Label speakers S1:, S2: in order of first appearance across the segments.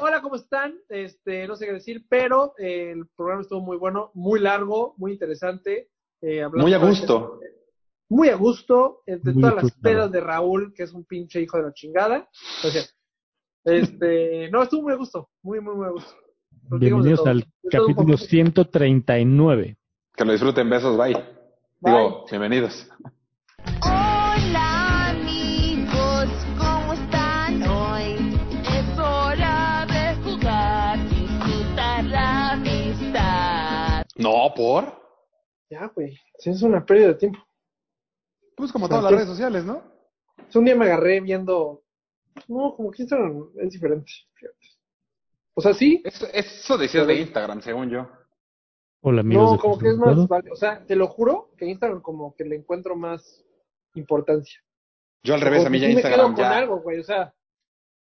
S1: hola, ¿cómo están? Este, no sé qué decir, pero eh, el programa estuvo muy bueno, muy largo, muy interesante. Eh, hablando
S2: Muy a gusto.
S1: de- muy a gusto, entre
S3: Muy
S1: todas
S3: a
S1: las
S3: gusto.
S1: pedas de Raúl, que es un pinche hijo de la chingada. O sea, este, no, estuvo muy a gusto, muy, muy, muy a gusto. Platicamos de
S3: Bienvenidos
S1: todo.
S3: al
S1: De todo un
S3: capítulo
S1: poco.
S3: 139.
S2: Que lo disfruten. Besos. Bye.
S1: Bye.
S2: Digo, bienvenidos.
S4: Hola amigos, ¿cómo están hoy? Es hora de jugar, disfrutar la amistad.
S2: No, por.
S1: Ya, güey, sí, es una pérdida de tiempo.
S2: Pues como
S1: todas las redes
S2: sociales, ¿no?
S1: O sea, un día me agarré viendo. No, como que Instagram es diferente. fíjate. O sea, sí.
S2: Eso, eso decías de Instagram, según yo.
S3: Hola amigos.
S1: No,
S3: de
S1: como que es
S3: Control
S1: más.
S3: Todo.
S1: vale- O sea, te lo juro que Instagram, como que le encuentro más importancia.
S2: Yo al revés,
S1: Como
S2: a mí
S1: que
S2: ya
S1: sí
S2: Instagram
S1: me quedo con
S2: ya.
S1: algo, güey. O sea,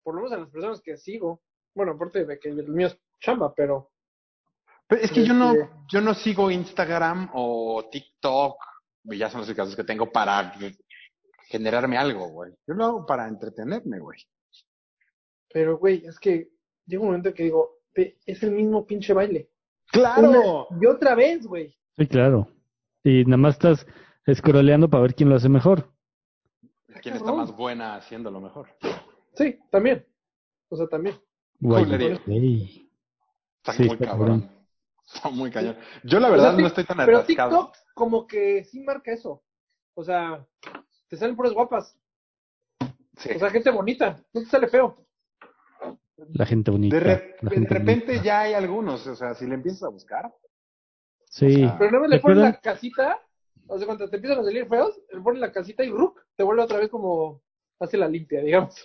S1: por lo menos a las personas que sigo. Bueno, aparte de que el mío es chamba, pero.
S2: Pero es que yo no,
S1: Este-
S2: yo no sigo Instagram o TikTok. y Ya son los casos que tengo para generarme algo, güey. Yo lo hago para entretenerme, güey.
S1: Pero, güey, es que llega un momento que digo, "Ve, es el mismo pinche baile.
S2: ¡Claro!
S1: Una- y otra vez, güey.
S3: Sí, claro. Y nada más estás escroleando para ver quién lo hace mejor.
S2: ¿Quién está más buena haciéndolo mejor?
S1: Sí, también. O sea, también.
S3: Guay.
S2: Culería.
S3: Ey.
S2: Está
S3: Sí,
S2: muy
S3: está
S2: cabrón. Está muy cañón. Yo la
S1: O
S2: verdad
S1: sea, tic-
S2: no estoy tan
S1: Pero
S2: atascado.
S1: TikTok como que sí marca eso. O sea, te salen puras guapas. O sea, gente bonita. No te sale feo.
S3: La gente bonita.
S2: De, re-
S3: la
S2: de
S3: gente
S2: repente
S3: bonita.
S2: ya hay algunos, o sea, si le empiezas a buscar.
S3: Sí.
S2: sea,
S1: Pero no me le pones
S3: ¿Recuerdan?
S1: la casita. O sea, cuando te empiezan a salir feos, le pones la casita y ¡ruc! te vuelve otra vez como hace la limpia, digamos.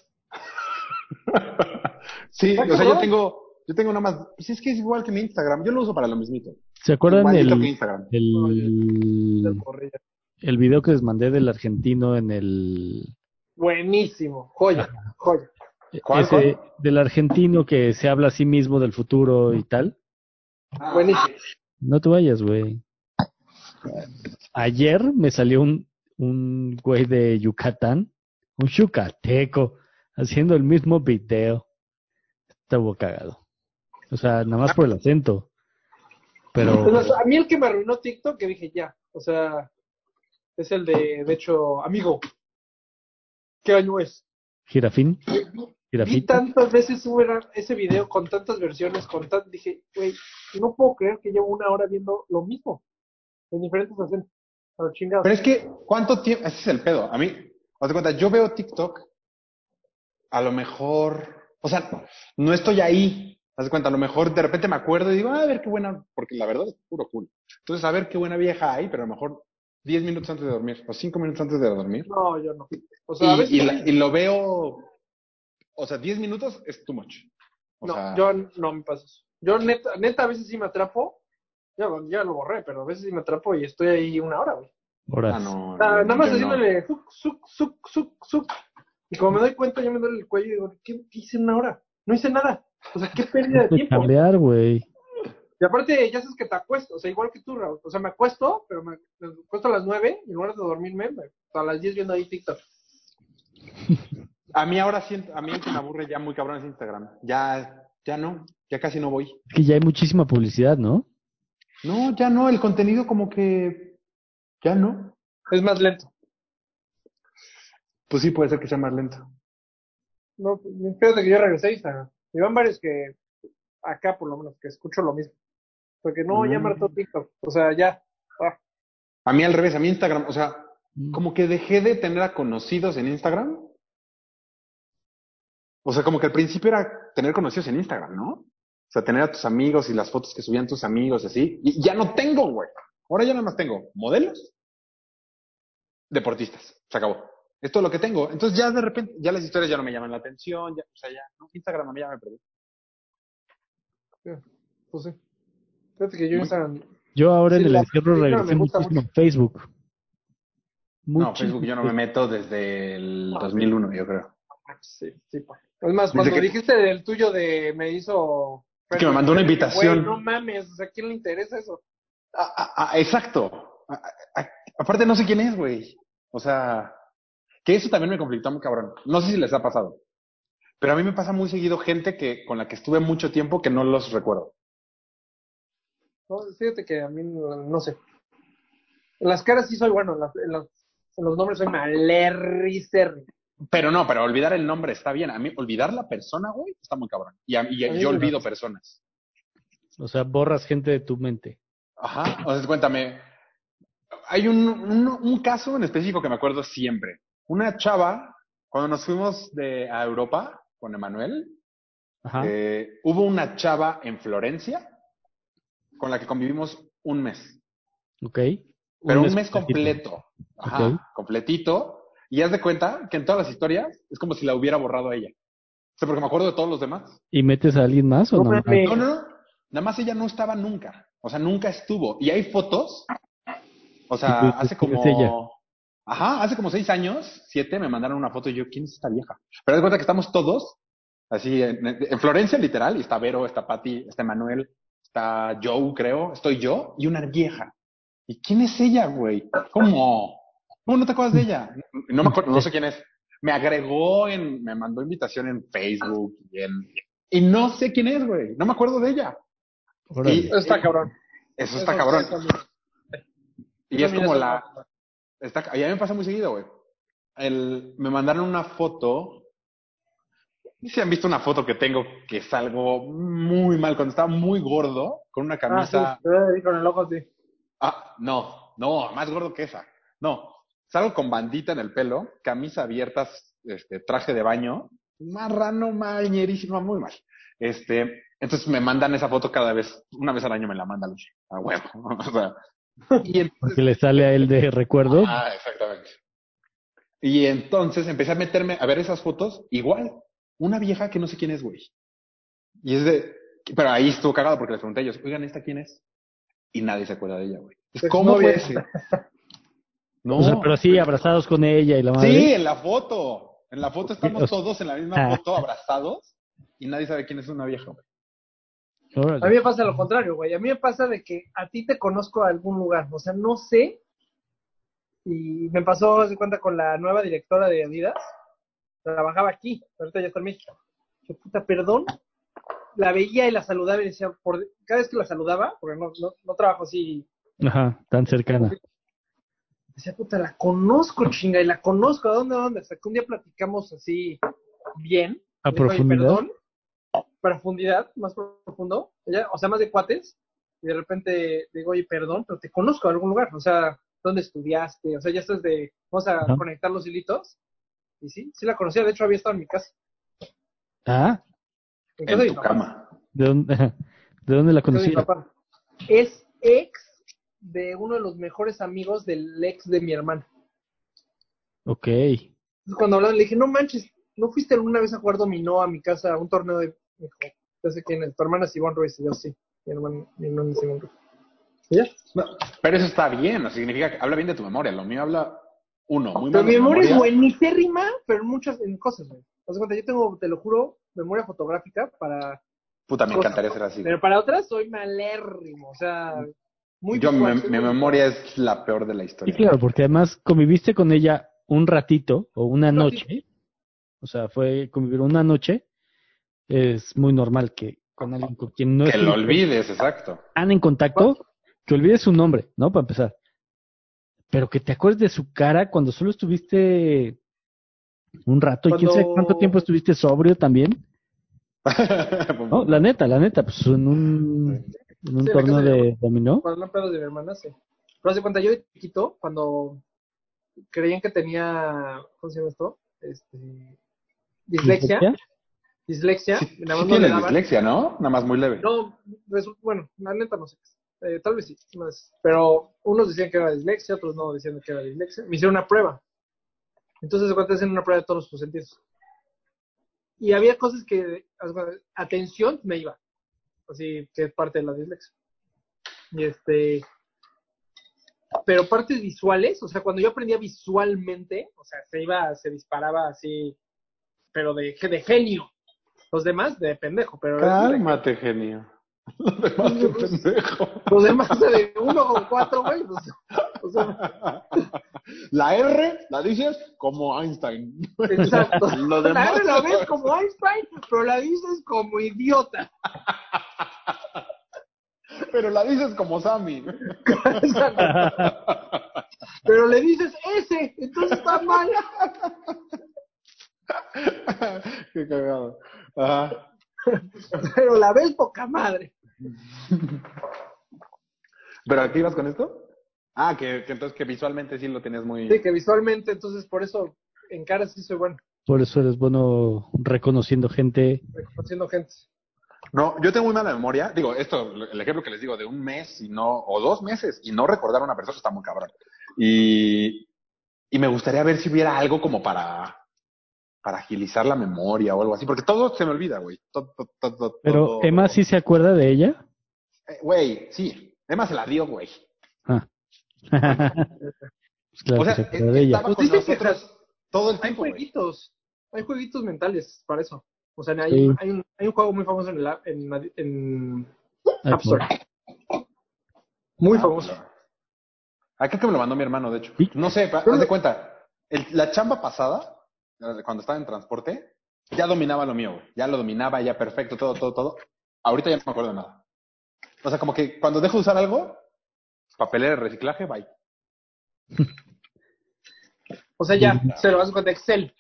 S2: sí,
S1: Ah,
S2: o sea,
S1: cabrón.
S2: yo tengo, yo tengo nada más, pues es que es igual que mi Instagram, yo lo uso para lo mismito.
S3: ¿Se acuerdan
S2: Igualito que
S3: el,
S2: Instagram.
S3: el, el video que les mandé del argentino en el
S1: Buenísimo. Joya, joya.
S2: ¿Cuál,
S3: ese-
S2: cuál?
S3: del argentino que se habla a sí mismo del futuro y tal?
S1: Buenísimo.
S3: No te vayas, güey. Ayer me salió un, un güey de Yucatán, un yucateco, haciendo el mismo video. Estuvo cagado. O sea, nada más por el acento.
S1: Es
S3: Pero
S1: más, a mí el que me arruinó TikTok, que dije ya. O sea, es el de, de hecho, amigo. ¿Qué año es?
S3: jirafín,
S1: Vi
S3: jirafita.
S1: tantas veces sube ese video con tantas versiones, con tan, dije, güey, no puedo creer que llevo una hora viendo lo mismo, en diferentes acentos. A la chingada.
S2: Pero es que, ¿cuánto tiempo? Ese es el pedo. A mí, hazte cuenta, yo veo TikTok, a lo mejor, o sea, no estoy ahí. Hazte cuenta, a lo mejor de repente me acuerdo y digo, "Ah, a ver qué buena, porque la verdad es puro cool. Entonces, a ver qué buena vieja hay, pero a lo mejor 10 minutos antes de dormir o 5 minutos antes de dormir.
S1: No, yo no. O sea, a veces,
S2: Y, y la- y lo veo, o sea, 10 minutos es too much. O
S1: no,
S2: sea, ah,
S1: yo no me paso eso. Yo neta, neta a veces sí me atrapo, ya, lo- ya lo borré, pero a veces sí me atrapo y estoy ahí una hora, güey.
S3: Horas.
S2: ah, no,
S1: O sea,
S2: no,
S1: nada más
S2: yo no.
S1: haciéndole suc, suc, suc, suc, suc. Y como me doy cuenta, yo me duele el cuello y digo, ¿qué, qué hice en una hora? No hice nada. O sea, qué pérdida de
S3: Hay que
S1: tiempo.
S3: cablear, güey.
S1: Y aparte, ya sabes que te acuesto, o sea, igual que tú, Raúl. O sea, me acuesto, pero me, me acuesto a las 9 y en lugar de dormirme, me- a las 10 viendo ahí TikTok.
S2: A mí ahora siento, a mí el que me aburre ya muy cabrón es Instagram. Ya, ya no, ya casi no voy.
S3: Es que ya hay muchísima publicidad, ¿no?
S2: No, ya no, el contenido como que ya no.
S1: Es más lento.
S2: Pues sí, puede ser que sea más lento.
S1: No, fíjate que yo regresé a Instagram. Y van varios que, acá por lo menos, que escucho lo mismo. Porque no, ya me
S2: Mm.
S1: hartó TikTok. O sea, ya. ah,
S2: A mí al revés, a mí Instagram, o sea, como que dejé de tener a conocidos en Instagram. O sea, como que al principio era tener conocidos en Instagram, ¿no? O sea, tener a tus amigos y las fotos que subían tus amigos y así. Y ya no tengo, güey. Ahora ya nada más tengo modelos, deportistas. Se acabó. Es todo lo que tengo. Entonces ya de repente, ya las historias ya no me llaman la atención. Ya, o sea, ya, ¿no? Instagram a mí ya me perdí.
S1: pues sí. Fíjate que yo Instagram.
S3: Yo ahora
S1: Sí,
S3: en el
S1: la-
S3: encierro
S1: sí, claro,
S3: regresé
S1: me gusta
S3: muchísimo a Facebook.
S2: No, Facebook yo no me meto desde el 2001, yo creo.
S1: Sí, sí, pa. Es más,
S2: Desde
S1: cuando
S2: pues. que-
S1: dijiste del tuyo de me hizo.
S2: Es que me mandó una invitación.
S1: Güey, no mames, o sea, ¿a quién le interesa eso?
S2: Ah, ah, ah, exacto. Ah, ah, ah, aparte no sé quién es, güey. O sea, que eso también me conflictó muy cabrón. No sé si les ha pasado. Pero a mí me pasa muy seguido gente que con la que estuve mucho tiempo que no los recuerdo.
S1: No, fíjate que a mí no no sé. En las caras sí soy bueno, en, las- en las- en los nombres soy malerricer.
S2: Pero no, pero olvidar el nombre está bien. A mí olvidar la persona, güey, está muy cabrón. Y, a- y
S1: A mí
S2: yo
S1: me
S2: olvido personas.
S3: O sea, borras gente de tu mente.
S2: Ajá. O sea, cuéntame. Hay un, un, un caso en específico que me acuerdo siempre. Una chava, cuando nos fuimos de, a Europa con Emanuel,
S3: Ajá.
S2: eh, hubo una chava en Florencia con la que convivimos un mes.
S3: ok.
S2: Pero un, mes,
S3: completito.
S2: completo. Ajá,
S3: Ok.
S2: completito. Y haz de cuenta que en todas las historias es como si la hubiera borrado ella. O sea, porque me acuerdo de todos los demás.
S3: ¿Y metes a alguien más o
S1: No
S3: no?
S1: mames.
S2: No, no, no. Nada más ella no estaba nunca. O sea, nunca estuvo. Y hay fotos. O sea,
S3: Y tú dices,
S2: hace
S3: "¿Quién
S2: como.
S3: es ella?"
S2: Ajá, hace como seis años, siete, me mandaron una foto y yo, ¿quién es esta vieja? Pero haz de cuenta que estamos todos, así, en, en Florencia, literal, y está Vero, está Patti, está Manuel, está Joe, creo, estoy yo, y una vieja. ¿Y quién es ella, güey? ¿Cómo? ¿Cómo no te acuerdas de ella? No me acuerdo, no sé quién es. Me agregó en, me mandó invitación en Facebook y en- y no sé quién es, güey. No me acuerdo de ella.
S3: Órale.
S2: Y-
S1: Eso está cabrón.
S2: Eso está
S1: Eso
S2: cabrón.
S1: cabrón.
S2: Y es
S1: También
S2: como
S1: eso
S2: la,
S1: pasa.
S2: Está, ca- y a mí me pasa muy seguido, güey. El, me mandaron una foto. Y si han visto una foto que tengo que salgo muy mal, cuando estaba muy gordo, con una
S1: Ah, sí,
S2: camisa.
S1: ahí con el ojo así.
S2: Ah, no, no, más gordo que esa. No, salgo con bandita en el pelo, camisa abierta, este, traje de baño, marrano, mañerísima, muy mal. Este, entonces me mandan esa foto cada vez, una vez al año me la mandan, a huevo. O sea, y entonces,
S3: Porque le sale a él de recuerdo.
S2: Ah, exactamente. Y entonces empecé a meterme a ver esas fotos, igual, una vieja que no sé quién es, güey. Y es de, pero ahí estuvo cagado porque les pregunté a ellos, oigan, ¿esta quién es? Y nadie se acuerda de ella, güey. Es
S1: Pues
S2: ¿Cómo
S1: no,
S2: puede
S1: bien.
S2: ser? No.
S3: o sea, pero sí, abrazados con ella y la madre.
S2: Sí, en la foto. En la foto
S3: o
S2: estamos
S3: sea-
S2: todos en la
S3: Ah.
S2: misma foto, abrazados, y nadie sabe quién es una vieja, güey.
S3: Órale.
S1: A mí me pasa lo contrario, güey. A mí me pasa de que a ti te conozco de algún lugar. O sea, no sé. Y me pasó, haz de cuenta, con la nueva directora de Adidas. Trabajaba aquí, pero ahorita ya está en México. Qué puta, perdón. La veía y la saludaba y decía, por... cada vez que la saludaba, porque no, no, no trabajo así,
S3: Ajá, tan cercana.
S1: decía, puta, la conozco, chinga, y la conozco, ¿a dónde, a dónde? Hasta que un día platicamos así, bien,
S3: A
S1: Le digo, "Oye,
S3: profundidad.
S1: perdón, profundidad, más profundo, ya, o sea, más de cuates, y de repente digo, oye, perdón, pero te conozco de algún lugar, o sea, ¿dónde estudiaste? O sea, ya estás de, vamos a
S3: Ajá.
S1: conectar los hilitos, y sí, sí la conocía, de hecho había estado en mi casa,
S3: Ah,
S1: en casa de
S2: En
S1: mi
S2: tu
S1: papá,
S2: cama.
S3: ¿de dónde, ¿de dónde la
S1: en casa de mi
S3: conocía?
S1: papá. Es ex de uno de los mejores amigos del ex de mi hermano.
S3: Ok.
S1: Entonces, cuando hablaban, le dije, no manches, ¿no fuiste alguna vez a jugar dominó a mi casa a un torneo de... Me dijo, ya sé quién es, tu hermana es Ivonne Ruiz, y yo sí, mi hermano, mi hermano es Ivonne Ruiz. Y ya.
S2: No, pero eso está bien, o sea, significa que habla bien de tu memoria. Lo mío habla uno, muy
S1: Pero
S2: mal. de
S1: mi
S2: tu
S1: memoria es buenísima, pero en muchas en cosas, güey. Haz de cuenta, yo tengo, te lo juro, memoria fotográfica para...
S2: Puta, me encantaría ser así.
S1: Pero para otras soy malérrimo, o sea... Muy
S2: Yo, mi,
S1: visual,
S2: mi
S1: soy muy-
S2: memoria es la peor de la
S3: Sí,
S2: historia.
S3: claro, porque además conviviste con ella un ratito o una
S1: Un
S3: noche. O sea, fue convivir una noche. Es muy normal que con alguien con quien no
S2: que lo
S3: estuviste
S2: olvides, exacto.
S3: tan en contacto, que olvides su nombre, ¿no? Para empezar. Pero que te acuerdes de su cara cuando solo estuviste un rato. Y quién sabe
S1: Cuando-
S3: cuánto tiempo estuviste sobrio también. No, la neta, la neta, pues en un, en un
S1: Sí, la
S3: torneo
S1: casa de-
S3: de dominó.
S1: Cuando eran pedos de mi hermana, sí. Pero hace cuenta, yo de chiquito, cuando creían que tenía, ¿cómo se llama esto? Este, dislexia.
S3: ¿Dislexia?
S1: Dislexia.
S2: Sí,
S1: nada más
S2: sí
S1: no le
S2: tienes
S1: daban.
S2: dislexia, ¿no? Nada más muy leve.
S1: No, resu- bueno, la neta no sé. Eh, tal vez sí, no es- pero unos decían que era dislexia, otros no decían que era dislexia. Me hicieron una prueba. Entonces, cuando te hacen una prueba de todos tus sentidos. Y había cosas que, haz cuenta, atención, me iba. Así que es parte de la dislexia. Y este. Pero partes visuales, o sea, cuando yo aprendía visualmente, o sea, se iba, se disparaba así, pero de, de genio. Los demás de pendejo, pero.
S2: Cálmate, genio. Lo demás es pendejo.
S1: Los demás de uno con cuatro, güey. pues, O sea,
S2: La R la dices como Einstein.
S1: exacto.
S2: Lo demás-
S1: La R la ves como Einstein, pero la dices como idiota.
S2: Pero la dices como Sammy.
S1: Exacto. Pero le dices S, entonces está mal.
S2: Qué cagado. Ajá.
S1: Pero la ves poca madre.
S2: ¿Pero aquí ibas con esto? Ah, que, que entonces que visualmente sí lo tenías muy...
S1: Sí, que visualmente, entonces por eso en cara sí soy bueno,
S3: Por eso eres bueno reconociendo gente.
S1: reconociendo gente.
S2: No, yo tengo muy mala memoria. Digo, esto, el ejemplo que les digo, de un mes y no, o dos meses y no recordar a una persona está muy cabrón. Y, y me gustaría ver si hubiera algo como para, para agilizar la memoria o algo así, porque todo se me olvida, güey. To- to- to- to-
S3: Pero
S2: todo.
S3: Emma sí se acuerda de ella.
S2: Eh, Güey, sí. Emma se la dio, güey.
S3: Ah. Pues claro
S2: o sea, eh,
S3: que se acuerda de ella.
S2: estaba con
S1: Pues dicen que
S2: nosotros todo el
S1: Hay
S2: tiempo, güey.
S1: jueguitos, hay jueguitos mentales para eso. O sea, hay,
S3: Sí.
S1: hay, un, hay un juego muy famoso en, la, en, la- en
S3: Ay,
S1: App Store.
S2: Ah,
S1: Muy famoso.
S2: Acá que me lo mandó mi hermano, de hecho.
S3: Sí.
S2: No sé, pa-
S1: Yo
S2: haz de
S1: lo-
S2: cuenta. el- la chamba pasada, eh, cuando estaba en transporte, ya dominaba lo mío, güey. Ya lo dominaba, ya perfecto, todo, todo, todo. Ahorita ya no me acuerdo de nada. O sea, como que cuando dejo de usar algo, papelera de reciclaje, bye.
S1: O sea, ya, se lo vas cuenta Excel.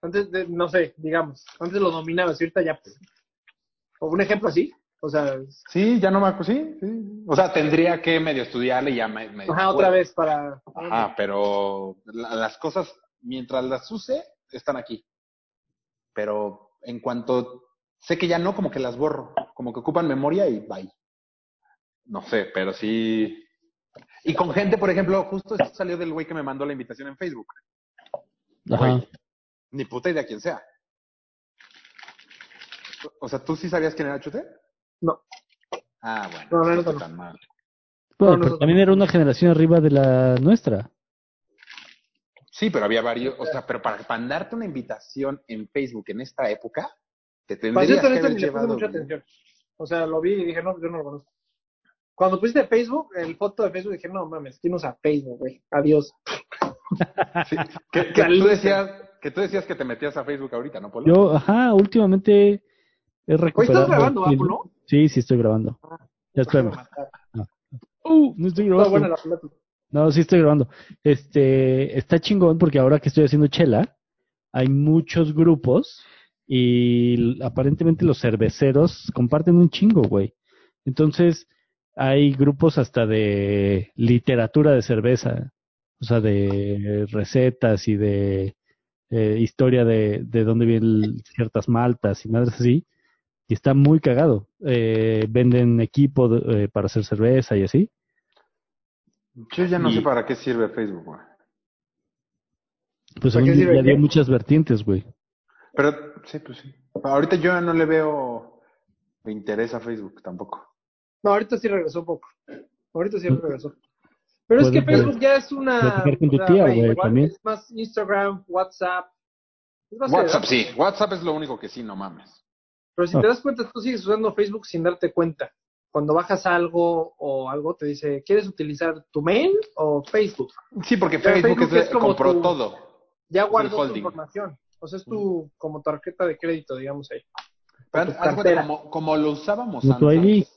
S1: Antes de, no sé, digamos, antes lo dominabas y ahorita ya. pues, O un ejemplo así. O sea, es-
S2: Sí, ya no me acuerdo, sí, sí. O sea, tendría que medio estudiarle y ya me, medio
S1: ajá,
S2: acuerdo.
S1: otra vez para.
S2: Ajá, Ah, pero la- las cosas, mientras las use, están aquí. Pero en cuanto sé que ya no, como que las borro, como que ocupan memoria y bye. No sé, pero sí. Y con gente, por ejemplo, justo esto salió del güey que me mandó la invitación en Facebook.
S3: Ajá.
S2: Güey, ni puta idea quién sea. O sea, ¿tú sí sabías quién era Chute?
S1: No.
S2: Ah, bueno.
S1: No, no, no,
S2: estoy
S1: no.
S2: tan mal.
S1: No,
S3: Bueno, pero
S1: nosotros-
S3: también era una generación arriba de la nuestra.
S2: Sí, pero había varios, o sea, pero para mandarte una invitación en Facebook en esta época, te
S1: Para
S2: tendrías
S1: ser
S2: que
S1: honesto,
S2: haber
S1: ni le puse
S2: llevado.
S1: mucha
S2: güey.
S1: atención. O sea, lo vi y dije, no, yo no lo conozco. Cuando pusiste Facebook, el foto de Facebook, dije, no mames, ¿quién usa Facebook, güey? Adiós.
S2: Sí, que, que tú
S1: Realista.
S2: decías, que tú decías que te metías a Facebook ahorita, ¿no, Polo?
S3: Yo, ajá, últimamente he
S1: Hoy
S3: recuperado.
S1: estás grabando,
S3: el-
S1: Apolo.
S3: Sí, sí estoy grabando. Ya espérame. Uh, no estoy
S1: Está
S3: grabando.
S1: buena la plática.
S3: No, sí estoy grabando. Este, está chingón porque ahora que estoy haciendo chela, hay muchos grupos y l- aparentemente los cerveceros comparten un chingo, güey. Entonces, hay grupos hasta de literatura de cerveza, o sea, de recetas y de eh, historia de, de dónde vienen ciertas maltas y madres así. Y está muy cagado. Eh, venden equipo de- eh, para hacer cerveza y así.
S2: Yo ya no
S3: Y-
S2: sé para qué sirve Facebook, güey.
S3: Pues
S1: ¿Para qué
S3: según yo,
S1: sirve
S3: ya
S1: qué?
S3: dio muchas vertientes, güey.
S2: Pero, sí, pues sí. Ahorita yo no le veo interés a Facebook tampoco.
S1: No, ahorita sí regresó un poco. Ahorita sí regresó. Pero es que
S3: Puedes
S1: Facebook ya es una.
S3: Mm. platicar con tu
S1: o sea,
S3: tía,
S1: güey,
S3: güey,
S1: igual
S3: también.
S1: Es más Instagram, WhatsApp. Es más
S2: WhatsApp
S1: general.
S2: sí, WhatsApp es lo único que sí, no mames.
S1: Pero
S3: Ah.
S1: si te das cuenta, tú sigues usando Facebook sin darte cuenta. Cuando bajas algo o algo, te dice, ¿quieres utilizar tu mail o Facebook?
S2: Sí, porque
S1: Pero
S2: Facebook,
S1: Facebook
S2: es-
S1: es como
S2: compró
S1: tu-
S2: todo.
S1: Ya
S2: Es el
S1: guardas tu
S2: holding.
S1: información. O sea, es
S3: Mm.
S1: tu como tarjeta de crédito, digamos ahí.
S2: Pero
S1: tu
S2: haz de cuenta,
S1: cartera.
S2: como, como lo usábamos
S3: Como tu
S2: antes.
S3: ID.
S1: Ajá,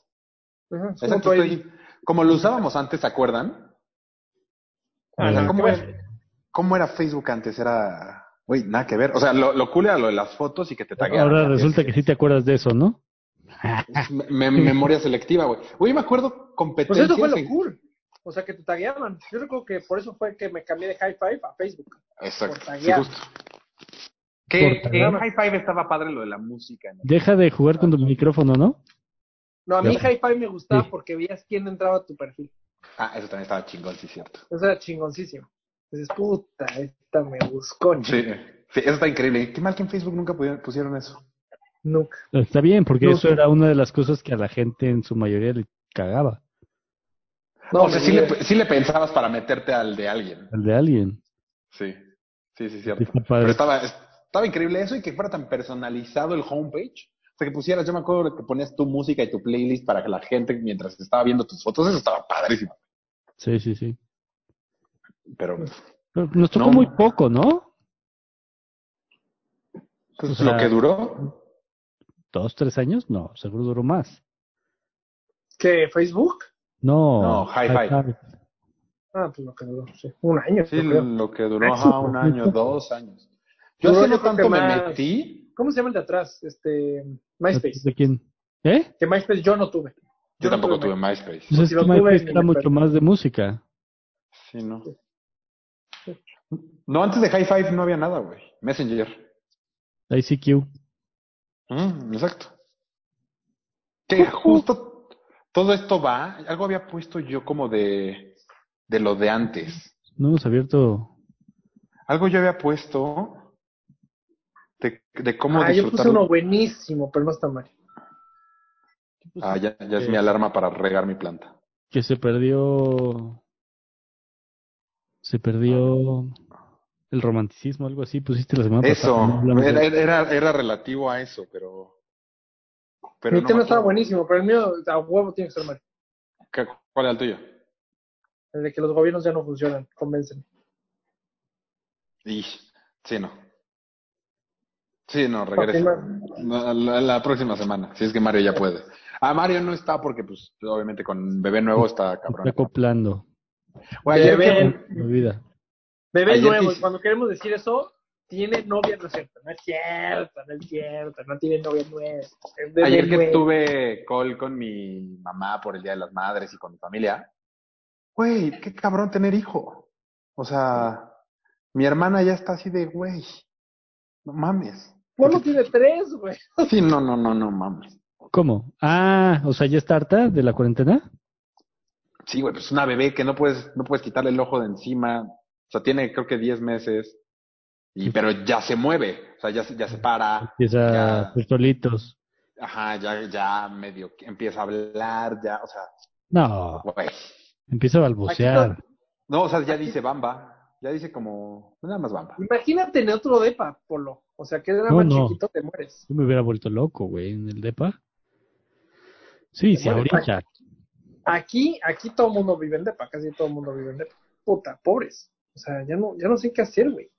S1: es como
S2: Exacto,
S1: tu ID.
S2: estoy- como lo usábamos antes, ¿se acuerdan?
S1: Ah,
S2: O sea,
S3: Ajá.
S2: ¿cómo,
S1: que
S2: era, cómo era Facebook antes? Era. Uy, nada que ver. O sea, lo, lo cool era lo de las fotos y que te taguearan.
S3: Ahora resulta que sí te acuerdas de eso, ¿no?
S2: Me- me- memoria selectiva, güey. Uy, me acuerdo
S1: Pues
S2: competencias.
S1: eso fue lo
S2: en-
S1: cool. O sea, que te tagueaban. Yo recuerdo que por eso fue que me cambié de High Five a Facebook.
S2: Exacto,
S1: Por
S2: sí,
S1: taguear.
S2: justo. Que
S3: Por
S2: en
S3: taguear.
S2: High Five estaba padre lo de la música. ¿no?
S3: Deja de jugar con tu micrófono, ¿no?
S1: No, a mí
S3: Ya.
S1: High Five me gustaba
S3: Sí.
S1: porque veías quién entraba a tu perfil.
S2: Ah, eso también estaba chingón, sí, cierto.
S1: Eso era chingoncísimo. Dices, puta, esta me buscó.
S2: Sí, sí, eso está increíble. Qué mal que en Facebook nunca pudieron- pusieron eso.
S1: Nunca.
S3: Está bien, porque
S1: No,
S3: eso
S1: sí.
S3: era una de las cosas que a la gente en su mayoría le cagaba,
S1: No, eh,
S2: o sea,
S1: me
S2: pues sí
S1: dio-
S2: le, sí le pensabas para meterte al de alguien.
S3: al de alguien.
S2: Sí, sí, sí, cierto.
S3: Está padre.
S2: Pero estaba, estaba increíble eso y que fuera tan personalizado el homepage. O sea, que pusieras, yo me acuerdo que ponías tu música y tu playlist para que la gente, mientras estaba viendo tus fotos, eso estaba padrísimo.
S3: Sí, sí, sí.
S2: Pero
S3: Pero Nos tocó
S2: No.
S3: muy poco, ¿no?
S2: pues,
S3: O sea-
S2: lo que duró,
S3: ¿Dos, tres años? No, seguro duró más.
S1: ¿Qué? ¿Facebook?
S3: No.
S2: No, Hi-Fi.
S3: Hi-Fi.
S1: Ah, pues lo que duró, sí. Un año.
S2: sí,
S1: yo creo.
S2: lo que duró
S1: Ah, sí,
S2: ajá, un año, dos años. Yo
S1: Duró,
S2: hace
S1: yo creo
S2: no
S1: que
S2: tanto me
S1: más.
S2: metí,
S1: ¿Cómo se llama el de atrás? Este, MySpace.
S3: ¿De quién? ¿Eh?
S1: Que MySpace yo no tuve. no
S2: yo tampoco tuve MySpace.
S3: Pues
S1: Si
S3: es que
S1: lo tuve,
S3: MySpace
S1: ni
S3: era
S1: me
S3: mucho
S1: acuerdo.
S3: más de música.
S2: Sí, no. No, antes de High Five no había nada, güey. Messenger.
S3: ICQ.
S2: Mm, exacto. Que justo todo esto va, algo había puesto yo como de, de lo de antes.
S3: No hemos abierto.
S2: Algo yo había puesto de, de cómo
S1: Ah, yo puse
S2: disfrutar.
S1: uno buenísimo, pero no está mal. pues,
S2: Ah, ya, ya
S1: eh.
S2: es mi alarma para regar mi planta.
S3: Que se perdió. Se perdió. El romanticismo, algo así. Pusiste la semana pasada.
S2: Ah. Eso,
S3: no hablamos de-
S2: era, era, era relativo a eso, pero. pero
S1: Mi
S2: no
S1: tema
S2: me
S1: estaba
S2: acuerdo.
S1: buenísimo, pero el mío a huevo tiene que ser mal.
S2: ¿Qué- ¿Cuál era el tuyo?
S1: El de que los gobiernos ya no funcionan, convénceme.
S2: Y, sí, no. Sí, no,
S1: Ok,
S2: regresa.
S1: ma-
S2: La, la- la próxima semana, si es que Mario ya puede. Ah, Mario no está porque, pues, obviamente con bebé nuevo está
S3: Está
S2: cabrón.
S3: acoplando.
S2: Güey, ayer
S1: Bebé.
S2: que-
S3: Mi vida.
S1: Bebé
S2: Ayer
S1: nuevo,
S2: te-
S1: y cuando queremos decir eso, tiene novia, no es cierto. No es cierto, no es cierto, no tiene novia nueva. es bebé
S2: ayer que
S1: nuevo.
S2: tuve call con mi mamá por el Día de las Madres y con mi familia, güey, qué cabrón tener hijo. O sea, mi hermana ya está así de, güey, no mames.
S1: Polo tiene tres, güey.
S2: Sí, no, no, no, no mames.
S3: ¿Cómo? Ah, o sea, ya está harta de la cuarentena.
S2: Sí, güey, pues una bebé que no puedes, no puedes quitarle el ojo de encima. O sea, tiene creo que 10 meses. Y, pero ya se mueve. O sea, ya, se- ya se para.
S3: Empieza
S2: Ya.
S3: a hacer solitos.
S2: Ajá, ya, ya medio que empieza a hablar, ya, o sea,
S3: No,
S2: güey.
S3: empieza a balbucear.
S2: No, o sea, ya dice bamba. Ya dice como, nada más bamba.
S1: Imagínate en otro depa, Polo. O sea, que era
S3: No,
S1: más
S3: no.
S1: chiquito, te mueres.
S3: Yo me hubiera vuelto loco, güey, en el depa. Sí, sí,
S1: Bueno,
S3: ahorita.
S1: Aquí, aquí todo el mundo vive en depa, casi todo el mundo vive en depa. Puta, pobres. O sea, ya no, ya no sé qué hacer, güey.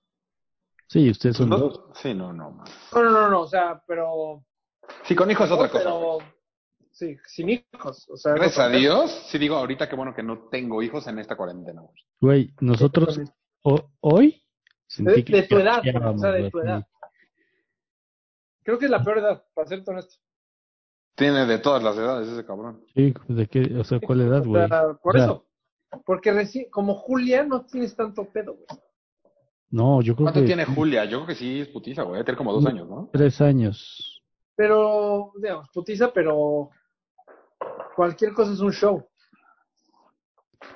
S3: Sí, ustedes son dos.
S2: No, sí, no, no. man.
S1: No, no, no, no, o sea, pero...
S2: Sí, con hijos es otra cosa.
S1: Pero, sí, sin hijos. O sea,
S2: Gracias
S1: no-
S2: a Dios, sí digo, ahorita qué bueno que no tengo hijos en esta cuarentena, güey.
S3: Güey, nosotros ho- hoy.
S1: De- Eh, de tu edad,
S3: flaqueábamos,
S1: o sea, de
S3: güey,
S1: tu edad.
S3: sí.
S1: Creo que es la peor edad, para ser honesto.
S2: Tiene de todas las edades ese cabrón.
S3: Sí, ¿de qué? O sea, ¿cuál edad,
S1: O
S3: güey?
S1: sea, por
S3: O sea,
S1: eso. Porque reci- como Julia no tienes tanto pedo, güey.
S3: No, yo creo
S2: ¿Cuánto
S3: que
S2: tiene Julia? Yo creo que sí es putiza, güey. Tiene como dos años, ¿no?
S3: tres años.
S1: Pero, digamos, putiza, pero cualquier cosa es un show.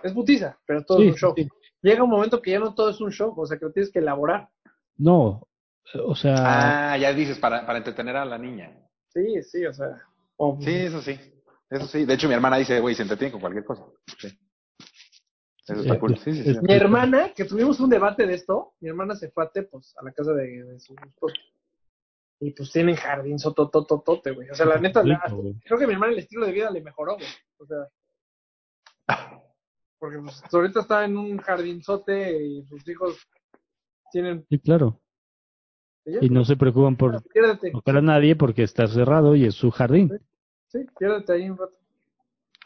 S1: Es putiza, pero todo
S3: Sí,
S1: es un show.
S3: sí.
S1: Llega un momento que ya no todo es un show, o sea que lo tienes que elaborar.
S3: No, o sea,
S2: Ah, ya dices, para, para entretener a la niña.
S1: Sí, sí, o sea. o-
S2: Sí, eso sí. Eso sí. De hecho, mi hermana dice, güey, se entretiene con cualquier cosa. Sí. Eso está
S3: Eh,
S2: cool. Sí, sí, sí.
S3: es-
S1: Mi hermana, que tuvimos un debate de esto, mi hermana se fue a Tepos, a la casa de, de su esposo. Y pues tienen jardín sototototote, güey. O sea, la neta, la-
S3: rico, güey.
S1: creo que a mi hermana el estilo de vida le mejoró, güey. O sea, porque pues, ahorita está en un jardinzote y sus hijos tienen...
S3: sí, claro.
S1: ¿Ella?
S3: Y no se preocupan por
S1: Piérdete,
S3: tocar a nadie porque está cerrado y es su jardín.
S1: sí, piérdete ahí un rato.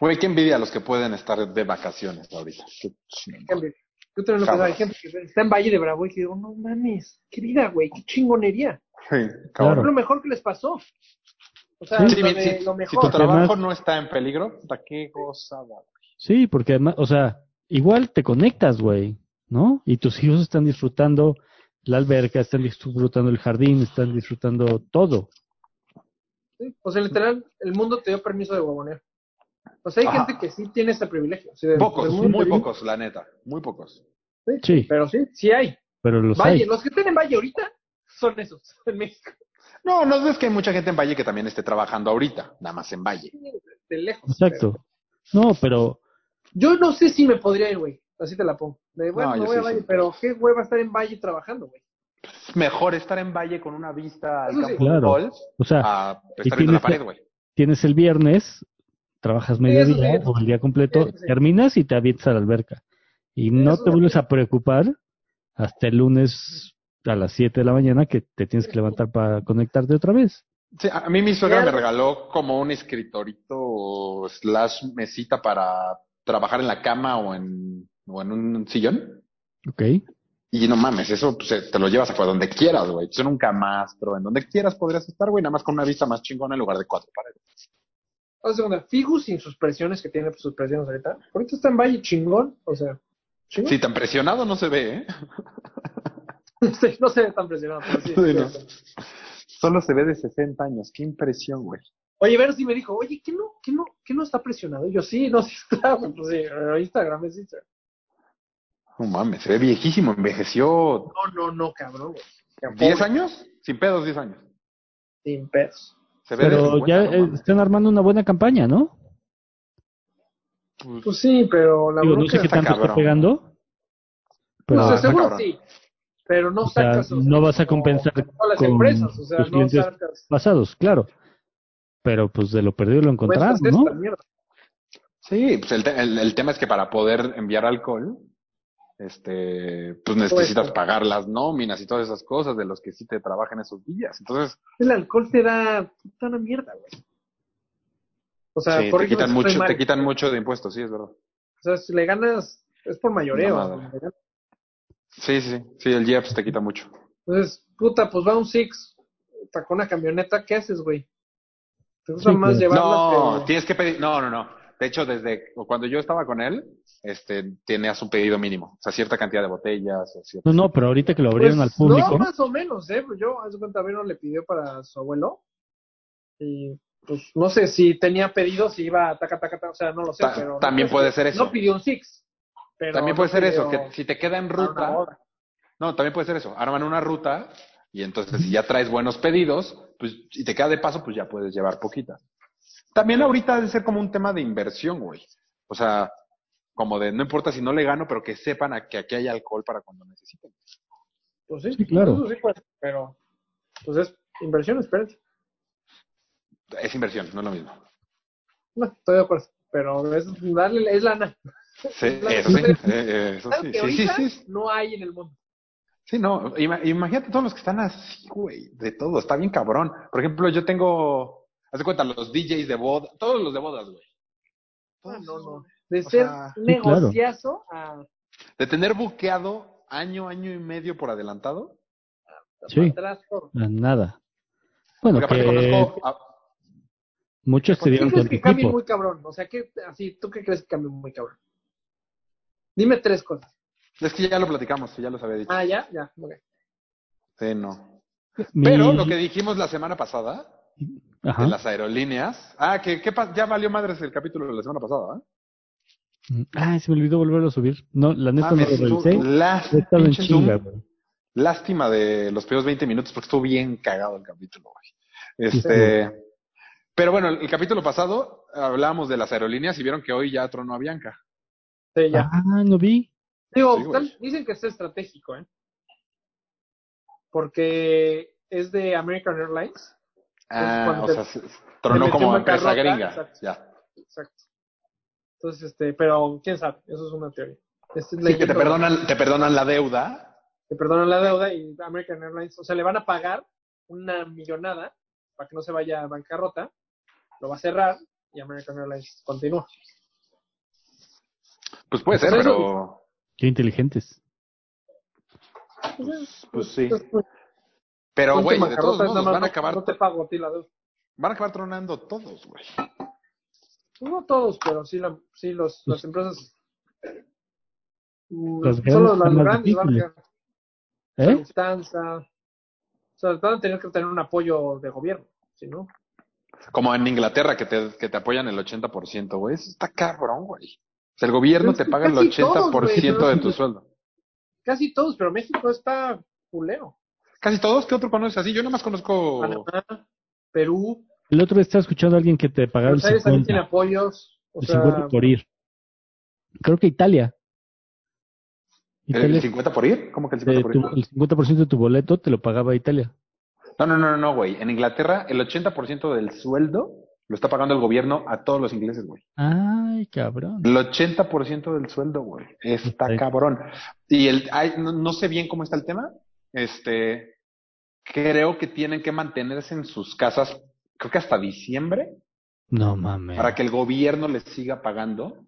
S2: Güey, qué envidia a los que pueden estar de vacaciones ahorita. Qué chingón.
S1: Cambio. Yo también lo pensaba, hay gente que está en Valle de Bravo y que digo, no mames, qué vida, güey, qué chingonería.
S2: Sí,
S3: Claro.
S1: Es lo
S2: cabrón.
S1: mejor que les pasó. O sea,
S2: Sí,
S1: lo,
S2: bien,
S1: de-
S2: si,
S1: lo
S2: si
S1: mejor.
S2: tu trabajo
S3: Además-
S2: no está en peligro, puta, qué gozada.
S3: Sí, porque además, o sea, igual te conectas, güey, ¿no? Y tus hijos están disfrutando la alberca, están disfrutando el jardín, están disfrutando todo.
S1: Sí, O sea, literal, el mundo te dio permiso de huevonear. O sea, hay
S2: Ajá.
S1: gente que sí tiene ese privilegio. o sea, del-
S2: Pocos,
S1: del mundo
S2: muy
S1: te dio-
S2: pocos, la neta. Muy pocos.
S1: Sí,
S3: Sí,
S1: Pero sí, sí hay.
S3: pero los
S1: Valle,
S3: hay.
S1: los que están en Valle ahorita son esos, en México,
S2: No, no es que hay mucha gente en Valle que también esté trabajando ahorita, nada más en Valle.
S1: de lejos.
S3: Exacto. No, pero
S1: pero- Yo no sé si me podría ir, güey. Así te la pongo. De, bueno,
S2: No,
S1: me
S2: yo
S1: voy a
S2: sí,
S1: Valle,
S2: sí.
S1: pero qué hueva estar en Valle trabajando, güey.
S2: Es mejor estar en Valle con una vista al
S1: Eso sí.
S2: campo de
S3: Claro.
S2: golf
S3: O sea,
S2: a
S3: y
S2: Ah, estar viendo la
S3: tienes-
S2: pared, güey.
S3: tienes el viernes, trabajas
S1: eso
S3: mediodía
S1: sí.
S3: o el día completo,
S1: Sí, sí, sí.
S3: terminas y te avientas a la alberca. Y no
S1: Eso
S3: te
S1: es
S3: vuelves a preocupar hasta el lunes a las 7 de la mañana que te tienes que levantar para conectarte otra vez.
S2: Sí, a a mí mi suegra
S1: Claro.
S2: me regaló como un escritorito slash mesita para trabajar en la cama o en, o en un sillón.
S3: ¿Ok?
S2: Y no mames, eso pues, eh, te lo llevas a donde quieras, güey. Yo nunca más, pero en donde quieras podrías estar, güey, nada más con una vista más chingona en lugar de cuatro paredes.
S1: Otra segunda, Figus sin sus presiones que tiene pues, sus presiones ahorita. Ahorita está en Valle chingón, o sea, chingón.
S2: Sí, tan presionado no se ve, ¿eh?
S1: Sí, no se ve tan presionado. pero sí,
S2: Sí, no.
S1: sí, sí.
S2: Solo se ve de 60 años. Qué impresión, güey.
S1: Oye, Vero sí me dijo, oye, ¿qué no, qué no, qué no está presionado? Y yo, sí, no, sí está. güey, Pues sí, pero Instagram es Instagram.
S2: No mames, se ve viejísimo, envejeció
S1: No, no, no, cabrón, güey. Qué
S2: 10
S1: pobre,
S2: años, sin pedos 10 años.
S1: Sin pedos.
S2: Se ve de
S3: Pero
S2: 50,
S3: ya
S2: no
S3: eh,
S2: mames.
S3: están armando una buena campaña, ¿no?
S1: Pues sí, pero la
S3: Digo, no
S1: bronca
S3: sé qué
S2: está
S3: tanto está
S2: cabrón.
S3: pegando.
S1: No,
S3: Pero,
S1: o sea,
S2: está
S1: seguro
S2: cabrón.
S1: sí, pero no
S3: O sea,
S1: sacas. o sea,
S3: no vas a
S1: como-
S3: compensar
S1: como las
S3: con
S1: empresas, o sea,
S3: tus
S1: no
S3: clientes
S1: sacas.
S3: pasados, claro. Pero pues de lo perdido lo encontrás,
S1: cuentas
S3: ¿no?
S1: pues, esta mierda.
S2: Sí, pues el, te- el- el tema es que para poder enviar alcohol, este, pues necesitas
S1: Cuesta.
S2: pagar las nóminas y todas esas cosas de los que sí te trabajan esos días. Entonces,
S1: El alcohol te da, te da una mierda, güey. O sea,
S2: sí,
S1: por
S2: te quitan mucho, te
S1: quitan
S2: quitan mucho de impuestos, sí, es verdad.
S1: O sea, si le ganas, es por mayoreo.
S2: Una
S1: güey.
S2: Sí, sí, sí, sí, el IEPS te quita mucho.
S1: Entonces, puta, pues va un Six puta, con una camioneta, ¿qué haces, güey? Te gusta
S3: Sí, pues.
S1: más
S3: claro.
S1: llevarla
S2: No,
S1: que-
S2: tienes que pedir, no, no, no. De hecho, desde cuando yo estaba con él, este, tenías un pedido mínimo, o sea, cierta cantidad de botellas. o cierta-
S3: No, no, pero ahorita que lo
S1: Pues,
S3: abrieron al público,
S1: No, más o menos, ¿eh? Pues Yo, a su cuenta, Vero le pidió para su abuelo. Y, pues, no sé si tenía pedido, si iba a taca, taca, taca, o sea, no lo sé.
S2: Ta-
S1: pero
S2: también
S1: no,
S2: puede ser eso.
S1: No pidió un Six. pero
S2: También
S1: no
S2: puede ser eso,
S1: pidió
S2: que si te queda en
S1: para una
S2: ruta,
S1: boda.
S2: No, también puede ser eso. Arman una ruta y entonces si ya traes buenos pedidos, pues y te queda de paso, pues ya puedes llevar poquitas. También ahorita debe ser como un tema de inversión, güey. O sea, como de no importa si no le gano, pero que sepan a que aquí hay alcohol para cuando necesiten.
S1: Pues sí,
S3: Sí, claro.
S1: eso sí, pues, pero, pues es inversión, espérate.
S2: Es inversión, no es lo mismo.
S1: No, estoy de acuerdo. Pero es darle, es lana.
S2: Sí, eso sí, eh, eh, eso
S1: Algo
S2: Pues
S1: que
S2: sí, sí, sí,
S1: ahorita
S2: sí, sí.
S1: no hay en el mundo.
S2: Sí, no, ima- imagínate todos los que están así, güey, de todo, está bien cabrón. Por ejemplo, yo tengo, haz de cuenta, los DJs de boda, todos los de bodas, güey.
S1: Ah,
S2: Todos
S1: no,
S2: esos,
S1: no. De
S2: O
S1: ser
S2: sea,
S3: Sí, claro.
S1: negociazo a,
S2: de tener buqueado año, año y medio por adelantado.
S3: Sí.
S1: atrás. por-
S3: a nada. Bueno,
S2: Porque aparte
S3: que
S2: conozco a-
S3: muchos se
S1: ¿Qué
S3: dieron
S1: crees
S3: con tu
S1: que cambie
S3: equipo.
S1: muy cabrón? O sea, ¿qué, así, ¿tú qué crees que cambie muy cabrón? Dime tres cosas.
S2: es que ya lo platicamos, ya los había dicho.
S1: Ah, ya, ya. ok.
S2: Sí, no.
S3: Mi-
S2: Pero lo que dijimos la semana pasada
S3: Ajá.
S2: de las aerolíneas. Ah, que qué pas- ya valió madres el capítulo de la semana pasada. ¿eh?
S3: Ah, se me olvidó volverlo a subir. No, la neta
S2: Ah,
S3: no
S2: me
S3: lo revisé.
S2: estuvo- las-
S3: He estado en
S2: pinche Zoom.
S3: chinga, güey.
S2: Lástima de los primeros 20 minutos porque estuvo bien cagado el capítulo. güey. Este, pero bueno, el capítulo pasado hablábamos de las aerolíneas y vieron que hoy ya tronó a Bianca.
S1: Sí, ya.
S3: Ah, no vi.
S1: Digo,
S2: Sí, güey.
S1: tal- dicen que es estratégico, ¿eh? Porque es de American Airlines.
S2: Ah,
S1: cuando
S2: o
S1: te-
S2: sea, se- tronó
S1: metió
S2: como
S1: en
S2: empresa
S1: bancarrota,
S2: gringa.
S1: exacto.
S2: Ya.
S1: Exacto. Entonces, este, pero quién sabe, eso es una teoría. Esta es
S2: Sí, que te
S1: leyendo-
S2: perdonan, te perdonan la deuda.
S1: te perdonan la deuda y American Airlines, o sea, le van a pagar una millonada para que no se vaya a bancarrota, lo va a cerrar y American Airlines continúa.
S2: Pues puede ser,
S1: Pues eso
S2: pero.
S3: Qué inteligentes.
S2: Pues, pues sí.
S1: Entonces, pues,
S2: Pero,
S1: ponte
S2: güey, de
S1: bancarrota,
S2: todos
S1: es nada
S2: modos,
S1: más,
S2: van a
S1: no-
S2: acabar,
S1: No te pago a ti la deuda.
S2: van a acabar tronando todos, güey.
S1: Pues No todos, pero sí, la, sí los, las empresas. mm,
S3: Las grandes
S1: solo las
S3: son más
S1: grandes van a
S3: difíciles.
S1: quedar.
S3: ¿Eh?
S1: Lufthansa. O sea, van a tener que tener un apoyo de gobierno, si no.
S2: Como en Inglaterra, que te, que te apoyan el 80%, güey. Eso está cabrón, güey. O sea, el gobierno
S1: Pero es
S2: te
S1: que
S2: paga el
S1: casi todos,
S2: 80%
S1: güey,
S2: de
S1: no-
S2: tu sueldo.
S1: Casi todos, pero México está culero.
S2: Casi todos, ¿qué otro conoces así? Yo nada más conozco.
S1: Panamá, Perú,
S3: El otro día estaba escuchando a alguien que te pagaron el
S2: Pues
S1: Buenos Aires también tiene
S3: 50,
S1: apoyos. O
S3: el
S1: sea,
S3: 50 por ¿eh? ir. Creo que Italia.
S2: ¿El
S3: Italia
S2: 50 por ir? ¿Cómo que el
S3: de
S2: 50 por
S3: tu-
S2: ir?
S3: el 50% de tu boleto te lo pagaba Italia.
S2: No, no, no, no, no, güey. En Inglaterra, el 80% del sueldo Lo está pagando el gobierno a todos los ingleses, güey.
S3: Ay, cabrón.
S2: El 80% del sueldo, güey. Está
S3: Sí.
S2: cabrón. Y el, ay, no, no sé bien cómo está el tema. Este, creo que tienen que mantenerse en sus casas, creo que hasta diciembre,
S3: No mames.
S2: para que el gobierno les siga pagando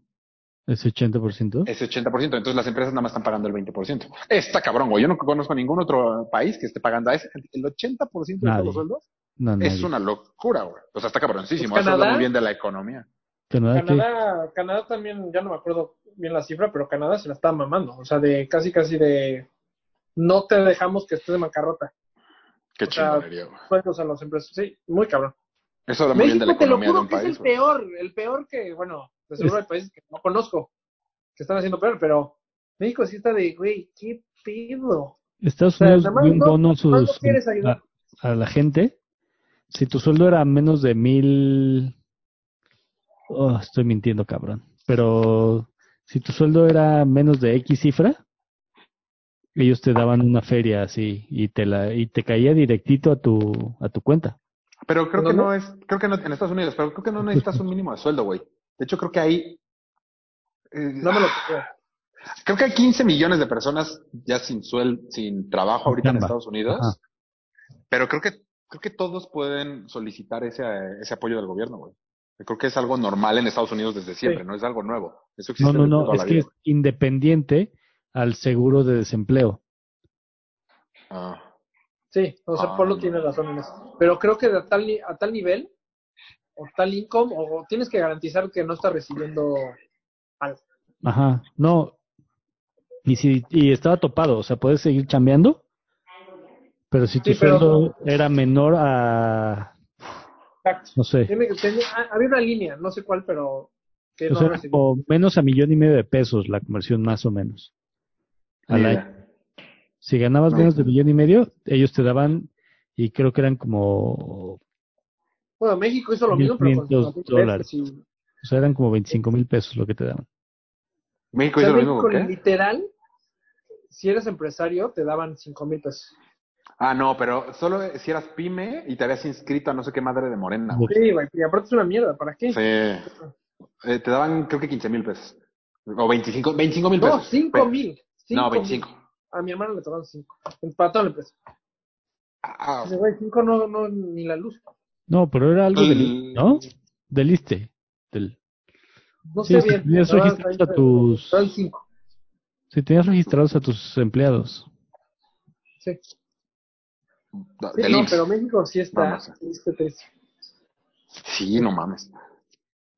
S3: ¿Es 80%?
S2: ese 80%. Entonces las empresas nada más están pagando el 20%. Está cabrón, güey. Yo no conozco ningún otro país que esté pagando a ese. El 80% de todos
S3: Nadie.
S2: los sueldos
S3: No,
S2: es
S3: nadie.
S2: una locura, güey. O sea, está cabroncísimo.
S1: Pues
S2: Eso habla
S1: Canadá-
S2: muy bien de la economía.
S3: Canadá, ¿qué?
S1: Canadá, Canadá también, ya no me acuerdo bien la cifra, pero Canadá se la está mamando. O sea, de casi, casi de no te dejamos que estés de macarrota.
S2: Qué
S1: O sea,
S2: chingonería, güey.
S1: Sueldos a las empresas. Sí, muy cabrón.
S2: Eso habla muy bien de la
S1: México, te lo
S2: economía de
S1: juro
S2: un
S1: que es
S2: país.
S1: el
S2: güey.
S1: peor, el peor que, bueno, de seguro hay países que no conozco que están haciendo peor, pero México sí está de, güey, qué pedo.
S3: Estados
S1: O sea,
S3: Unidos
S1: nada más
S3: dio un
S1: no-
S3: bono a,
S1: más no
S3: sus-
S1: quieres ayudar.
S3: a- a la gente. Si tu sueldo era menos de mil... Oh, estoy mintiendo, cabrón. Pero si tu sueldo era menos de X cifra, ellos te daban una feria así y te la y te caía directito a tu a tu cuenta.
S2: Pero creo
S1: ¿En
S2: que
S1: dónde?
S2: no es, creo que no, en Estados Unidos, pero creo que no necesitas un mínimo de sueldo, güey. De hecho, creo que hay, eh,
S1: No me lo creo.
S2: creo que hay 15 millones de personas ya sin sueldo, sin trabajo ahorita en
S3: Chamba.
S2: Estados Unidos.
S3: Ajá.
S2: Pero creo que, creo que todos pueden solicitar ese, eh, ese apoyo del gobierno, güey. Creo que es algo normal en Estados Unidos desde siempre,
S1: Sí.
S2: no es algo nuevo. Eso existe
S3: No, no,
S2: desde
S3: no,
S2: toda
S3: es
S2: la
S3: que
S2: vida,
S3: es independiente al seguro de desempleo.
S2: güey. Ah.
S1: Sí, o sea,
S2: Ah,
S1: Polo
S2: no.
S1: tiene razón en eso. Pero creo que de a tal, ni- a tal nivel, o tal income, o, o tienes que garantizar que no estás recibiendo algo.
S3: Ajá, no. Y si y estaba topado, o sea, puedes seguir chambeando, pero si tu
S1: Sí, pero-
S3: sueldo era menor a,
S1: Exacto.
S3: no sé,
S1: Tiene que tener, ah, había una línea, no sé cuál, pero que
S3: o
S1: no
S3: sea,
S1: recibí.
S3: como menos a millón y medio de pesos la conversión más o menos al
S2: Ni
S3: año.
S2: idea.
S3: Si ganabas
S2: No,
S3: menos de
S2: no.
S3: millón y medio, ellos te daban y creo que eran como, o
S1: Bueno, México hizo lo mismo, pero con
S3: 1.500
S1: sus dólares.
S3: dólares. sea, eran como 25 mil pesos lo que te daban.
S2: México hizo lo mismo,
S1: México,
S2: ¿por qué?
S1: literal, si eres empresario, te daban cinco mil pesos.
S2: Ah, no, pero solo si eras pyme y te habías inscrito a no sé qué madre de Morena, güey.
S1: Sí, güey, y aparte es una mierda, ¿para qué?
S2: Sí. Eh, te daban, creo que 15 mil pesos. O 25 25 mil
S1: No,
S2: pesos.
S1: cinco
S2: Pero-
S1: mil. cinco
S2: Pues, No,
S1: mil.
S2: 25.
S1: A mi hermano le tocaron cinco. Para toda la empresa.
S2: Ah,
S1: Dice, güey, cinco no, no, ni la luz.
S3: No, pero era algo del,
S1: Mm.
S2: el-
S3: ¿no? Del ISSSTE, del-
S1: No
S3: Sí,
S1: sé
S3: si
S1: bien.
S3: tenías
S1: la verdad,
S3: registrados
S1: ahí
S3: a tus-
S1: Son cinco.
S3: si tenías registrados a tus empleados.
S1: Sí.
S2: da-
S1: Sí,
S2: del
S1: no,
S2: IMSS.
S1: pero México sí está.
S2: Vamos.
S1: sí está triste.
S2: Sí, no mames.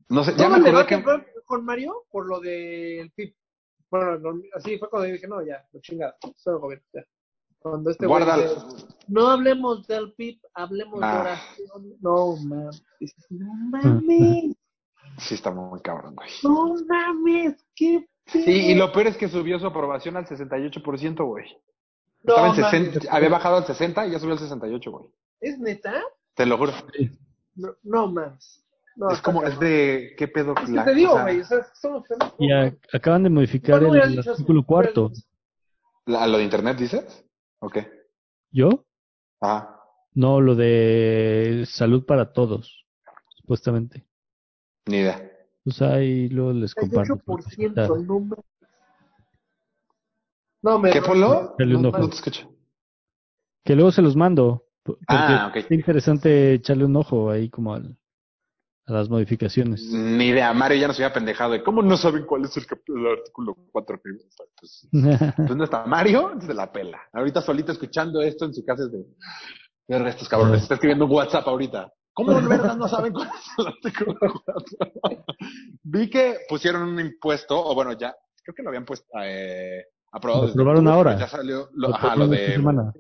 S2: No sé, ya
S1: Todo
S2: me
S1: el
S2: acordé
S1: debate
S2: que...
S1: fue con Mario por lo del PIB. Bueno, no, así fue cuando yo dije, no, ya, lo chingada. Soy el gobierno, ya. Cuando este güey
S2: Guarda...
S1: dice, no hablemos del PIB, hablemos
S2: Nah.
S1: de oración. No, mames. Dices, no
S2: Mm.
S1: mames,
S2: Sí, está muy cabrón, güey.
S1: no mames, qué pedo.
S2: Y, y lo peor es que subió su aprobación al 68%, güey.
S1: No
S2: Estaba en
S1: mames.
S2: 60, había bajado al 60 y ya subió al 68, güey.
S1: ¿Es neta?
S2: Te lo juro.
S1: No, no mames. No,
S2: es
S1: está
S2: como, es
S1: cabrón.
S2: de... ¿Qué pedo?
S1: Es
S2: la-
S1: que te digo,
S2: o sea,
S1: güey, o sea, somos pendejos.
S3: Y a- acaban de modificar
S1: ¿Cuándo
S3: el,
S1: hubieras dicho eso?
S3: artículo cuarto.
S2: la- ¿Lo de internet dices? ¿O qué?
S3: ¿Yo?
S2: Ah.
S3: No, lo de salud para todos, supuestamente.
S2: Ni idea.
S3: Pues ahí luego les comparto.
S1: 38%, no mames. No, me
S2: ¿Qué, Polo?
S3: Dale
S2: No,
S3: un ojo.
S2: no te escucho.
S3: Que luego se los mando. p- Porque
S2: Ah, ok.
S3: es interesante echarle un ojo ahí como al- a las modificaciones.
S2: Ni idea, Mario ya nos había pendejado de cómo no saben cuál es el, cap- el artículo 4. que- Pues, ¿Dónde está Mario? Se la pela. Ahorita solito escuchando esto en su casa es de... Verga, estos
S3: Ah.
S2: cabrones, está escribiendo un WhatsApp ahorita. ¿Cómo de verdad no saben cuál es el artículo 4? Vi que pusieron un impuesto, o bueno, ya, creo que lo habían puesto, eh, aprobado.
S3: Lo
S2: desde
S3: aprobaron
S2: octubre,
S3: ahora.
S2: pero Ya salió, lo,
S3: Lo
S2: ajá,
S3: pongo
S2: lo
S3: esta
S2: de
S3: semana.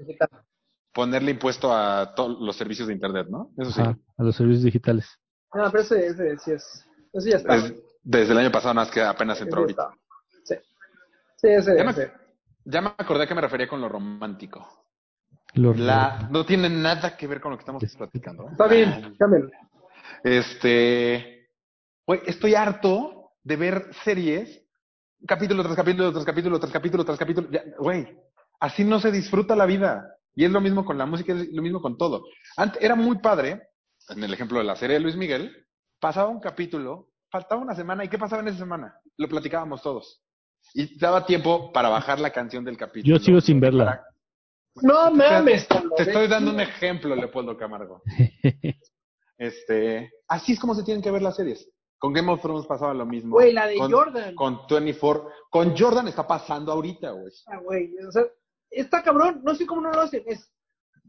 S2: ponerle impuesto a todos los servicios de internet, ¿no? Eso sí.
S3: Ajá, a los servicios digitales.
S1: Ah, pero ese, ese sí es. Ese ya está.
S2: Es desde el año pasado, nada más que apenas entró
S1: Ese ya
S2: ahorita.
S1: está. Sí. Sí, ese.
S2: Ya me-
S1: ese.
S2: Ya me acordé que me refería con lo romántico.
S3: Los-
S2: La, no tiene nada que ver con lo que
S3: Este,
S2: estamos platicando. ¿eh?
S1: Está bien, cámbialo.
S2: Este, güey, estoy harto de ver series, capítulo tras capítulo, tras capítulo, tras capítulo, tras capítulo. Ya, güey, así no se disfruta la vida. Y es lo mismo con la música, es lo mismo con todo. Antes era muy padre, en el ejemplo de la serie de Luis Miguel, pasaba un capítulo, faltaba una semana, ¿y qué pasaba en esa semana? Lo platicábamos todos. Y daba tiempo para bajar la canción del capítulo.
S3: Yo sigo sin verla.
S1: No mames,
S2: Te estoy dando un ejemplo, Leopoldo Camargo. Este, así es como se tienen que ver las series. Con Game of Thrones pasaba lo mismo.
S1: Güey, la de
S2: con,
S1: Jordan.
S2: Con 24. Con Jordan está pasando ahorita, güey.
S1: Ah, güey, o sea, está cabrón, no sé cómo no lo hacen, es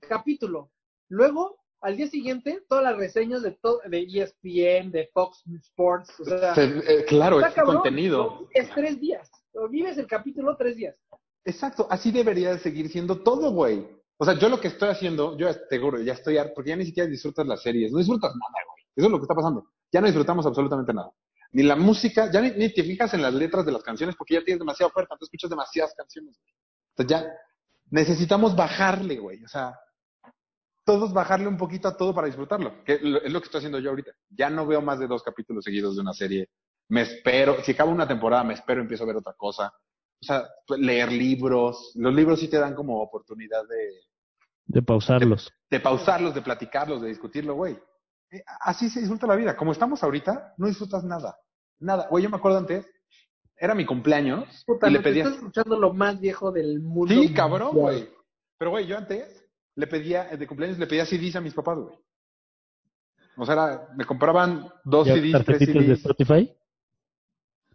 S1: capítulo. Luego, al día siguiente, todas las reseñas de to- de E ESPN, de Fox Sports, o sea,
S2: Se- eh, claro,
S1: está
S2: es
S1: cabrón,
S2: contenido.
S1: lo vives tres días, lo vives el capítulo tres días.
S2: Exacto, así debería de seguir siendo todo, güey. O sea, yo lo que estoy haciendo, yo seguro, ya estoy harto, porque ya ni siquiera disfrutas las series, no disfrutas nada, güey. Eso es lo que está pasando. Ya no disfrutamos absolutamente nada. Ni la música, ya ni, ni te fijas en las letras de las canciones porque ya tienes demasiada oferta, tú escuchas demasiadas canciones. güey. Entonces ya necesitamos bajarle, güey. O sea, todos bajarle un poquito a todo para disfrutarlo, que lo- es lo que estoy haciendo yo ahorita. Ya no veo más de dos capítulos seguidos de una serie. Me espero, si acaba una temporada, me espero, empiezo a ver otra cosa o sea, pues, leer libros. Los libros sí te dan como oportunidad de,
S3: de pausarlos.
S2: de pausarlos, de platicarlos, de discutirlo, güey. Eh, Así se disfruta la vida. Como estamos ahorita, no disfrutas nada. Nada. Güey, yo me acuerdo antes, era mi cumpleaños
S1: Puta,
S2: y le
S1: no, te
S2: pedías...
S1: estás escuchando lo más viejo del mundo.
S2: Sí, cabrón, güey. Pero, güey, yo antes le pedía, eh, de cumpleaños le pedía CDs a mis papás, güey. O sea, era- me compraban dos
S3: Ya,
S2: CDs, tres
S3: tarjetitas de
S2: CDs.
S3: Spotify.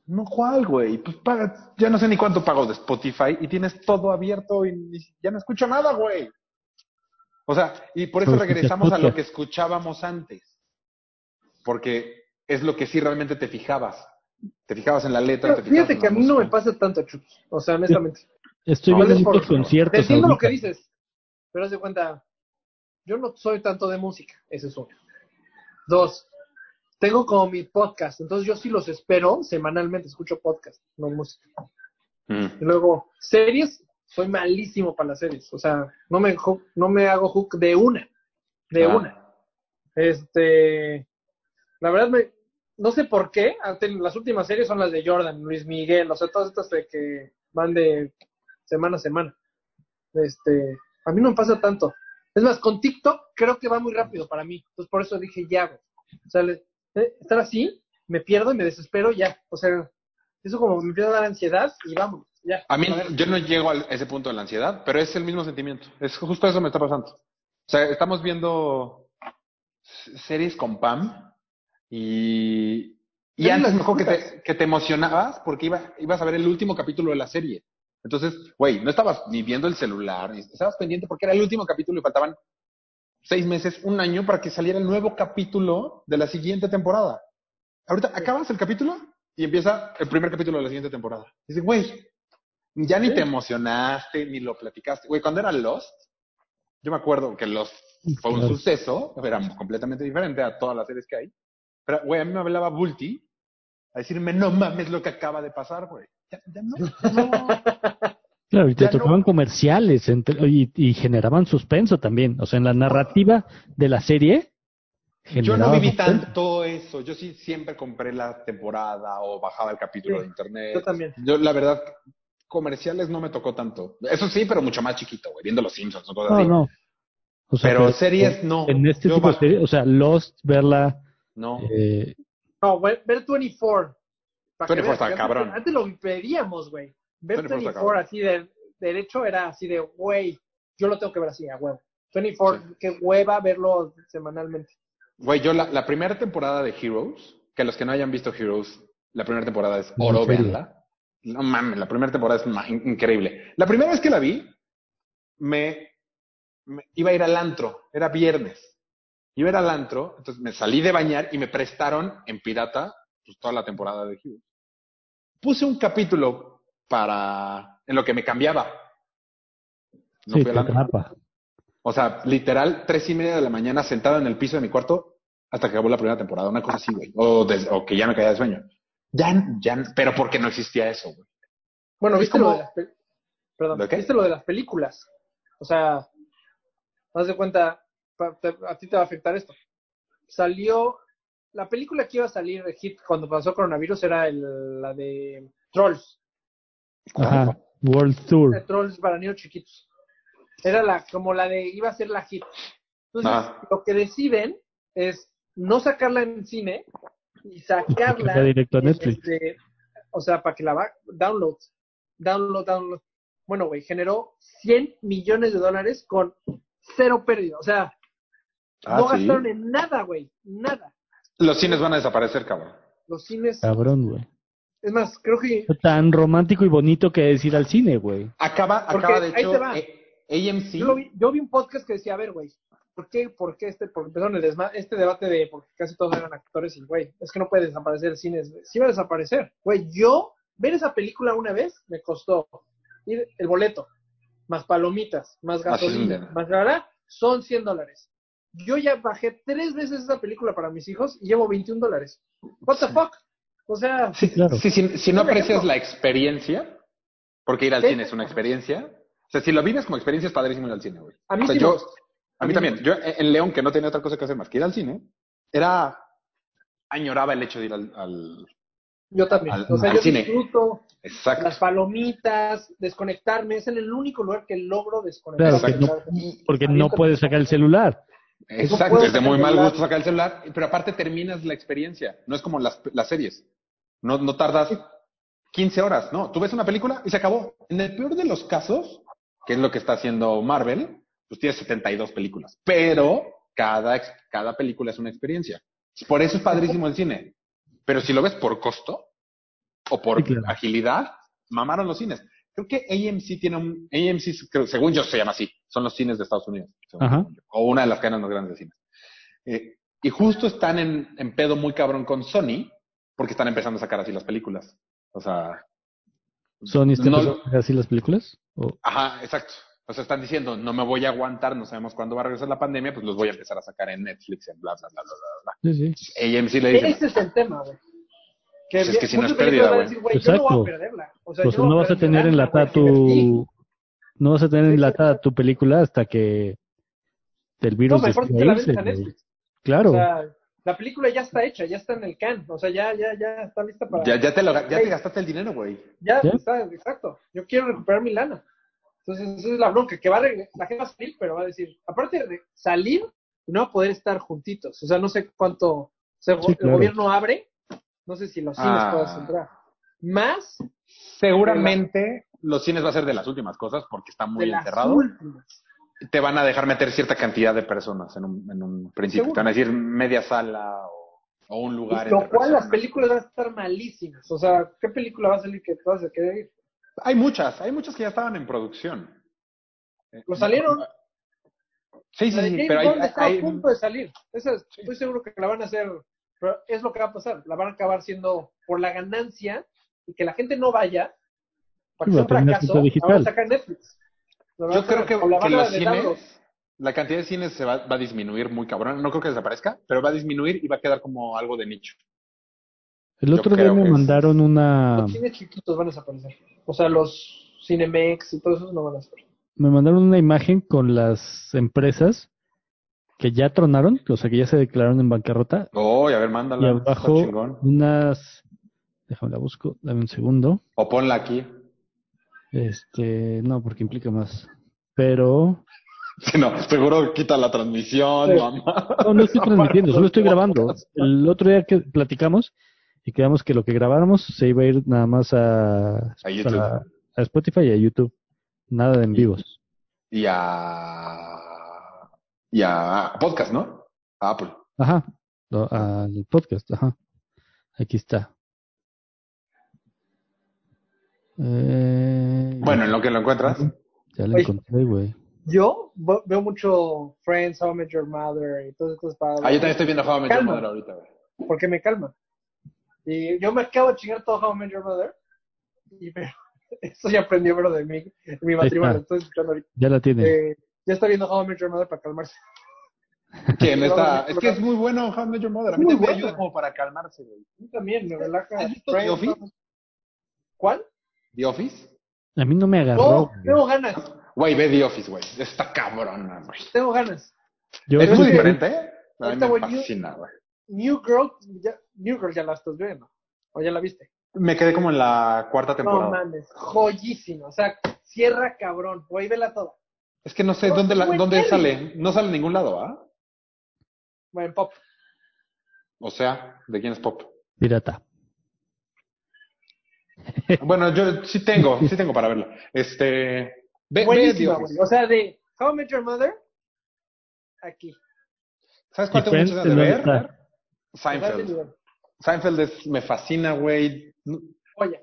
S2: No, ¿cuál, güey? Pues paga, ya no sé ni cuánto pago de Spotify y tienes todo abierto y ni- ya no escucho nada, güey. O sea, y por eso
S3: Pero escuchas
S2: regresamos a lo
S3: podcast.
S2: que escuchábamos antes. Porque es lo que sí realmente te fijabas. Te fijabas en la letra,
S1: Pero
S2: te fijabas
S1: fíjate
S2: en
S1: que a
S2: la
S1: mí no me
S2: música.
S1: pasa tanto, Chucky. O sea, honestamente.
S3: Estoy
S2: No,
S3: viendo
S1: es por-
S3: muchos
S1: Te
S3: conciertos.
S1: entiendo lo
S3: ahorita.
S1: que dices, pero haz de cuenta, yo no soy tanto de música, ese es uno. Dos, tengo como mi podcast, entonces yo sí los espero semanalmente, escucho podcast, no música.
S2: Mm.
S1: Y luego, series, soy malísimo para las series, o sea, no me, hook- no me hago hook de una, de
S2: Ah.
S1: una. Este, la verdad, me, no sé por qué, ante- las últimas series son las de Jordan, Luis Miguel, o sea, todas estas de que van de semana a semana. Este, a mí no me pasa tanto. Es más, con TikTok creo que va muy rápido para mí, entonces por eso dije ya, güey. O sea, le- eh, estar así, me pierdo y me desespero ya, o sea, eso como me empieza a dar ansiedad y vamos, ya.
S2: A mí,
S1: ver.
S2: yo no llego a ese punto de la ansiedad, pero es el mismo sentimiento. Es justo eso me está pasando. O sea, estamos viendo s- series con Pam y, y
S1: Sí,
S2: antes
S1: las
S2: me acuerdo que te,
S1: disfrutas.
S2: que te emocionabas porque iba, ibas a ver el último capítulo de la serie. Entonces, güey, no estabas ni viendo el celular, ni estabas pendiente porque era el último capítulo y faltaban seis meses, un año para que saliera el nuevo capítulo de la siguiente temporada. Ahorita acabas el capítulo y empieza el primer capítulo de la siguiente temporada. Dice, güey, ya ni
S1: Sí.
S2: te emocionaste, ni lo platicaste. Güey, cuando era Lost, yo me acuerdo que Lost fue un
S3: Claro.
S2: suceso, era completamente diferente a todas las series que hay. Pero, güey, a mí me hablaba Bulti a decirme, no mames lo que acaba de pasar, güey. Ya, ya no, ya no.
S3: Claro, y te
S2: Ya no.
S3: tocaban comerciales entre- y, y generaban suspenso también. O sea, en la narrativa de la serie.
S2: Yo no
S3: generaba
S2: viví
S3: suspenso.
S2: tanto eso. Yo sí siempre compré la temporada o bajaba el capítulo
S1: Sí,
S2: de internet.
S1: yo también.
S2: Yo, la verdad, comerciales no me tocó tanto. Eso sí, pero mucho más chiquito, güey. Viendo los Simpsons o cosas
S3: No,
S2: así.
S3: no. O sea,
S2: pero, series no.
S3: En este
S2: Yo
S3: tipo de
S2: bajo-
S3: series, o sea, Lost, verla.
S2: No.
S3: eh,
S1: No, ver, ver 24. pa' que
S2: 24 está
S1: veas,
S2: cabrón.
S1: Antes, antes lo pedíamos, güey. Ver
S2: 24 está
S1: 24,
S2: cabrón.
S1: así de derecho era así de, güey, yo lo tengo que ver así, a huevo. 24,
S2: Sí.
S1: qué hueva verlo semanalmente.
S2: Güey, yo la, la primera temporada de Heroes, que los que no hayan visto Heroes, la primera temporada es
S3: ¿En
S2: oro,
S3: serio?
S2: véanla. No mames, la primera temporada es ma- in- increíble. La primera vez que la vi, me, me iba a ir al antro, era viernes. Iba a ir al antro, entonces me salí de bañar y me prestaron en pirata pues, toda la temporada de Heroes. Puse un capítulo para en lo que me cambiaba. No
S3: sí,
S2: fui al
S3: te
S2: antro.
S3: atrapa.
S2: O sea, literal, tres y media de la mañana sentado en el piso de mi cuarto hasta que acabó la primera temporada, una cosa así, güey. O, des- o que ya me caía de sueño. Ya, ya, pero porque no existía eso, güey.
S1: Bueno,
S2: Es
S1: ¿viste
S2: como-
S1: lo de las pel- Perdón,
S2: ¿Lo qué?
S1: ¿viste lo de las películas? O sea, haz de cuenta, pa- te- a ti te va a afectar esto. Salió, la película que iba a salir de hit cuando pasó coronavirus era el- la de Trolls.
S3: Ajá. World Tour.
S1: de trolls para niños chiquitos. Era la, como la de, iba a ser la hit. Entonces,
S2: Ajá.
S1: lo que deciden es, no sacarla en cine y
S3: Que
S1: sacarla
S3: sea directo a
S1: en,
S3: Netflix.
S1: este, o sea, para que la va, download, download, download. Bueno, güey, generó 100 millones de dólares con cero pérdida. O sea,
S2: Ah,
S1: no
S2: sí.
S1: gastaron en nada, güey, nada.
S2: Los cines van a desaparecer, cabrón.
S1: Los cines,
S3: Cabrón, güey.
S1: es más, creo que
S3: Tan romántico y bonito que es ir al cine, güey.
S2: Acaba,
S1: Porque
S2: acaba de
S1: ahí te
S2: hecho,
S1: va.
S2: eh, AMC.
S1: Yo, lo vi, yo vi un podcast que decía, a ver, güey, ¿por qué, por qué este, por, empezaron el desma- este debate de, porque casi todos eran actores y, güey, es que no puede desaparecer el cine, es- sí va a desaparecer. Güey, yo, ver esa película una vez me costó ir el boleto, más palomitas, más
S2: Ah,
S1: gasolina,
S2: Gasolina.
S1: más nada, son 100 dólares. Yo ya bajé tres veces esa película para mis hijos y llevo 21 dólares. What the fuck? O sea,
S2: Sí,
S3: claro.
S2: sí, si, si no
S1: Por ejemplo.
S2: aprecias la experiencia, porque ir al
S1: Sí.
S2: cine es una experiencia. O sea, si lo vives como experiencia, es padrísimo ir al cine, güey.
S1: a mí
S2: O sea,
S1: sí me
S2: yo,
S1: gusta.
S2: a mí también. Yo eh, en León, que no tenía otra cosa que hacer más que ir al cine, era. añoraba el hecho de ir al. al-
S1: Yo también.
S2: al-
S1: o sea,
S2: al
S1: yo
S2: cine.
S1: disfruto
S2: exacto.
S1: las palomitas, desconectarme, es en el único lugar que logro
S3: Claro,
S1: desconectarme.
S3: que no,
S2: Y-
S3: porque no puedes sacar el celular.
S1: No
S2: Exacto,
S1: puedo
S2: es de
S1: sacar
S2: muy
S1: el
S2: mal
S1: celular.
S2: gusto sacar el celular, pero aparte terminas la experiencia. No es como las, las series. No, no tardas 15 horas. No, tú ves una película y se acabó. En el peor de los casos, que es lo que está haciendo Marvel, pues tienes 72 películas. Pero cada, ex- cada película es una experiencia. Por eso es padrísimo el cine. Pero si lo ves por costo o por
S3: Sí, claro.
S2: agilidad, mamaron los cines. Creo que AMC tiene un. AMC, creo- según yo, se llama así. Son los cines de Estados Unidos. según-
S3: Ajá.
S2: según yo. O una de las cadenas más grandes de cines. Eh, y justo están en, en pedo muy cabrón con Sony, porque están empezando a sacar así las películas. O sea.
S3: Sony está
S2: no-
S3: empezando a hacer este, así las películas. O-
S2: Ajá, exacto. O sea, están diciendo, no me voy a aguantar, no sabemos cuándo va a regresar la pandemia, pues los voy a empezar a sacar en Netflix, en bla, bla, bla, bla, bla.
S3: sí, sí.
S2: bla. AMC le dice,
S1: Ese es el tema, güey. Que
S2: Pues es que si no
S1: muchas
S2: es pérdida,
S1: películas van a
S2: güey.
S1: decir, güey, yo no voy a
S3: Exacto.
S1: perderla. O sea,
S3: Pues
S1: yo voy
S3: no vas a
S1: perder
S3: tener
S1: nada,
S3: enlatada
S1: güey, que invertí.
S3: tu. No vas a tener
S1: Sí, sí.
S3: enlatada tu película hasta que el
S1: No,
S3: virus
S1: mejor
S3: decida
S1: te la
S3: irse,
S1: vendes a
S3: güey.
S1: Netflix.
S3: Claro.
S1: O sea, la película ya está hecha, ya está en el can. O sea, ya, ya, ya está lista para.
S2: ya, ya, te, lo, ga- ya te gastaste el dinero, güey.
S1: Ya,
S3: ¿Ya?
S1: está, exacto. Yo quiero recuperar mi lana. Entonces, esa es la bronca, que va a reg- la gente va a salir, pero va a decir, aparte de re- salir, no va a poder estar juntitos. O sea, no sé cuánto, o sea,
S3: Sí,
S1: el
S3: claro.
S1: gobierno abre, no sé si los cines
S2: Ah.
S1: puedas entrar. Más
S2: Seguramente los cines va a ser de las últimas cosas porque está muy
S1: de las
S2: encerrado.
S1: últimas.
S2: Te van a dejar meter cierta cantidad de personas en un, en un principio.
S1: Seguro.
S2: Te van a decir media sala o, o un lugar.
S1: Lo
S2: entre
S1: cual las
S2: personas.
S1: películas van a estar malísimas. O sea, ¿qué película va a salir que todas se quede ir?
S2: Hay muchas, hay muchas que ya estaban en producción.
S1: Lo salieron.
S2: Sí, sí,
S1: La de
S2: sí,
S1: James
S2: pero hay,
S1: Bond está
S2: hay-
S1: a punto de salir. Esa es- estoy seguro que la van a hacer, pero es lo que va a pasar. La van a acabar siendo por la ganancia y que la gente no vaya para que
S3: Sí,
S1: sea un
S3: va a terminar
S1: fracaso. La
S3: siendo
S1: van a
S3: digital.
S1: sacar en Netflix. La van a
S2: Yo creo
S1: sacar-
S2: que,
S1: o la
S2: que
S1: van a
S2: los
S1: de
S2: cines,
S1: download.
S2: la cantidad de cines se va, va a disminuir muy cabrón. No creo que desaparezca, pero va a disminuir y va a quedar como algo de nicho.
S3: el
S2: yo
S3: otro día
S2: creo
S3: me
S2: que es-
S3: mandaron una.
S1: Los cines chiquitos van a desaparecer. O sea, los Cinemex y todos esos no van a ser.
S3: me mandaron una imagen con las empresas que ya tronaron, o sea, que ya se declararon en bancarrota.
S2: Oh, a ver, mándala.
S3: y
S2: está
S3: abajo
S2: chingón.
S3: unas... Déjame la busco, dame un segundo.
S2: O ponla aquí.
S3: Este, no, porque implica más. Pero...
S2: Sí, no, seguro quita la transmisión,
S1: Sí.
S2: mamá.
S3: No, no estoy transmitiendo, solo estoy grabando. El otro día que platicamos y quedamos que lo que grabáramos se iba a ir nada más a,
S2: A YouTube.
S3: a- a Spotify y a YouTube. Nada de en vivos.
S2: Y a. Y a podcast, ¿no? A Apple.
S3: Ajá, lo- al podcast, ajá. Aquí está. Eh,
S2: Bueno, en lo que lo encuentras.
S3: ya lo
S1: Oye.
S3: encontré, güey.
S1: Yo vo- veo mucho Friends, How I Met Your Mother y todas estas palabras.
S2: Ah, yo también estoy viendo How I Met Your
S1: Calma.
S2: Mother ahorita, güey.
S1: porque me calma. Y yo me acabo de chingar todo How I Met Your Mother. Y me- eso ya aprendió, bro, de mí, de mi matrimonio.
S3: está.
S1: Estoy escuchando ahorita.
S3: Ya la tiene.
S1: Eh, ya está viendo How I Met Your Mother para calmarse.
S2: Sí, en
S1: No,
S2: esta-
S1: no,
S2: es
S1: no.
S2: que es muy bueno How I Met Your Mother. A mí
S1: Muy
S2: también me
S1: bueno.
S2: ayuda como para calmarse, güey.
S1: Yo también, me relaja.
S2: ¿Has visto
S1: Friends,
S2: The Office?
S1: ¿Cuál?
S2: The Office.
S3: A mí no me agarró.
S1: No,
S3: güey.
S1: tengo ganas.
S2: Güey, ve The Office, güey. Está cabrona, güey.
S1: Tengo ganas.
S3: Yo
S2: es
S1: creo
S2: muy
S1: que-
S2: diferente, ¿eh? A mí
S1: Ahorita
S2: me
S1: voy New-
S2: fascina, güey.
S1: New Girl, ya, New Girl ya la estás viendo. O ya la viste.
S2: Me quedé como en la cuarta temporada.
S1: No mames, joyísimo. O sea, cierra cabrón. Güey, vela toda.
S2: es que no sé
S1: No,
S2: dónde, la-
S1: Pues, güey,
S2: dónde
S1: Jerry.
S2: sale. No sale en ningún lado, ¿ah?
S1: Bueno, pop.
S2: O sea, ¿de quién es pop?
S3: Pirata.
S2: Bueno, yo sí tengo, sí tengo para verla. Este. Ve, ve The
S1: Buenísima,
S2: Office.
S1: güey. O sea, de How I Met Your Mother, aquí.
S2: ¿Sabes cuál tengo
S3: Friends,
S2: muchas ganas de
S3: ¿dónde
S2: ver?
S3: está?
S1: Total
S2: Seinfeld.
S1: nivel.
S2: Seinfeld es- me fascina, güey.
S1: Joya.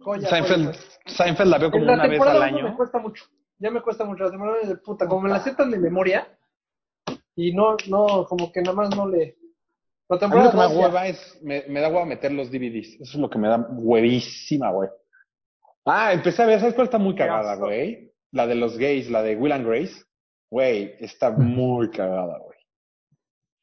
S1: Joya.
S2: Seinfeld,
S1: joya, joya.
S2: Seinfeld la veo como
S1: En la
S2: una vez al
S1: temporada uno me
S2: año.
S1: cuesta mucho. Ya me cuesta mucho. La temporada uno de puta. Como me la aceptan de memoria. Y no, no, como que nada más no le. La
S2: A mí lo
S1: temporada
S2: que me da
S1: dos ya.
S2: hueva es, me, me da hueva meter los DVDs. Eso es lo que me da huevísima, güey. Ah, empecé a ver, ¿sabes cuál está muy cagada,
S1: Asco.
S2: güey? La de los gays, la de Will and Grace. Güey, está
S3: Mm.
S2: muy cagada, güey.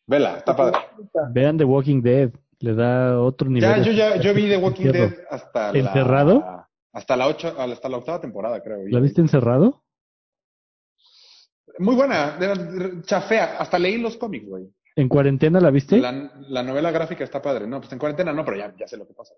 S2: Vela, está padre.
S1: Puta.
S3: Vean The Walking Dead, le da otro nivel.
S2: Ya,
S3: de-
S2: yo ya, yo vi The Walking
S3: Entierro.
S2: Dead hasta
S3: ¿Encerrado?
S2: la... Hasta la, ocho, hasta la octava temporada, creo.
S3: ¿La viste encerrado?
S2: Muy buena, era chafea. Hasta leí los cómics, güey.
S3: ¿En cuarentena la viste?
S2: La, la novela gráfica está padre. No, pues en cuarentena no, pero ya, ya sé lo que pasa.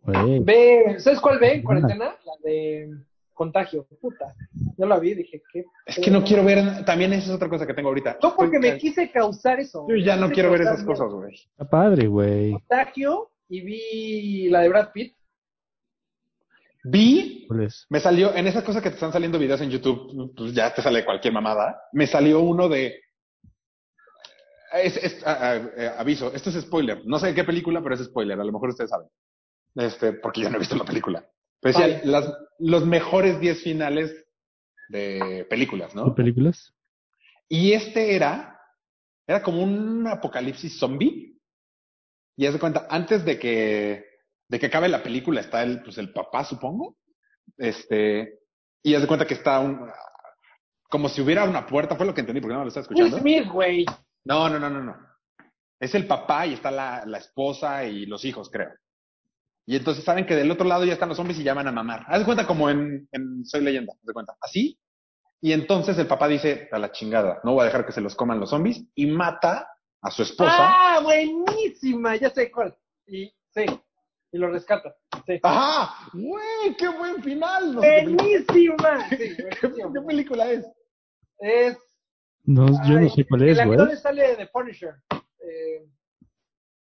S3: Güey,
S1: Ve, ¿sabes cuál ve en cuarentena? La de contagio. Puta. Yo la vi, dije, ¿qué?
S2: Es que no quiero ver... También esa es otra cosa que tengo ahorita.
S1: No, porque me
S2: Estoy-
S1: quise causar eso.
S2: Yo ya no
S1: Quise
S2: quiero ver esas
S1: causarme
S2: cosas, güey.
S3: Está padre, güey.
S1: Contagio y vi la de Brad Pitt.
S2: Vi,
S3: ¿Cuál es?
S2: me salió, en esas cosas que te están saliendo videos en YouTube, pues ya te sale cualquier mamada. Me salió uno de. Es, es- ah, ah, eh, aviso, esto es spoiler. No sé de qué película, pero es spoiler. A lo mejor ustedes saben. Este, porque yo no he visto la película. Pero decía,
S1: Vale.
S2: las, los mejores 10 finales de películas,
S3: ¿De
S2: ¿no?
S3: películas?
S2: Y este era, era como un apocalipsis zombie. Y haz de cuenta, antes de que, de que acabe la película está el, pues el papá, supongo. Este, y haz de cuenta que está un, como si hubiera una puerta, fue lo que entendí, porque no me lo estaba
S1: Will
S2: escuchando.
S1: Smith, güey.
S2: No, no, no, no, no. Es el papá y está la, la esposa y los hijos, creo. Y entonces saben que del otro lado ya están los zombies y llaman a mamar. Haz de cuenta como en, en Soy Leyenda, haz de cuenta. Así. Y entonces el papá dice, a la chingada, no voy a dejar que se los coman los zombies. Y mata a su esposa.
S1: Ah, buenísima. Ya sé cuál. Y sí. Y lo rescata. Sí.
S2: ¡Ajá! ¡Güey! ¡Qué buen final! No sé qué, peli-
S1: Buenísima. Sí,
S2: qué- qué
S1: buenísima.
S2: película es.
S1: Es.
S3: No, Pues yo
S1: ay,
S3: no sé cuál es,
S1: El
S3: güey.
S1: actor sale de The Punisher. Eh,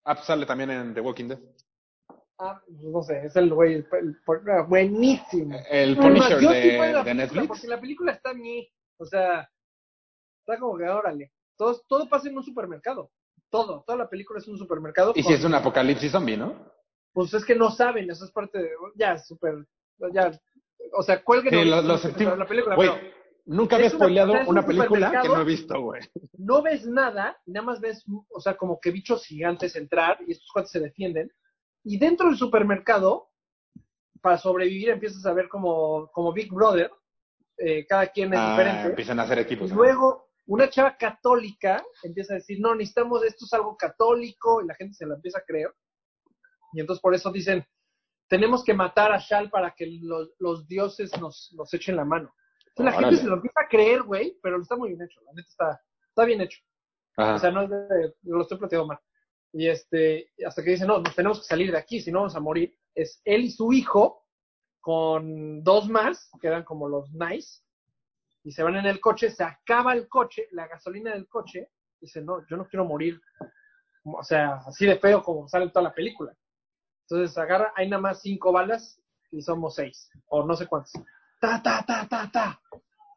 S2: Ah, pues sale también en The Walking Dead.
S1: ah, no sé, es el güey. el- el- ah, buenísimo.
S2: El
S1: Además,
S2: Punisher
S1: yo
S2: de,
S1: sí fue a la
S2: de
S1: película,
S2: Netflix.
S1: Porque la película está ni, o sea, está como que órale. Todo, todo pasa en un supermercado. Todo, toda la película es un supermercado.
S2: Y si
S1: con-
S2: es un apocalipsis zombie, ¿no?
S1: Pues es que no saben, eso es parte de, ya, super, ya, o sea, cuelguen
S2: Sí,
S1: ahorita
S2: lo, lo
S1: sobre
S2: sentí.
S1: la película,
S2: Güey,
S1: pero
S2: nunca
S1: Es
S2: había
S1: una-
S2: spoileado
S1: o sea, es
S2: una,
S1: un
S2: película que
S1: supermercado.
S2: no he visto, güey.
S1: no ves nada, nada más ves, o sea, como que bichos gigantes entrar y estos cuates se defienden. Y dentro del supermercado, para sobrevivir, empiezas a ver como, como Big Brother, eh, cada quien es
S2: Ah,
S1: diferente.
S2: empiezan a hacer equipos.
S1: Y luego una chava católica empieza a decir, no, necesitamos, esto es algo católico, y la gente se la empieza a creer. Y entonces por eso dicen, tenemos que matar a Shal para que los, los dioses nos, nos echen la mano. Entonces, la
S2: Órale.
S1: gente se lo empieza a creer, güey, pero está muy bien hecho, la neta está, está bien hecho.
S2: Ajá.
S1: O sea, no es de- lo estoy planteando mal. Y este, hasta que dicen, no, nos tenemos que salir de aquí, si no vamos a morir. Es él y su hijo, con dos más, que eran como los nice, y se van en el coche, se acaba el coche, la gasolina del coche, y dicen, no, yo no quiero morir. O sea, así de feo como sale en toda la película. Entonces agarra, hay nada más cinco balas y somos seis, o no sé cuántos. Ta, ta, ta, ta, ta.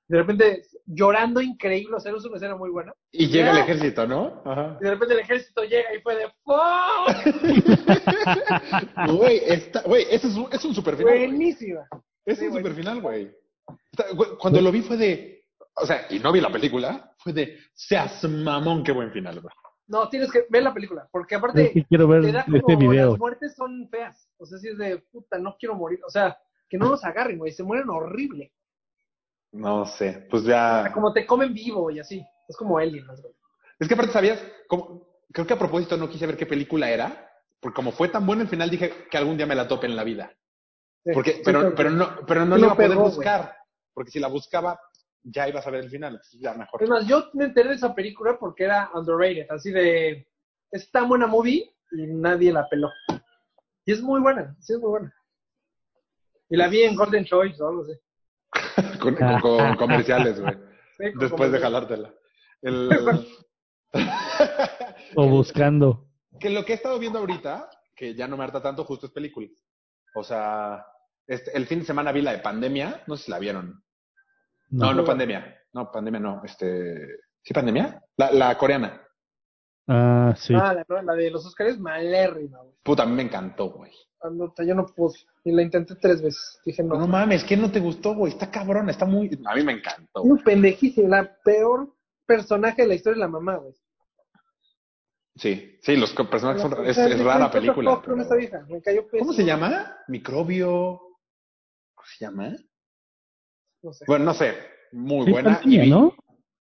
S1: De repente, llorando increíble, o sea, es una escena muy buena.
S2: y llega el
S1: ya.
S2: ejército, ¿no? Ajá.
S1: Y de repente el ejército llega y fue de ¡Fuck!
S2: Güey, está- güey, ese es un, es un superfinal. güey.
S1: Buenísima.
S2: Es
S1: Sí,
S2: un
S1: güey.
S2: superfinal, güey. Está- güey, Cuando lo vi fue de. O sea, y no vi la película, fue de. Seas mamón, qué buen final, güey.
S1: No, tienes que ver la película, porque
S3: Es que
S1: aparte
S3: quiero ver
S1: te da como
S3: este video.
S1: las muertes son feas. O sea, si es de puta, no quiero morir. O sea, que no los agarren, güey, se mueren horrible.
S2: No sé, pues
S1: O sea,
S2: ya.
S1: como te comen vivo y así. Es como Alien, más güey.
S2: Es que aparte sabías, como, creo que a propósito no quise ver qué película era, porque como fue tan bueno el final, dije que algún día me la tope en la vida.
S1: Sí,
S2: Porque,
S1: sí,
S2: pero,
S1: claro.
S2: pero no, pero no
S1: Sí
S2: le
S1: lo
S2: iba a poder
S1: pegó, güey.
S2: buscar. Porque si la buscaba, ya ibas a ver el final. Entonces, Ya mejor.
S1: Es más, yo me enteré de esa película porque era underrated, así de es tan buena movie y nadie la peló. Y es muy buena, sí es muy buena. Y la vi en Golden Choice o algo así.
S2: con, con- Ah. con comerciales, güey.
S1: Sí, con-
S2: Después
S1: como-
S2: de jalártela. El-
S3: O buscando.
S2: que lo que he estado viendo ahorita, que ya no me harta tanto, justo es películas. O sea, este- el fin de semana vi la de pandemia, no sé si la vieron. No, no, pandemia. No, pandemia no. Este, ¿Sí, pandemia? La, la coreana.
S3: Ah, sí.
S1: Ah, la, la de los Oscars es malérrima, güey.
S2: Puta, a mí me encantó, güey.
S1: Cuando- Yo no pude. Y la intenté tres veces. Dije, no.
S2: No mames, ¿qué no te gustó, güey? Está cabrón, está muy... A mí me encantó.
S1: un pendejísimo. La peor personaje de la historia es la mamá, güey.
S2: Sí, sí, los co- personajes son...
S1: O
S2: Es,
S1: sea,
S2: es
S1: dije,
S2: rara
S1: "What the
S2: película.
S1: fuck con
S2: pero-
S1: esta vieja? Me cayó
S2: ¿Cómo
S1: pésimo.
S2: se llama? Microbio... ¿Cómo se llama?
S1: No sé.
S2: Bueno, no sé. Muy
S3: Sí,
S2: buena. y
S3: pandemia,
S2: vi-
S3: ¿no?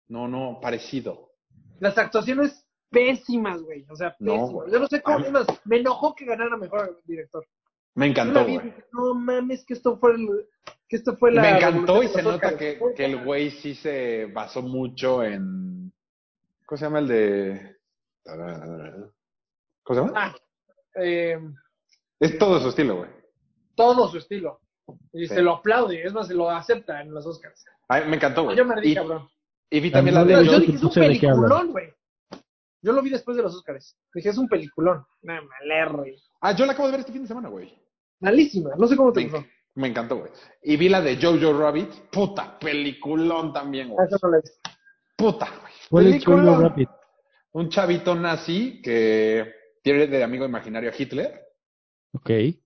S2: No, no, parecido.
S1: Las actuaciones pésimas, güey. O sea,
S2: No,
S1: pésimas.
S2: güey.
S1: Yo no sé
S2: A
S1: cómo.
S2: mí-
S1: es más, me enojó que ganara mejor director.
S2: Me
S1: Yo
S2: encantó,
S1: la vi y
S2: güey.
S1: dije, No mames, que esto fue el- que esto fue la.
S2: Me encantó y
S1: revolución
S2: se
S1: de los
S2: nota
S1: Óscares.
S2: que, que el güey sí se basó mucho en... ¿Cómo se llama el de...? ¿Cómo se llama?
S1: Ah, eh,
S2: Es todo su estilo, güey.
S1: todo su estilo. Y
S2: Sí.
S1: se lo aplaude. Es más, se lo acepta en los Oscars.
S2: Ay, me encantó, güey.
S1: Ah, Yo me ardí,
S2: Y,
S1: cabrón.
S2: y vi también
S3: No
S2: la
S3: le
S2: de...
S1: Pero
S3: yo
S1: yo
S3: sí
S1: dije, es un
S3: puse de qué hablar.
S1: peliculón, güey. Yo lo vi después de los Oscars. Dije, es un peliculón. Nah, malerre.
S2: Ah, yo la acabo de ver este fin de semana, güey.
S1: Malísima. No sé cómo te
S2: Me,
S1: gustó.
S2: me encantó, güey. Y vi la de Jojo Rabbit. Puta, peliculón también,
S1: Ah,
S2: güey.
S1: esa no la he visto.
S2: Puta, güey.
S3: ¿Cuál es Jojo
S2: Peliculón.
S3: Rabbit?
S2: Un chavito nazi que tiene de amigo imaginario a Hitler.
S3: Ok. Qué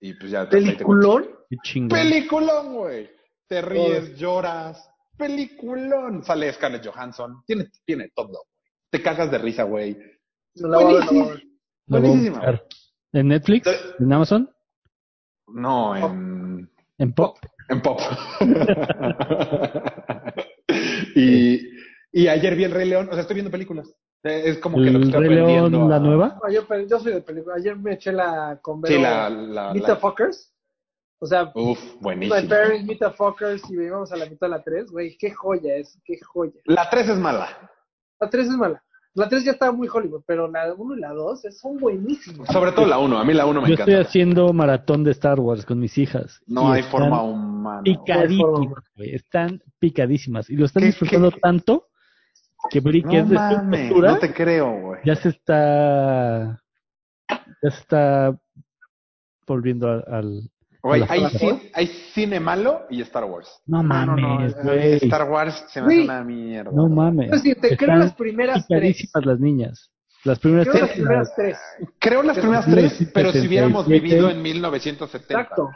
S2: Y pues ya...
S1: ¿Peliculón?
S3: chingón.
S2: Peliculón, güey. Te ríes, lloras. Peliculón. Sale Scarlett Johansson. Tiene, tiene todo. Te cagas de risa, güey.
S1: No la voy a ver, no la voy a ver.
S3: Lo voy a
S2: buenísima.
S3: buscar. ¿En Netflix? ¿En Amazon?
S2: No, en,
S3: ¿En Pop?
S2: en pop. y, y ayer vi El Rey León. O sea, estoy viendo películas. Eh, Es como que lo que
S3: ¿El
S2: estoy
S3: Rey León,
S2: aprendiendo
S3: la
S2: a-
S3: nueva?
S1: No, yo, pero yo soy de película. Ayer me eché la con
S2: Sí,
S1: Vero
S2: la... la,
S1: Meet
S2: la-
S1: the Fuckers. O sea,
S2: Uf,
S1: My
S2: buenísima.
S1: Parents, Meet the Fuckers y vamos a la mitad de la 3. Güey, qué joya es, qué joya.
S2: La 3 es mala.
S1: La 3 es mala. La 3 ya estaba muy Hollywood, pero la 1 y la 2 son buenísimas.
S2: Sobre todo la 1. A mí la 1 me
S3: Yo estoy
S2: encanta.
S3: haciendo maratón de Star Wars con mis hijas.
S2: No
S3: Y
S2: hay
S3: están
S2: forma humana. güey.
S3: Picadísimas, güey. Están picadísimas. Y lo están
S2: ¿Qué-
S3: disfrutando
S2: qué?
S3: tanto que Bri, que es de su
S2: mames,
S3: cultura,
S2: no te creo, güey.
S3: ya se está. Ya se está volviendo al. al-
S2: Güey,
S3: Hola.
S2: hay,
S3: Hola.
S2: cin- hay cine malo y Star Wars.
S3: No eh,
S2: eh,
S3: mames, güey.
S2: Star Wars se me
S1: Güey.
S2: hace una mierda.
S3: No mames.
S1: Es decir, te creo
S3: Están
S1: las primeras 3.
S3: picadísimas las niñas. Las primeras
S1: Creo las
S3: tres.
S1: primeras 3.
S2: Creo las primeras tres, pero si hubiéramos
S3: 1977.
S2: vivido en 1970.
S1: Exacto.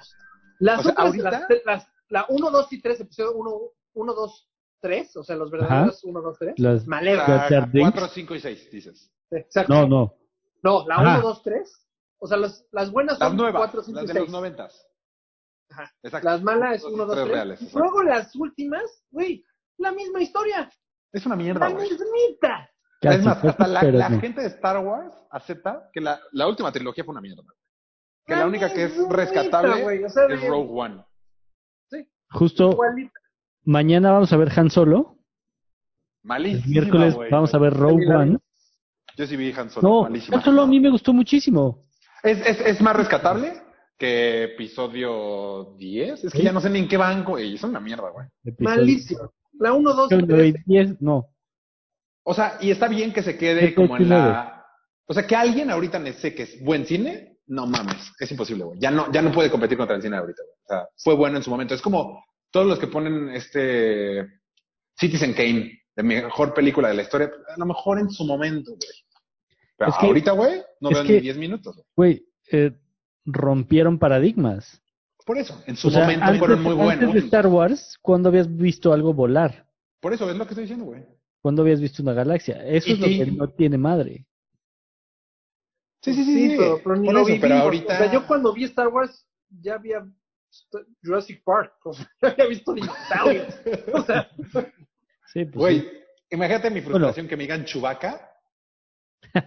S1: Las
S2: O sea,
S1: otras,
S2: ahorita-
S1: las, tre- las- la 1, 2 y 3, episodio 1, 1, 2, 3, o sea, los verdaderos 1, 2, 3.
S3: Las-
S1: Maleva.
S3: Las- Jar Jar
S2: 4,
S3: Binks.
S2: 5 y 6, dices.
S1: Exacto.
S3: No, no.
S1: No, la
S3: Ajá.
S1: 1, 2, 3. O sea, las, las buenas
S2: Las
S1: son
S2: nuevas,
S1: 4, 5
S2: las
S1: y
S2: de los
S1: 6.
S2: 90.
S1: Ajá.
S2: Exacto.
S1: Las malas es
S2: Dos y
S1: 1, 2,
S2: tres
S1: 3.
S2: reales, exacto.
S1: Luego las últimas, güey, la misma historia.
S2: Es una
S1: La
S2: mierda, güey.
S1: mismita.
S3: Casi,
S2: es más,
S3: casi,
S2: hasta la,
S3: pero
S2: la
S3: no.
S2: gente de Star Wars acepta que la, la última trilogía fue una mierda. Que la,
S1: La
S2: única que es
S1: mismita,
S2: rescatable
S1: güey, o sea,
S2: es
S1: de-
S2: Rogue One.
S3: Justo
S1: Igualita.
S3: mañana vamos a ver Han Solo. El
S2: Malísima,
S3: miércoles
S2: güey.
S3: vamos a ver Rogue
S1: Milagro.
S3: One.
S2: Yo sí vi Han Solo,
S3: No,
S2: Pues malísima.
S3: Han Solo a mí me gustó muchísimo.
S2: Es, es, es más rescatable que episodio 10. Es que
S3: ¿Sí?
S2: ya no sé ni en qué banco. Y es una mierda, güey.
S1: Malísima. La 1, 2 y
S3: Episodio
S1: 3.
S3: 10, no.
S2: O sea, y está bien que se quede
S3: ¿Qué
S2: como en
S3: cochinadas?
S2: la. O sea, que alguien ahorita me sé que es buen cine. No mames, es imposible, güey. Ya no, ya no puede competir contra el cine ahorita, güey. O sea, fue bueno en su momento. Es como todos los que ponen este Citizen Kane, la mejor película de la historia. pues, A lo mejor en su momento, güey. Pero
S3: Es que-
S2: ahorita, güey, no
S3: es
S2: veo
S3: que-
S2: ni 10 minutos. güey.
S3: Güey, eh, rompieron paradigmas.
S2: Por eso, en su
S3: O sea,
S2: momento
S3: antes,
S2: fueron muy
S3: antes
S2: buenos.
S3: de Star Wars, ¿cuándo habías visto algo volar?
S2: Por eso es lo que estoy diciendo, güey.
S3: ¿Cuándo habías visto una galaxia? Eso es lo
S2: E.T.
S3: que no tiene madre.
S2: Sí, sí, sí. sí.
S1: Pues pero, pero ni
S2: Por
S1: lo
S2: eso,
S1: viví,
S2: pero
S1: porque,
S2: ahorita.
S1: O sea, yo cuando vi Star Wars ya había visto Jurassic Park, o sea, ya había visto dinosaurios. O sea,
S3: Sí, pues.
S2: Güey,
S3: sí.
S2: imagínate mi frustración que me digan Chubaca.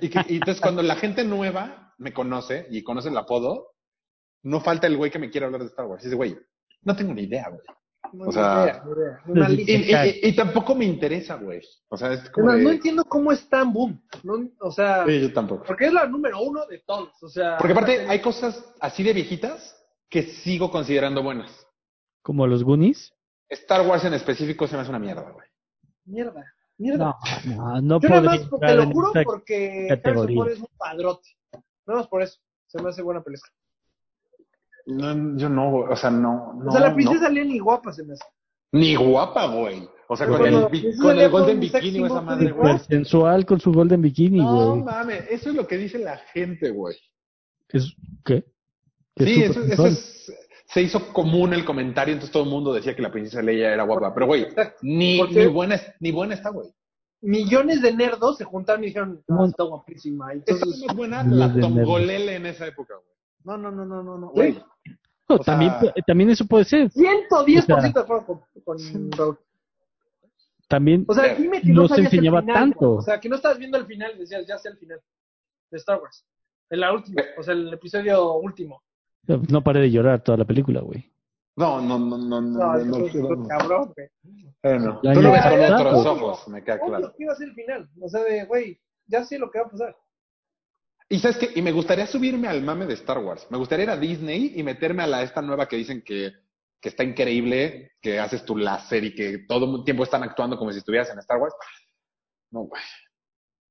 S2: Y, que, y entonces cuando la gente nueva me conoce y conoce el apodo, no falta el güey que me quiere hablar de Star Wars. Y dice, güey, no tengo ni idea, güey.
S1: no,
S2: O
S1: ni idea,
S2: sea,
S1: ni idea.
S3: sí,
S2: Y,
S1: Malísimo.
S2: y- y- y tampoco me interesa, güey. O sea, es como.
S1: Además,
S2: de-
S1: no entiendo cómo es tan boom. No, o sea,
S2: Sí, yo tampoco.
S1: porque es la número uno de todos. O sea,
S2: Porque aparte hay cosas así de viejitas que sigo considerando buenas.
S3: Como los Goonies.
S2: Star Wars en específico se me hace una mierda, güey.
S1: mierda. Mierda.
S3: No, no, no
S1: Yo nada
S3: podría
S1: más, te
S3: entrar
S1: lo
S3: en
S1: juro,
S3: esta-
S1: porque
S3: categoría.
S1: Harrison Ford es un padrote. Nada más por eso. Se me hace buena pelea.
S2: No, yo no, güey. O sea, no. no
S1: o sea, la
S2: no.
S1: princesa Leia ni guapa se me hace.
S2: Ni guapa, güey. O sea, con
S1: Cuando
S2: el,
S1: la
S2: bi-
S1: princesa
S2: con el
S1: Leia fue
S2: Golden
S1: un sex
S2: Bikini o esa
S1: symbol
S2: madre, güey.
S1: de-
S3: sensual con su golden bikini,
S2: No
S3: güey.
S2: mames, eso es lo que dice la gente, güey.
S3: Es- ¿Qué? Que
S2: Sí,
S3: es
S2: eso,
S3: súper
S2: eso
S3: sensual.
S2: es, se hizo común el comentario, entonces todo el mundo decía que la princesa Leia era guapa, pero güey,
S1: Exacto.
S2: ni,
S1: ¿Por qué?
S2: ni, buena, es- ni buena está, güey.
S1: Millones de nerdos se juntaron y dijeron, no,
S3: Mon-
S1: está guapísima.
S2: Esta
S1: Entonces,
S2: es más buena
S3: Ni
S2: la
S3: de
S2: Tongolele en esa época, güey.
S1: no, no, no, no, no. no.
S2: Güey,
S1: Güey,
S3: No,
S2: o sea-
S3: también, también eso puede ser.
S1: 110% de acuerdo con, con Raúl.
S3: También,
S1: O sea, dime que no,
S3: No se
S1: sabías el
S3: enseñaba
S1: final,
S3: tanto.
S1: güey. O sea, que no estabas viendo el final, decías, ya sé el final de Star Wars. En la última, o sea, el episodio último.
S3: no paré de llorar toda la película, güey.
S2: No, no, no, no, no,
S1: No,
S2: no,
S1: eso
S2: no,
S1: es un
S2: no.
S1: cabrón, güey.
S2: Eh, no.
S3: La
S2: Tú lo ves
S3: neta,
S2: con
S3: ¿verdad?
S2: otros
S1: Obvio.
S2: ojos, me queda
S1: Obvio
S2: claro.
S1: que iba a ser el final. O sea, de, güey, ya sé lo que va a pasar.
S2: Y sabes qué, y me gustaría subirme al mame de Star Wars. Me gustaría ir a Disney y meterme a la esta nueva que dicen que, que está increíble, que haces tu láser y que todo el tiempo están actuando como si estuvieras en Star Wars. No, güey.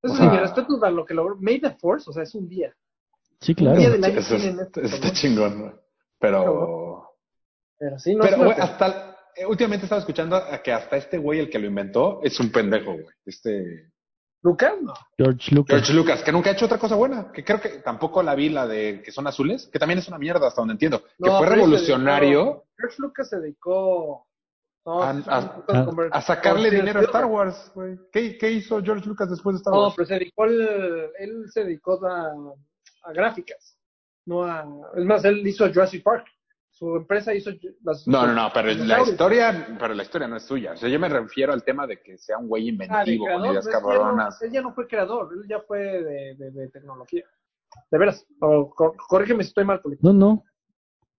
S1: Eso
S2: O
S1: es mi
S2: sea-
S1: respeto para lo que logró. Made the Force, o sea, es un día.
S3: Sí,
S1: Un
S3: claro.
S1: día del año
S2: Eso es-
S1: tienen esto,
S2: eso está
S1: cabrón.
S2: chingón, güey. Pero.
S1: Pero sí, no
S2: Pero,
S1: es una
S2: güey,
S1: pena.
S2: hasta. eh, Últimamente estaba escuchando a que hasta este güey, el que lo inventó, es un pendejo, güey. Este.
S1: Lucas, no.
S3: George Lucas.
S2: George Lucas, que nunca ha hecho otra cosa buena. Que creo que tampoco la vi, la de que son azules, que también es una mierda, hasta donde entiendo. que
S1: No,
S2: fue
S1: pero
S2: revolucionario
S1: George Lucas se dedicó no,
S2: A-
S1: es un
S2: a-
S1: puto
S3: a-
S1: comer-
S2: a sacarle
S1: no, sí,
S2: dinero a
S1: sí,
S2: Star Wars, güey. ¿Qué, qué hizo George Lucas después de Star
S1: No,
S2: Wars?
S1: pero se dedicó al- él se dedicó a, a gráficas, no a es más él hizo Jurassic Park. Su empresa hizo ju- las
S2: No, no, no, pero la
S1: dinosaurios.
S2: historia, pero la historia no es suya. O sea, yo me refiero al tema de que sea un güey
S1: Ah, de
S2: inventivo, con
S1: creador,
S2: ideas
S1: pero es que él no-
S2: cabronas.
S1: Él ya no fue creador, él ya fue de, de- de tecnología. De veras, o cor- corrígeme si estoy mal, Poli.
S3: No, no.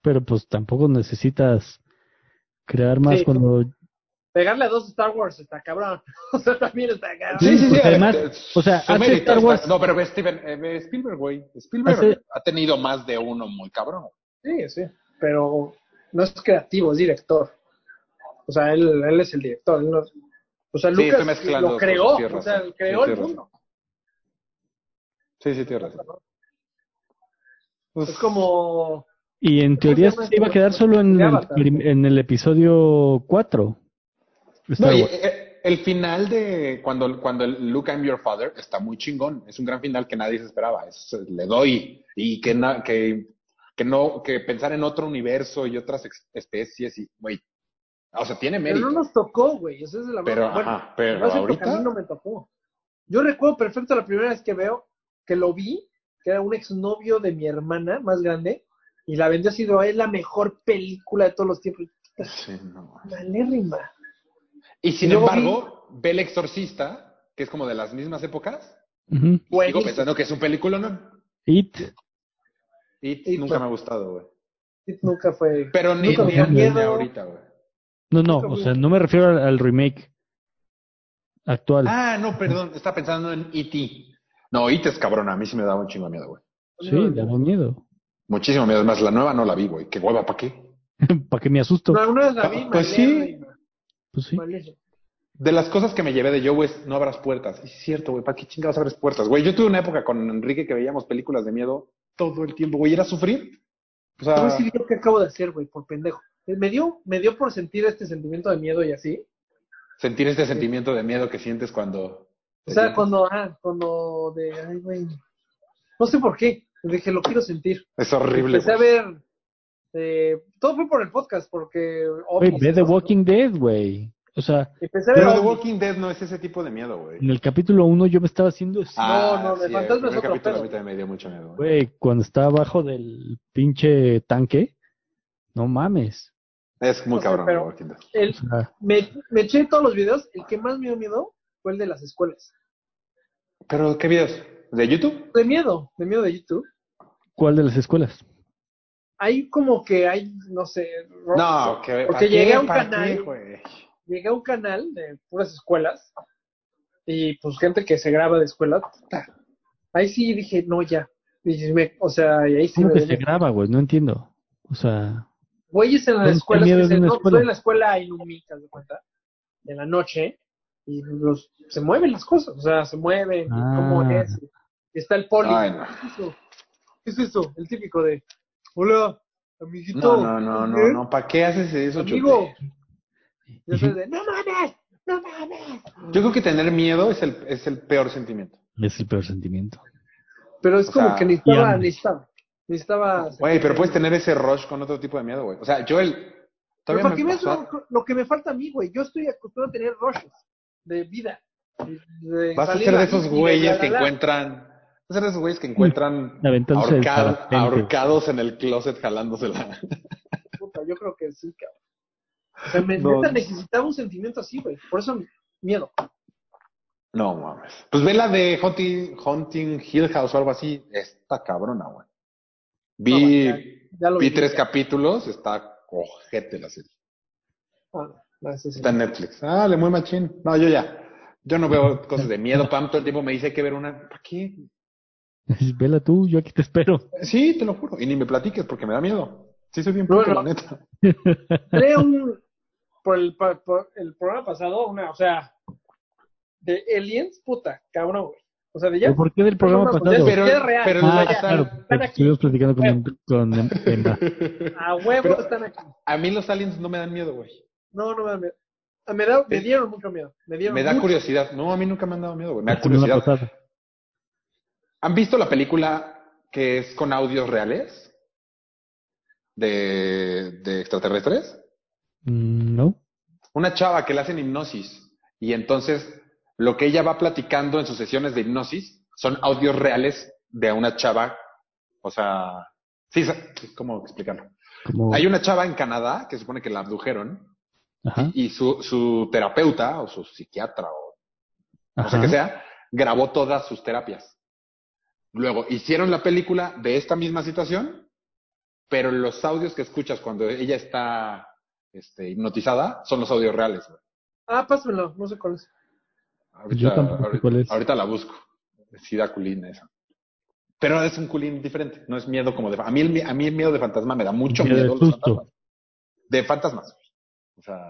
S3: Pero pues tampoco necesitas crear más
S1: Sí.
S3: cuando.
S1: Pegarle a dos Star Wars está cabrón. O sea, también está cabrón.
S3: Sí, sí, sí,
S2: a ver,
S3: Pues además,
S2: eh,
S3: o sea,
S2: su
S3: hace
S2: mérito
S3: Star
S2: está-
S3: Wars-
S2: No, pero ve Steven, eh, ve Spielberg, güey. Spielberg
S3: Hace-
S2: ha tenido más de uno muy cabrón.
S1: Sí, sí, pero no es creativo, es director. O sea, él, él es el director. él no- o sea,
S2: Sí, estoy
S1: Lucas
S2: mezclando
S1: lo
S2: cosas,
S1: creó,
S2: tienes
S1: o sea,
S2: razón,
S1: creó el
S2: tienes
S1: mundo.
S2: Sí, sí, tienes razón. Pues
S1: Es como,
S3: Y en teoría
S1: se llama
S3: se iba a
S1: este?
S3: quedar solo en
S1: De
S3: el,
S1: Avatar.
S3: prim- en el episodio 4.
S2: No, y, eh, el final de cuando, cuando el Look I'm Your Father está muy chingón. Es un gran final que nadie se esperaba. Es, eh, le doy. Y que, na- que, que no, que pensar en otro universo y otras ex- especies y, güey. O sea, tiene
S1: pero
S2: mérito.
S1: no nos tocó, güey. Esa es la
S2: Pero,
S1: verdad. Bueno,
S2: ajá, pero
S1: no sé, porque a
S2: ahorita.
S1: mí no me tocó. Yo recuerdo perfecto la primera vez que veo, que lo vi, que era un exnovio de mi hermana más grande, y la vendió así de, "Oh, es la mejor película de todos los tiempos.
S2: Sí, no.
S1: Malérrima.
S2: Y sin
S1: Yo vi-
S2: embargo, ve El Exorcista, que es como de las mismas épocas.
S3: Ujú.
S2: Digo, pensando que es un película, ¿no?
S3: It.
S2: Y
S1: Y
S2: nunca
S1: pues-
S2: me ha gustado, güey.
S1: Nunca fue.
S2: Pero ni,
S1: Nunca me
S2: ni,
S1: dio
S2: ni
S1: miedo.
S2: ahorita, güey.
S3: No, no, o sea, no me refiero al, al remake actual.
S2: Ah, no, perdón, estaba pensando en E.T. No, E.T. es cabrón, a mí sí me daba un chingo de miedo, güey.
S3: sí,
S1: no,
S3: daba miedo.
S2: Muchísimo miedo, además la nueva no la vi, güey. ¿Qué hueva, para qué?
S3: ¿Para qué me asusto?
S1: No, alguna vez la vi,
S2: Pues sí.
S1: malérrima,
S3: Pues sí.
S1: malérrima.
S2: De las cosas que me llevé de Joe es no abras puertas. Y sí Es cierto, güey, ¿para qué chingados abres puertas? Güey, yo tuve una época con Enrique que veíamos películas de miedo todo el tiempo, güey, ¿era sufrir? O
S1: Te voy
S2: sea,
S1: a decir yo qué acabo de hacer, güey, por pendejo. Me dio, me dio por sentir este sentimiento de miedo y así.
S2: sentir este sentimiento de miedo que sientes cuando...
S1: O sea, cuando, ah, cuando de, ay, güey. No sé por qué. Dije, lo quiero sentir.
S2: Es horrible,
S1: Empecé a
S2: güey.
S1: ver. eh, todo fue por el podcast, porque.
S3: Güey,
S1: ovnis,
S3: ve The
S1: ¿no?
S3: Walking Dead, güey. O sea,
S1: Empecé a ver.
S2: Pero The
S1: ovnis.
S2: Walking Dead no es ese tipo de miedo, güey. Ah,
S3: en el capítulo 1 yo me estaba haciendo así,
S1: no, no, de
S2: el
S1: fantasma es
S2: primer
S1: otro
S2: capítulo
S1: pedo.
S2: a mí también me dio mucho miedo, güey.
S3: güey, cuando estaba abajo del pinche tanque. No mames.
S2: Es muy
S1: No sé,
S2: cabrón
S1: pero-
S2: The Walking Dead.
S3: O
S1: El-
S3: sea,
S1: me, me eché todos los videos. El que más me dio miedo fue el de las escuelas.
S2: ¿Pero qué videos? ¿De YouTube?
S1: De miedo, de miedo de YouTube.
S3: ¿cuál de las escuelas?
S1: Hay como que hay, no sé. ro-
S2: No, que
S1: Porque llegué a un canal- llegué a un canal de puras escuelas y pues gente que se graba de escuela. puta. Ahí sí dije, no, ya. Y me- o sea, y ahí sí
S3: ¿Cómo
S1: me
S3: que se
S1: duele.
S3: graba, güey? No entiendo. O sea,
S1: Güeyes en
S3: ¿Cómo
S1: las
S3: que
S1: escuelas que
S3: miedo de
S1: dicen,
S3: una
S1: no,
S3: escuela?
S1: estoy en la escuela en un mic, haz de cuenta, en la noche, y los, se mueven las cosas, o sea, se mueven, y
S3: Ah.
S1: cómo es, y está el poli.
S2: Ay, no.
S1: ¿Qué es eso? ¿Qué es eso? El típico de, hola, amiguito.
S2: No, no, no, no,
S1: ¿eh?
S2: no. ¿Para qué haces eso, Chute?
S1: Amigo. Ya sabes de, no mames, no mames.
S2: Yo creo que tener miedo es el, es el peor sentimiento.
S3: Es el peor sentimiento.
S1: Pero es
S2: O
S1: como
S2: sea,
S1: que
S3: y
S1: necesitaba,
S3: hambre.
S1: necesitaba, necesitaba.
S2: Güey, pero puedes tener ese rush con otro tipo de miedo, güey. O sea, yo el...
S1: Pero
S2: Todavía
S1: porque
S2: me
S1: ves
S2: pasó-
S1: lo, lo que me falta a mí, güey. Yo estoy acostumbrado a tener rushes de vida. de
S2: Vas a
S1: salir
S2: ser de
S1: la
S2: esos
S1: vida,
S2: güeyes
S1: la,
S2: que
S1: la, la.
S2: encuentran... Vas a ser de esos güeyes que encuentran
S3: Aventándose del
S2: ahorcado-
S3: parapente.
S2: ahorcados en el closet jalándosela.
S1: Puta, yo creo que sí, cabrón. O sea, me,
S2: No.
S1: neta necesitaba un sentimiento así, güey. Por eso miedo.
S2: No mames. Pues ve la de Hunting, Hunting Hill House o algo así. Está cabrona, güey. Vi,
S1: No, Ya lo
S2: vi
S1: viví,
S2: tres
S1: ya.
S2: capítulos. Está cojete la serie.
S1: Ah, no, no, sí, sí.
S2: Está en Netflix. Ah, le muy machín. No, yo ya. Yo no veo cosas de miedo. Pam todo el tiempo me dice "Hay que ver una. ¿Para qué?
S3: Vela tú, yo aquí te espero.
S2: Sí, te lo juro. Y ni me platiques porque me da miedo. Sí, soy bien
S1: No,
S2: puto,
S1: no.
S2: la neta.
S1: Trae un. Por el, pa- por el programa pasado, una, o sea. De Aliens, puta, cabrón, güey. O sea, de ya.
S3: ¿Pero ¿Por qué del programa
S1: no, no,
S3: pasado?
S1: ya
S2: Pero,
S1: Es real.
S2: pero,
S3: ah,
S2: o sea,
S3: claro, porque
S1: aquí.
S3: estuvimos platicando con, con Emma.
S1: A huevo
S2: Pero-
S1: están aquí.
S2: a mí los aliens no me dan miedo, güey.
S1: No, no me da miedo. Ah, Me, da, me dieron mucho miedo. Me, dieron
S2: Me da
S1: mucho-
S2: curiosidad. No, a mí nunca me han dado miedo, güey. Me da
S3: La semana
S2: curiosidad.
S3: pasada.
S2: ¿Han visto la película que es con audios reales? De, de extraterrestres.
S3: Mm, No.
S2: Una chava que le hacen hipnosis. Y entonces lo que ella va platicando en sus sesiones de hipnosis son audios reales de una chava. O sea, sí, sa- ¿cómo explicarlo?
S3: Como,
S2: Hay una chava en Canadá que supone que la abdujeron
S3: ajá,
S2: y su, su terapeuta o su psiquiatra o o sea
S3: ajá.
S2: que sea, grabó todas sus terapias. Luego hicieron la película de esta misma situación, pero los audios que escuchas cuando ella está este, hipnotizada son los audios reales. güey.
S1: Ah, pásamelo, no sé cuál es.
S2: Ahorita,
S3: Yo tampoco sé
S2: ahorita-
S3: cuál es.
S2: ahorita la busco. Sí da culín esa. Pero es un culín diferente, no es miedo como de... fa- A mí el, mi- a mí el miedo de fantasma me da mucho
S3: Miedo
S2: miedo. los
S3: de susto.
S2: fantasmas. De fantasmas. güey. O sea,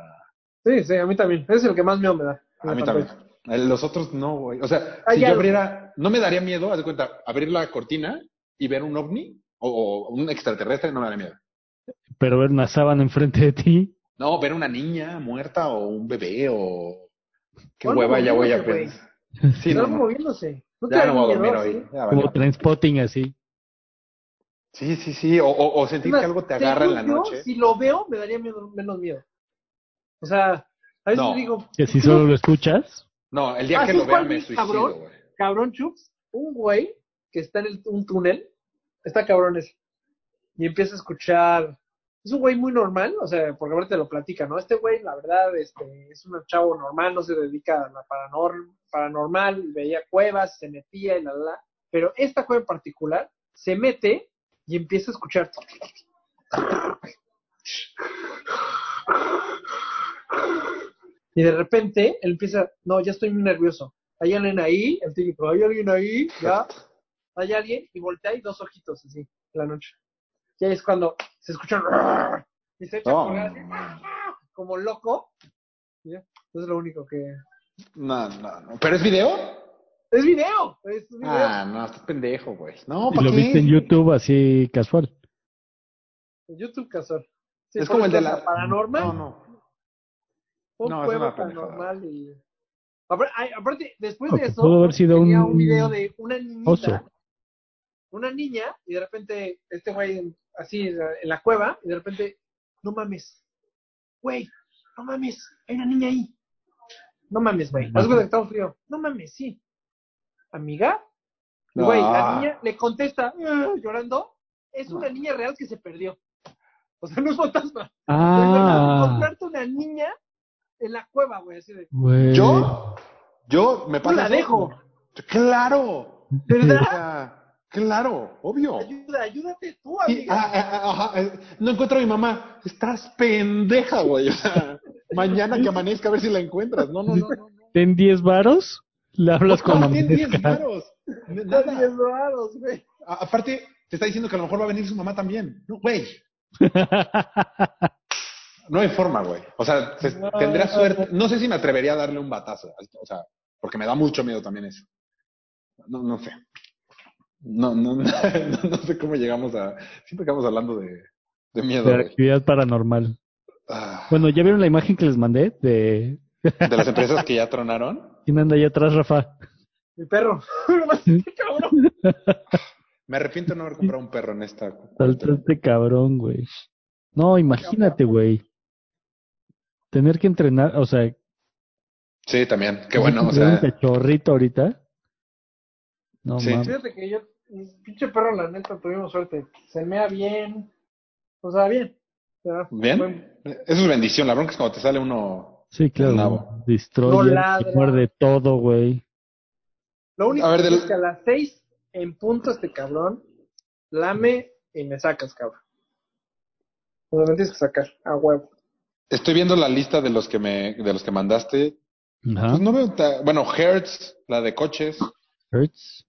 S1: Sí, sí, a mí también. Es el que más miedo me da.
S2: A mí también. Eh, Los otros no, güey. O sea,
S1: Hay
S2: si yo
S1: algo.
S2: abriera, no me daría miedo, haz de cuenta, abrir la cortina y ver un ovni o, o un extraterrestre, no me daría miedo.
S3: Pero ver una sábana enfrente de ti.
S2: No, ver una niña muerta o un bebé o. Qué
S1: Algo
S2: hueva, ya voy a
S1: moviéndose,
S2: pensar. Sí, no,
S1: Están
S2: no.
S1: moviéndose. ¿No te
S2: Ya
S1: da
S2: no voy a dormir
S1: miedo,
S2: hoy.
S1: sí?
S2: ya
S3: Como
S2: valió.
S3: transpotting así.
S2: Sí, sí, sí. O, o- o sentir que
S1: Además,
S2: algo te agarra en la
S1: según yo,
S2: noche.
S1: Si lo veo, me daría miedo- menos miedo. O sea, a veces
S2: No.
S1: digo,
S3: Que si
S1: ¿por qué
S3: solo
S1: no?
S3: lo escuchas.
S2: No, el día
S1: Ah,
S2: que
S1: ¿sí
S2: lo vea
S1: cuál,
S2: me
S1: mi
S2: suicido,
S1: cabrón?
S2: güey.
S1: cabrón, Chups, un güey que está en el- un túnel, está cabrón ese, y empieza a escuchar. Es un güey muy normal, o sea, porque ahora te lo platica, ¿no? Este güey, la verdad, este, es un chavo normal, no se dedica a la paranor- paranormal, y veía cuevas, se metía y la, la, la. Pero esta cueva en particular se mete y empieza a escuchar. Y de repente él empieza, no, ya estoy muy nervioso. Hay alguien ahí, el típico, hay alguien ahí, ya, hay alguien, y voltea y dos ojitos así, en la noche. Y ahí es cuando se escucha y se echa a
S2: No,
S1: correr así,
S2: no, no.
S1: como loco. ¿Ya? Eso es lo único que.
S2: no, no, no. ¿Pero es video?
S1: ¡Es video! ¡Es un video!
S2: Ah, no, estás pendejo, güey. No,
S3: y
S2: ¿para
S3: lo
S2: qué?
S3: viste en YouTube así casual.
S1: En YouTube Cazor. Sí,
S2: Es como el
S1: pones
S2: de la-
S1: cosa Paranormal.
S2: No, no.
S1: Un
S2: No, es
S1: juego
S2: una pendejada.
S1: paranormal y... Apar- ay, Aparte, después de
S3: Ok,
S1: eso,
S3: pudo haber sido
S1: tenía
S3: un
S1: un video de una niñita,
S3: oso.
S1: una niña, y de repente, este güey en- así en la- en la cueva, y de repente, no mames, güey, no mames, hay una niña ahí. No mames, güey. Has conectado frío. No mames, sí. Amiga,
S2: No.
S1: güey, la niña le contesta "Ah", llorando, es una niña real que se perdió. O sea, no es fantasma. De verdad,
S3: Ah,
S1: encontrarte una niña en la cueva, güey, así de,
S3: güey.
S2: Yo, yo me pasa.
S1: la
S2: eso.
S1: dejo.
S2: Claro.
S1: ¿verdad?
S2: O sea, claro, obvio.
S1: Ayuda, ayúdate tú,
S2: Sí,
S1: amiga.
S2: ah, ah, ah, ajá, eh, no encuentro a mi mamá. Estás pendeja, güey. O sea, mañana que amanezca a ver si la encuentras. No, no, no. no.
S3: ¿Ten 10 varos? Le
S1: Oh,
S3: hablas con
S2: Aparte, 10
S3: Amandesca.
S2: varos. N-
S1: Estás
S2: nada.
S1: bien raros, güey.
S2: A- Aparte, te está diciendo que a lo mejor va a venir su mamá también. No, güey. No hay forma, güey. O sea, se-
S1: No,
S2: tendría
S1: no,
S2: suerte. No sé si me atrevería a darle un batazo. O sea, porque me da mucho miedo también eso. No, no sé. No, no, no, no sé cómo llegamos a. Siempre acabamos hablando de, de miedo,
S3: de
S2: güey.
S3: actividad paranormal.
S2: Ah,
S3: Bueno, ¿ya vieron la imagen que les mandé de
S2: de las empresas que ya tronaron.
S3: quién anda allá atrás, Rafa?
S1: Mi perro. Cabrón.
S2: Me arrepiento de no haber comprado un perro en esta.
S3: Saltaste cabrón, güey. No, imagínate, güey. Tener que entrenar, o sea,
S2: Sí, también. Qué bueno. O
S3: tener un
S2: sea,
S3: cachorrito ahorita. No
S2: Sí.
S3: mames.
S1: Fíjate que yo, pinche perro, la neta, tuvimos suerte. Se mea bien. O sea, bien. O sea, buen-
S2: bien. Eso es bendición. La bronca es cuando te sale uno.
S3: Sí, claro.
S2: Un
S3: güey.
S2: nabo.
S1: No
S3: Destroyer,
S1: ladra.
S3: se muerde todo, güey.
S1: Lo único
S2: A ver,
S1: que
S2: del-
S1: es que a las seis en punto este cabrón lame y me sacas, cabrón. O sea, me tienes que sacar a huevo.
S2: Estoy viendo la lista de los que me, de los que mandaste.
S3: Ajá.
S2: Pues no veo. ta- Bueno, Hertz, la de coches.
S3: Hurts.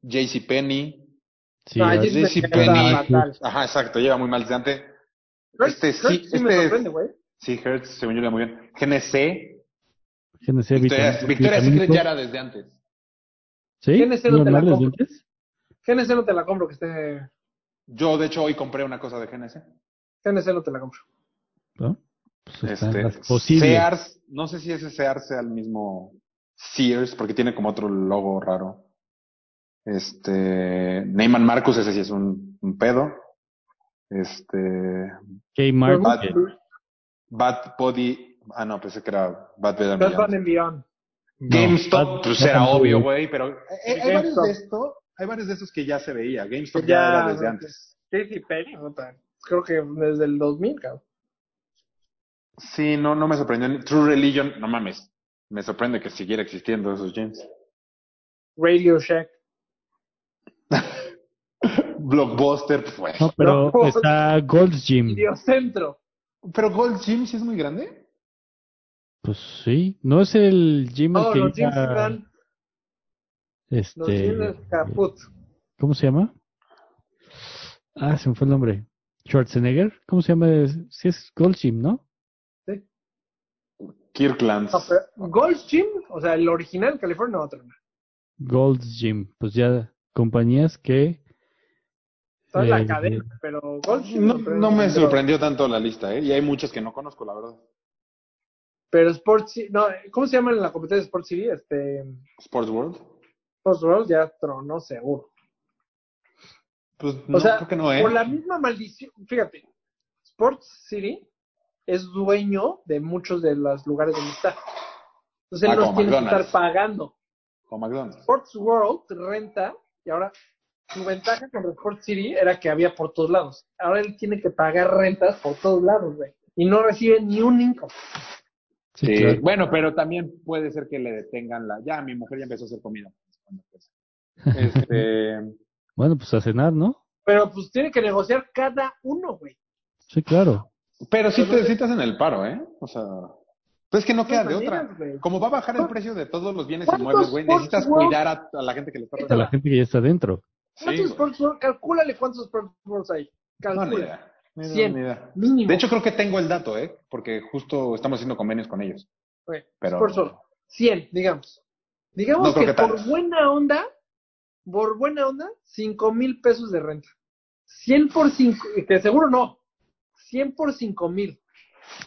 S2: JCPenney.
S3: Sí,
S1: No,
S3: Hurts.
S1: allí
S2: Jesse
S1: me
S2: Penny.
S1: queda fatal.
S2: Ajá, exacto, lleva muy mal desde antes.
S1: Hertz-
S2: Este sí,
S1: Hertz sí me
S2: este-
S1: sorprende, güey.
S2: Sí, Hertz, según yo, le va muy bien. GNC.
S3: GNC,
S2: Victoria,
S3: vitam-
S2: Victoria Secret
S3: vitamínico.
S2: ya era desde antes.
S3: ¿Sí?
S1: GNC no
S3: ¿Normal
S1: te la
S3: desde
S1: compro.
S3: antes?
S1: GNC no te la compro que esté...
S2: Yo, de hecho, hoy compré una cosa de GNC.
S1: GNC no te la compro.
S3: ¿No? Pues están las
S2: Este,
S3: posibles.
S2: Sears, no sé si ese Sears sea el mismo Sears, porque tiene como otro logo raro. Este, Neyman Marcus, ese sí es un, un pedo. Este,
S3: Kmart.
S2: Ah,
S3: que-
S2: Bad Body, ah no, pensé que era Bad Better
S1: Bad
S2: Millions.
S1: Van and Beyond.
S3: no,
S2: GameStop,
S3: Bad-
S2: pues
S3: Bad
S2: era
S3: Bunny,
S2: obvio,
S3: güey.
S2: güey, pero Eh, hay, hay varios
S1: GameStop.
S2: de esto, hay varios de esos que ya se veía. GameStop ya,
S1: Ya,
S2: era desde
S1: no,
S2: antes.
S1: Casey Penny, puta, creo que desde el 2000, cabrón.
S2: Sí, no, no me sorprendió. ni- True Religion, no mames. Me sorprende que siguiera existiendo esos jeans.
S1: Radio Shack.
S2: Blockbuster, pues.
S3: No, pero
S1: No.
S3: está Gold's Gym.
S1: Videocentro.
S2: Pero Gold Gym sí es muy grande.
S3: Pues sí. No es el gym al
S1: No,
S3: que
S1: los
S3: iba,
S1: gyms están... Los
S3: este,
S1: gyms es caput.
S3: ¿Cómo se llama? Ah, se me fue el nombre. Schwarzenegger. ¿Cómo se llama? Sí es Gold's Gym, ¿no?
S2: Kirklands.
S1: No, pero Gold's Gym, o sea, el original California, otro. no.
S3: Gold's Gym. Pues ya compañías que...
S1: Toda
S3: Eh,
S1: la cadena, pero Gold's Gym.
S2: No, no me
S1: pero-
S2: sorprendió tanto la lista, ¿eh? Y hay muchos que no conozco, la verdad.
S1: Pero Sports Ci- no, ¿cómo se llama en la competencia de Sports City? Este,
S2: Sports World.
S1: Sports World ya tronó seguro.
S2: Pues
S1: O
S2: no,
S1: sea,
S2: creo que no, ¿eh?
S1: Por la misma maldición, fíjate, Sports City es dueño de muchos de los lugares donde está. Entonces
S2: Ah,
S1: él los
S2: como
S1: tiene que
S2: McDonald's.
S1: estar pagando.
S2: O McDonald's.
S1: Sports World renta y ahora su ventaja con Sports City era que había por todos lados. Ahora él tiene que pagar rentas por todos lados, güey. Y no recibe ni un income.
S3: Sí,
S2: Sí,
S3: claro.
S2: Bueno, pero también puede ser que le detengan la. Ya, mi mujer ya empezó a hacer comida. Este,
S3: Bueno, pues a cenar, ¿no?
S1: Pero pues tiene que negociar cada uno, güey.
S3: Sí, claro.
S2: pero sí te, sí te hacen el paro, ¿eh? O sea. Pues es que no queda de otra.
S1: maneras, güey.
S2: Como va a bajar el precio de todos los bienes
S1: ¿Cuántos
S2: inmuebles, güey,
S1: Sports
S2: necesitas
S1: World?
S2: cuidar a, a la gente que le está
S1: Ahí
S3: A
S1: está
S2: rentando.
S3: la gente que ya está adentro.
S1: ¿Cuántos
S2: Sí, güey.
S1: Sports World? Calcúlale cuántos Sports Worlds hay.
S2: No, ni
S1: Calcula.
S2: idea. Ni
S1: Cien.
S2: ni idea.
S1: Mínimo.
S2: De hecho, creo que tengo el dato, ¿eh? Porque justo estamos haciendo convenios con ellos.
S1: güey.
S2: Pero.
S1: Sports World. 100, digamos. Digamos
S2: No creo
S1: que,
S2: que
S1: por
S2: tantos.
S1: buena onda, por buena onda, 5 mil pesos de renta. 100 por 5, que seguro no. 100 por 5 mil.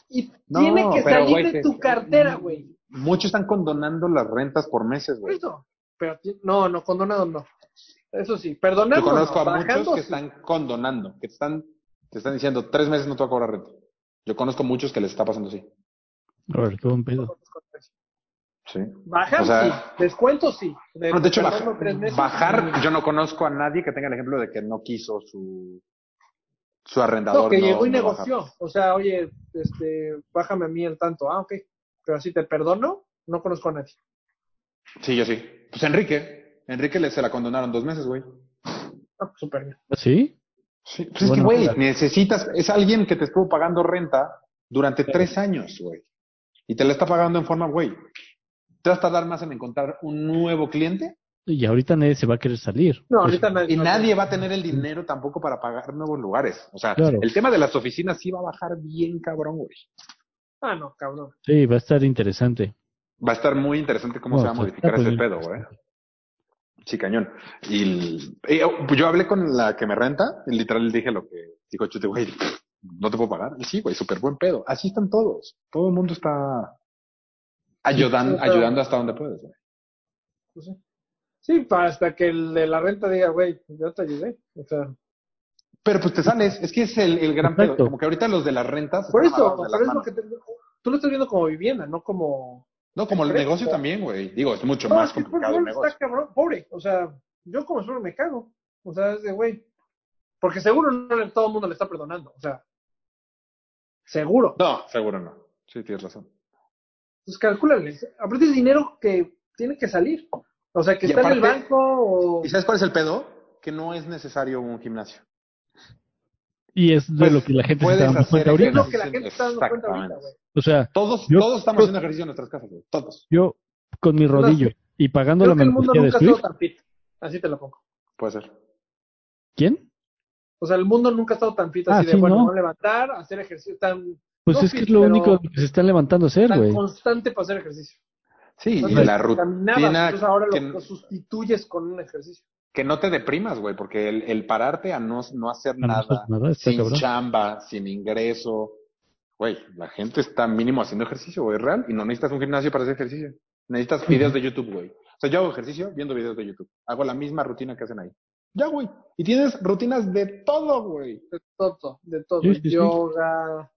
S1: Y
S2: No,
S1: tiene que
S2: pero,
S1: salir
S2: güey,
S1: de
S2: que-
S1: tu cartera, güey.
S2: Muchos están condonando las rentas por meses,
S1: Por
S2: güey.
S1: eso. Pero ti- no, no, condonado no. Eso sí,
S2: Yo
S1: perdonando.
S2: conozco
S1: no,
S2: a muchos
S1: bajando,
S2: que
S1: sí.
S2: están condonando, que te están, te están diciendo tres meses no te va a cobrar renta. Yo conozco muchos que les está pasando así.
S3: A ver, qué buen pedo.
S2: Sí.
S1: Bajan,
S2: O sea-
S1: sí. Descuentos, sí. De,
S2: de hecho,
S1: perdón,
S2: baja-
S1: tres meses,
S2: bajar, yo no conozco a nadie que tenga el ejemplo de que no quiso su, su arrendador.
S1: No, que
S2: no-
S1: llegó y
S2: no
S1: negoció.
S2: bajar.
S1: O sea, oye, este, bájame a mí el tanto. Ah, ok. Pero si te perdono, no conozco a nadie.
S2: Sí, yo sí. Pues Enrique, Enrique le, se la condonaron dos meses, güey.
S1: Ah, pues, súper bien.
S3: ¿Sí?
S2: Sí, pues es que,
S3: Bueno,
S2: güey,
S3: claro.
S2: necesitas, es alguien que te estuvo pagando renta durante tres años, güey. Y te la está pagando en forma, güey. Te vas a tardar más en encontrar un nuevo cliente
S3: Y ahorita nadie se va a querer salir.
S1: No,
S3: Pues,
S1: ahorita nadie.
S2: Y nadie va a tener el dinero tampoco para pagar nuevos lugares. O sea,
S3: Claro.
S2: el tema de las oficinas sí va a bajar bien cabrón, güey.
S1: Ah, no, cabrón.
S3: Sí, va a estar interesante.
S2: Va a estar muy interesante cómo
S3: No,
S2: se va a
S3: sí,
S2: modificar
S3: está
S2: ese
S3: muy
S2: pedo, güey. Sí, cañón. Y el- eh, oh, yo hablé con la que me renta, y literal le dije lo que dijo Chute, güey, no te puedo pagar. Y Sí, güey, súper buen pedo. Así están todos. Todo el mundo está ayudando,
S1: Sí, pero-
S2: ayudando hasta donde puedes, güey.
S1: Pues sí. Sí, para hasta que el de la renta diga, güey, yo te ayudé. O sea,
S2: Pero pues te sales, es que es el, el gran
S3: Exacto.
S2: pedo. Como que ahorita los de las rentas.
S1: por
S2: están
S1: eso,
S2: amarrados de
S1: por
S2: las
S1: eso
S2: manos.
S1: que te- tú lo estás viendo como vivienda, no como.
S2: No, como el
S1: Empresa.
S2: negocio también, güey. Digo, es mucho
S1: No,
S2: más
S1: es que el
S2: complicado el
S1: fútbol está
S2: negocio.
S1: cabrón, pobre. O sea, yo como suelo me cago. O sea, es de güey. Porque seguro no le- todo el mundo le está perdonando. O sea, seguro.
S2: No, seguro no. Sí, tienes razón.
S1: Entonces, pues calcúlale. Aparte es dinero que tiene que salir. O sea, que
S2: Y
S1: está en el
S2: aparte-
S1: banco o...
S2: ¿Y sabes cuál es el pedo? Que no es necesario un gimnasio.
S3: Y es de
S2: Pues,
S3: lo que la gente se
S2: puedes
S3: está dando
S2: hacer
S3: cuenta
S1: Es
S3: ahorita.
S1: lo que la gente está dando cuenta ahorita, güey.
S3: O sea,
S2: Todos,
S3: Yo-
S2: todos estamos haciendo ejercicio en nuestras casas, güey. Todos.
S3: yo con mi rodillo y pagando
S1: Creo
S3: la
S1: que el mundo
S3: membresía de
S1: nunca ha estado
S3: Swift,
S1: tan fit. Así te lo pongo.
S2: Puede ser.
S3: ¿quién?
S1: O sea, el mundo nunca ha estado tan fit
S3: Ah,
S1: así de,
S3: sí,
S1: bueno,
S3: ¿no?
S1: no levantar, hacer ejercicio, tan,
S3: Pues
S1: No,
S3: es que
S1: sí,
S3: es lo
S1: pero-
S3: único que se están levantando a hacer,
S1: tan
S3: güey.
S1: constante para hacer ejercicio.
S2: Sí, y
S1: Entonces,
S2: la
S1: caminabas,
S2: rutina
S1: entonces ahora lo,
S2: que,
S1: lo sustituyes con un ejercicio.
S2: que no te deprimas, güey, porque el, el pararte a no, no hacer
S3: no hacer
S2: nada,
S3: nada, está
S2: sin
S3: cabrón.
S2: chamba, sin ingreso, güey, la gente está mínimo haciendo ejercicio, güey, real, y no necesitas un gimnasio para hacer ejercicio. Necesitas videos de YouTube, güey. O sea, yo hago ejercicio viendo videos de YouTube. Hago la misma rutina que hacen ahí. Ya, güey. Y tienes rutinas de todo, güey.
S1: De todo, de todo.
S3: Sí, sí, sí.
S1: Yoga.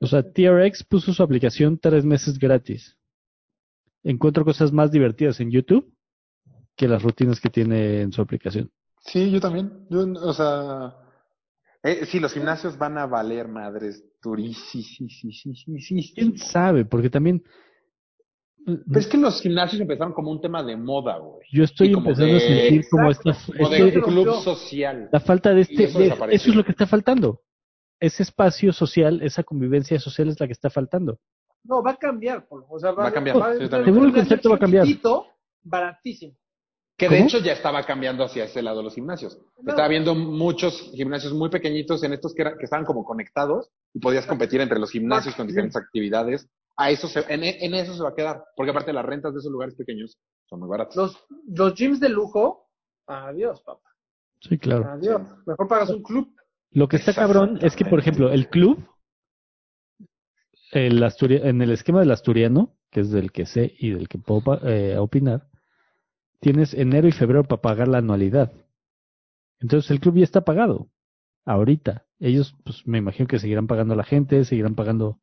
S3: O sea, TRX puso su aplicación tres meses gratis. Encuentro cosas más divertidas en YouTube que las rutinas que tiene en su aplicación.
S2: Sí, yo también. Yo, o sea, eh, sí, los gimnasios van a valer madres
S3: ¿Quién
S2: durísimas.
S3: sabe? Porque también
S2: Pero es que los gimnasios empezaron como un tema de moda, güey.
S3: yo estoy
S2: Pues, y como
S3: empezando a
S2: de-
S3: sentir como esta,
S2: O de
S3: este-
S2: club
S1: yo-
S2: social.
S3: la falta de este...
S2: Y
S3: de-
S2: eso
S3: Eso,
S2: desapareció.
S3: es lo que está faltando. Ese espacio social, esa convivencia social es la que está faltando.
S1: No, va a cambiar, Polo. O sea, va,
S2: Va a cambiar, sí, yo también.
S3: Seguro el
S1: va a ser
S3: concepto va a cambiar.
S1: chiquitito, baratísimo.
S2: Que de
S3: ¿Cómo?
S2: hecho ya estaba cambiando hacia ese lado los gimnasios.
S1: No.
S2: Estaba viendo muchos gimnasios muy pequeñitos en estos que, era- que estaban como conectados y podías competir entre los gimnasios con diferentes actividades. A eso se, en, en eso se va a quedar. Porque aparte las rentas de esos lugares pequeños son muy baratas.
S1: Los, los gyms de lujo, adiós, papá.
S3: Sí, claro.
S1: Adiós. Mejor pagas un club.
S3: Lo que está cabrón es que, por ejemplo, el club, el Asturia- en el esquema del asturiano, que es del que sé y del que puedo pa- eh, opinar, tienes enero y febrero para pagar la anualidad. Entonces el club ya está pagado, ahorita. Ellos, pues me imagino que seguirán pagando a la gente, seguirán pagando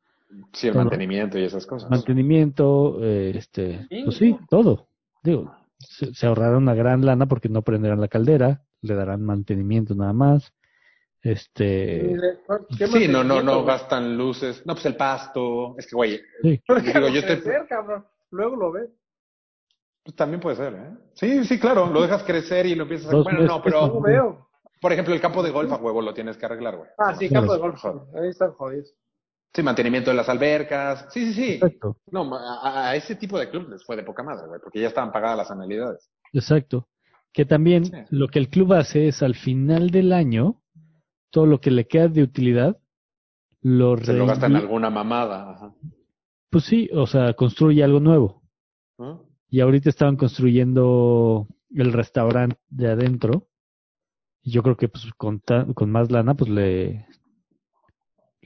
S2: Sí, el
S3: Todo.
S2: mantenimiento y esas cosas.
S3: mantenimiento, eh, este, pues sí, todo. Digo, se, se ahorrarán una gran lana porque no prenderán la caldera, le darán mantenimiento nada más. Este,
S1: ¿Qué
S2: Eh, Sí, no, no, no
S1: mantenimiento,
S2: gastan luces. No, pues el pasto. Es que, güey,
S1: güey?
S2: Digo, yo te-
S1: Crecer, cabrón. Luego lo ves.
S2: pues también puede ser, ¿eh? Sí, sí, claro. Lo dejas crecer y lo empiezas a...
S3: Dos
S2: Bueno, no,
S3: meses.
S1: No
S2: pero,
S1: veo.
S2: por ejemplo, el campo de golf a huevo lo tienes que arreglar, güey.
S1: Ah, sí,
S3: Claro.
S1: campo de golf. Ahí están jodidos.
S2: Sí, mantenimiento de las albercas. Sí, sí, sí.
S3: exacto.
S2: No, ma- a, a ese tipo de club les fue de poca madre, güey, porque ya estaban pagadas las anualidades.
S3: Exacto. Que también
S2: Sí.
S3: lo que el club hace es al final del año, todo lo que le queda de utilidad, lo,
S2: Se lo gastan en
S3: reinvi-
S2: alguna mamada. Ajá.
S3: Pues sí, o sea, construye algo nuevo.
S2: ¿No?
S3: Y ahorita estaban construyendo el restaurante de adentro. Y yo creo que pues con, ta- con más lana, pues le,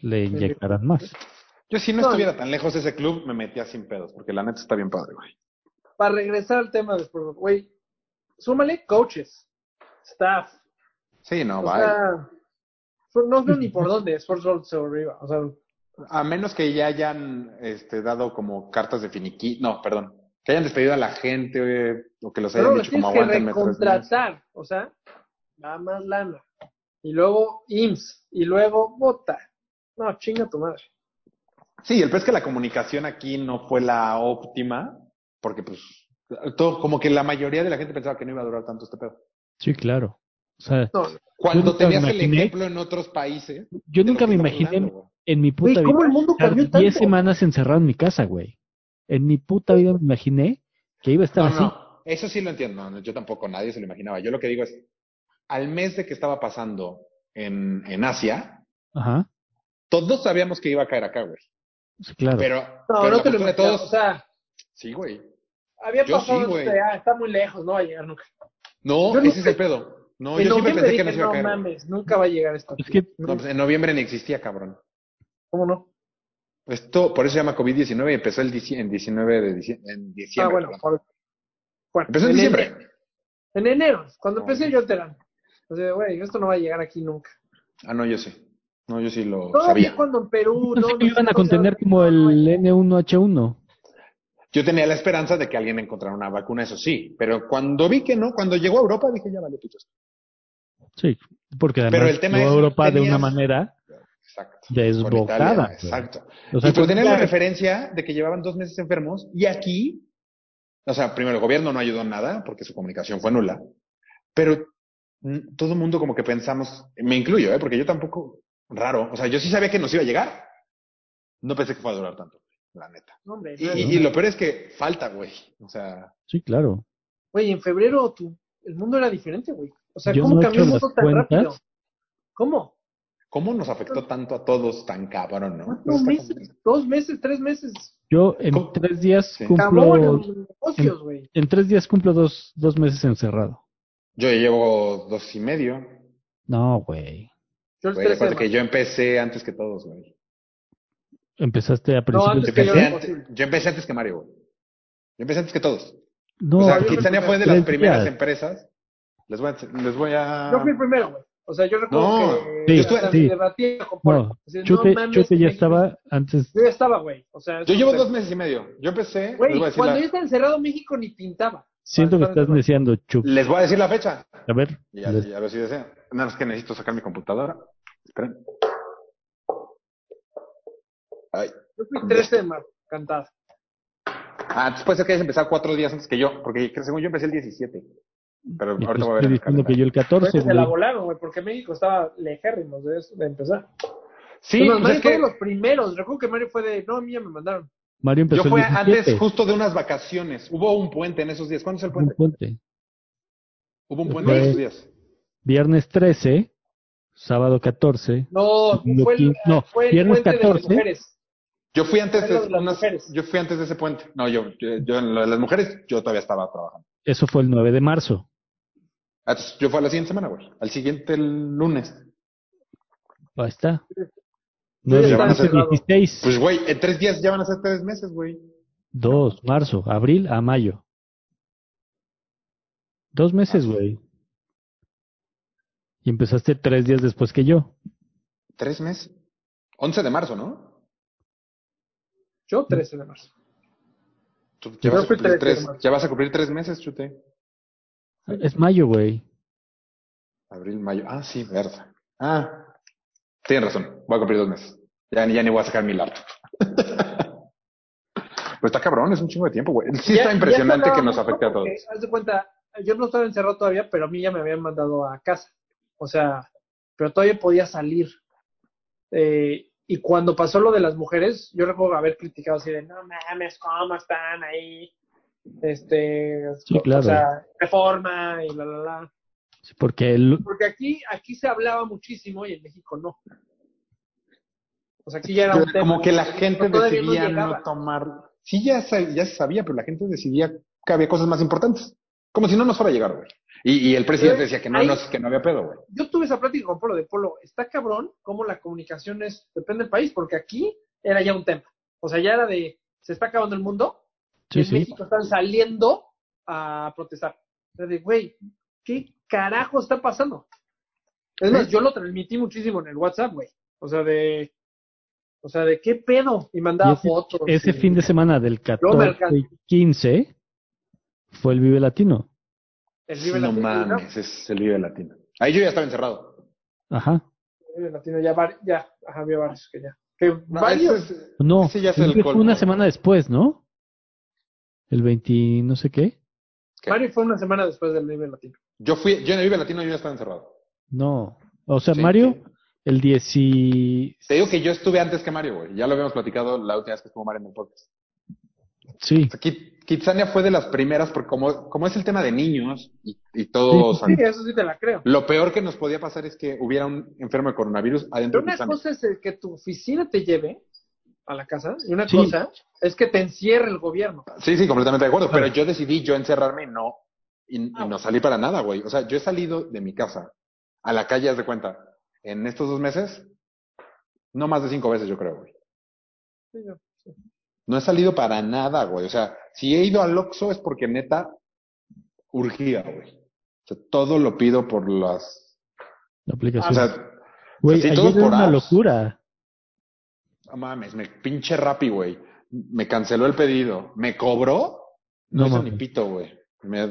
S3: le inyectarán más.
S2: Yo si no
S1: No.
S2: estuviera tan lejos de ese club, me metía sin pedos, porque la neta está bien padre, güey.
S1: Para regresar al tema después, güey. Súmale coaches, staff.
S2: Sí, no,
S1: o
S2: va.
S1: sea, no veo ni por dónde. Es por sobre arriba. O sea,
S2: A menos que ya hayan este, dado como cartas de finiquito, no, perdón, que hayan despedido a la gente eh, o que los hayan
S1: Pero los
S2: dicho como
S1: tienes que
S2: aguantenme tres meses.
S1: recontratar, o sea, nada más lana. Y luego IMSS, y luego bota. No, chinga tu madre.
S2: Sí, el pez que la comunicación aquí no fue la óptima, porque pues todo, como que la mayoría de la gente pensaba que no iba a durar tanto este pedo.
S3: Sí, claro. O sea,
S1: No, no.
S3: Yo
S2: Cuando
S3: nunca
S2: tenías
S3: me
S2: el
S3: imaginé-
S2: ejemplo en otros países. de
S3: yo
S2: lo
S3: nunca
S2: que
S3: me
S2: estamos
S3: imaginé
S2: hablando, güey.
S3: en
S1: Güey,
S3: mi puta vida
S1: ¿cómo el mundo
S3: estar
S1: cambió
S3: 10
S1: tanto?
S3: semanas encerrado en mi casa, güey. En mi puta vida me imaginé que iba a estar
S2: No,
S3: así.
S2: no, Eso sí lo entiendo, no, yo tampoco, nadie se lo imaginaba. Yo lo que digo es, al mes de que estaba pasando en, en Asia,
S3: Ajá.
S2: todos sabíamos que iba a caer acá, güey.
S3: Sí, claro.
S2: Pero,
S1: No,
S2: pero
S1: no
S2: la
S1: te lo
S2: postura de
S1: imaginas,
S2: todos,
S1: O sea,
S2: sí, güey.
S1: había
S2: Yo sí,
S1: pasado esto
S2: güey.
S1: de, ah, está muy lejos, no va a llegar nunca.
S2: No,
S1: Yo
S2: ese
S1: no
S2: es
S1: sé.
S2: el pedo. No,
S1: en
S2: yo siempre
S1: noviembre
S2: pensé que
S1: dije,
S2: no se iba a
S1: no
S2: caer. güey".
S1: mames, nunca va a llegar esto.
S3: Es que- Ah,
S2: No, pues en noviembre ni existía, cabrón.
S1: ¿Cómo no?
S2: Esto, por eso se llama COVID-19 y empezó el dici- en 19 de dici- en diciembre.
S1: ah, bueno,
S2: perdón.
S1: por- bueno,
S2: Empezó en
S1: ene-
S2: diciembre.
S1: En, enero, cuando
S2: No,
S1: empecé
S2: sí.
S1: yo el verano. O sea, güey, esto no va a llegar aquí nunca.
S2: Ah, no, yo sí. No, yo sí lo
S1: No,
S2: sabía.
S1: cuando en Perú.
S3: Pensé
S1: no,
S3: que
S1: no
S3: lo iban
S1: sé cómo se
S3: a
S1: va
S3: contener
S1: a-
S3: como el N1H1.
S2: Yo tenía la esperanza de que alguien encontrara una vacuna, eso sí. Pero cuando vi que no, cuando llegó a Europa, dije, ya vale, pichos.
S3: Sí, porque además
S2: Pero el tema
S3: llegó a
S2: es,
S3: Europa de una
S2: tenías-
S3: manera
S2: Exacto. Con
S3: desbocada.
S2: Italia,
S3: Pues güey.
S2: exacto.
S3: O sea,
S2: y pero tenías la
S1: claro.
S2: referencia de que llevaban dos meses enfermos y aquí, o sea, primero el gobierno no ayudó en nada porque su comunicación fue nula, pero mm, todo el mundo como que pensamos, me incluyo, ¿eh? porque yo tampoco, raro, o sea, yo sí sabía que nos iba a llegar, no pensé que fuera a durar tanto, la neta.
S1: No, hombre,
S2: Y,
S1: no,
S2: y- y lo peor es que falta, güey, o sea,
S3: sí, claro.
S1: Güey, en febrero tu, el mundo era diferente, güey. O sea,
S3: Yo
S1: ¿cómo
S3: no he
S1: cambió el
S3: hecho
S1: mundo
S3: las
S1: tan
S3: cuentas.
S1: rápido? ¿Cómo?
S2: ¿cómo nos afectó tanto a todos tan cabrón, no?
S1: ¿Cuántos
S2: Pues Está
S1: meses?
S2: como-
S1: ¿Dos meses? ¿Tres meses?
S3: Yo en
S2: ¿Cómo?
S3: tres días
S2: Sí.
S1: Cabrón,
S3: cumplo,
S1: los negocios, güey.
S3: en tres días cumplo dos, dos meses encerrado.
S2: Yo ya llevo dos y medio,
S3: No, güey.
S1: Yo el
S2: güey,
S1: tres
S2: acuérdate que yo empecé antes que todos, güey.
S3: Empezaste a principios
S2: Yo
S1: antes
S3: de-
S1: que
S2: empecé,
S1: yo,
S2: antes,
S1: imposible.
S2: yo empecé antes que Mario. güey. Yo empecé antes que todos.
S3: No,
S2: o sea,
S1: yo
S2: Kitsania
S1: empecé
S2: fue de las
S3: tres
S2: primeras
S3: días.
S2: empresas. Les voy a. Les voy a...
S1: Yo fui el primero, güey. O sea, yo recuerdo
S2: No,
S1: que
S3: sí,
S1: hasta
S3: sí.
S1: me debatía con Paul.
S3: No,
S1: Así, no
S3: Chute,
S1: mames,
S3: Chute ya
S1: güey.
S3: estaba antes.
S1: Yo ya estaba, güey. O sea,
S2: Yo
S1: eso-
S2: llevo dos meses y medio. Yo empecé. les,
S1: Güey,
S2: voy a decir
S1: cuando
S2: la,
S1: yo estaba encerrado, México ni pintaba.
S3: Siento que estás deseando, Chup.
S2: les voy a decir la fecha.
S3: A ver.
S2: Y ya,
S3: les-
S2: ya ver si desean. Nada más que necesito sacar mi computadora. Esperen. Ay.
S1: Yo fui 13 de marzo, cantado.
S2: Ah, entonces puede ser que hayas empezado cuatro días antes que yo. Porque creo- según yo empecé el 17. Pero
S3: y te
S2: ahorita voy a ver.
S3: estoy
S2: el
S3: diciendo que
S2: calendario.
S3: yo el 14,
S1: Pues se la
S3: güey.
S1: volaron, güey, porque México estaba lejérrimos de, eso, de empezar.
S2: Sí,
S1: Además,
S2: pues
S1: Mario
S2: es que-
S1: fue de los primeros. Recuerdo que Mario fue de, no, a mí ya me mandaron.
S3: Mario
S2: Yo
S3: empezó
S2: fui
S3: el 17.
S2: antes justo de unas vacaciones. Hubo un puente en esos días. ¿Cuándo es el
S3: Un
S2: puente?
S3: puente.
S2: Hubo un
S3: Fue-
S2: puente en esos días.
S3: Viernes 13, sábado 14.
S1: No,
S3: Lo
S1: fue el,
S3: quin- no,
S1: fue el
S3: viernes
S1: puente de las
S3: 14.
S1: mujeres.
S2: Yo fui antes
S1: Fue lo
S2: de
S1: de las
S2: unas-
S1: mujeres.
S2: yo fui antes de ese puente. No, yo, yo, yo en lo de las mujeres, yo todavía estaba trabajando.
S3: Eso fue el 9 de marzo.
S2: Ah, entonces, Yo fui a la siguiente semana, güey. Al siguiente el lunes.
S3: Ahí está.
S1: ya
S3: 9,
S2: estaba
S3: 15,
S1: cerrado.
S3: 16.
S2: Pues, güey, en tres días ya van a ser tres meses, güey.
S3: 2, marzo, abril a mayo. Dos meses, güey. Y empezaste tres días después que yo.
S2: Tres meses. 11 de marzo, ¿no?
S1: Yo 13 de marzo.
S2: Tú ya, vas a
S1: fui
S2: cumplir
S1: 13 de
S2: tres,
S1: marzo.
S2: ya vas a cumplir tres meses, chute.
S3: Es mayo, güey.
S2: Abril, mayo. Ah, sí, verdad. Ah, tienes razón. Voy a cumplir dos meses. Ya, ni- ya ni voy a sacar mi laptop. Pues está cabrón, es un chingo de tiempo, güey. Sí
S1: Ya-
S2: está
S1: ya
S2: impresionante
S1: tocaba
S2: que nos
S1: mucho
S2: afecte a todos.
S1: porque, Haz de cuenta, yo no estaba encerrado todavía, pero a mí ya me habían mandado a casa. O sea, pero todavía podía salir. Eh, y cuando pasó lo de las mujeres, yo recuerdo haber criticado así de, no mames, ¿cómo están ahí? Este,
S3: Sí, claro.
S1: o sea, reforma y la, la, la.
S3: Sí, porque el,
S1: Porque aquí, aquí se hablaba muchísimo y en México no. O sea, aquí ya era un tema.
S2: como que la gente
S1: Todavía no
S2: decidía no,
S1: llegaba.
S2: tomar. Sí, ya se, ya se sabía, pero la gente decidía que había cosas más importantes. Como si no nos fuera a llegar, güey. Y, y el presidente
S1: Pero
S2: decía que no,
S1: ahí-
S2: no, que no había pedo, güey.
S1: Yo tuve esa plática con Polo de Polo. Está cabrón cómo la comunicación es, depende del país, porque aquí era ya un tema. O sea, ya era de, se está acabando el mundo y
S3: sí,
S1: en
S3: sí.
S1: México están saliendo a protestar. Era de, güey, ¿qué carajo está pasando? Es más, yo lo transmití muchísimo en el WhatsApp, güey. O sea, de, o sea, de qué pedo. Y mandaba
S3: Y ese-
S1: fotos.
S3: Ese
S1: y-
S3: fin de semana del
S1: Yo me
S3: 14
S1: alcanzo.
S3: y 15 fue el Vive Latino.
S1: El Vive
S2: no
S1: Latino, ¿no?
S2: mames, es el Vive Latino. Ahí yo ya estaba encerrado.
S3: Ajá.
S1: El Vive Latino, ya, var- ya, ajá, había varios que ya. Que
S2: No,
S1: varios.
S2: ese es-
S3: No,
S2: ese ya es
S3: creo
S2: el
S3: que fue
S2: colmo.
S3: una semana después, ¿no? El 20, no sé qué.
S2: ¿Qué?
S1: Mario fue una semana después del Vive Latino.
S2: Yo fui, yo en el Vive Latino yo ya estaba encerrado.
S3: No. O sea,
S2: Sí,
S3: Mario,
S2: sí.
S3: el 10.
S2: Te digo que yo estuve antes que Mario, güey. Ya lo habíamos platicado la última vez que estuvo Mario en el podcast.
S3: Sí.
S2: O sea, Kit- Kitsania fue de las primeras, porque como, como es el tema de niños y, y todo, o sea,
S1: Sí, eso sí te la creo.
S2: lo peor que nos podía pasar es que hubiera un enfermo de coronavirus
S1: Pero
S2: adentro de
S1: una
S2: Kitsania.
S1: cosa es el que tu oficina te lleve a la casa y una
S3: Sí.
S1: cosa es que te encierre el gobierno.
S2: Sí, sí, completamente de acuerdo,
S3: Claro.
S2: pero yo decidí yo encerrarme y no, y, y no salí para nada, güey. O sea, yo he salido de mi casa a la calle, haz de cuenta, en estos dos meses, no más de cinco veces, yo creo, güey.
S1: Sí, yo-
S2: No he salido para nada, güey. O sea, si he ido al Oxxo es porque neta urgía, güey. O sea, todo lo pido por las...
S3: La
S2: O
S3: aplicación.
S2: sea,
S3: Güey,
S2: sí,
S3: ayer
S2: todos
S3: era
S2: por
S3: una
S2: apps.
S3: locura.
S2: no mames, me pinche Rappi, güey. Me canceló el pedido. ¿Me cobró? No,
S3: No
S2: hizo
S3: mames.
S2: ni pito, güey. Me-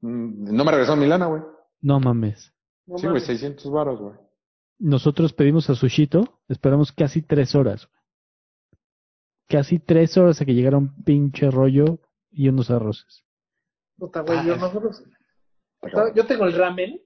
S2: mm, No me regresó mi lana, güey.
S3: No mames.
S1: no
S2: sí, güey,
S1: mames.
S2: 600 varos, güey.
S3: Nosotros pedimos a Sushito, esperamos casi tres horas. Casi tres horas a que llegara un pinche rollo y unos arroces.
S1: Puta, güey, yo,
S2: Ah,
S1: nosotros-
S2: Está cabrón.
S1: yo tengo el ramen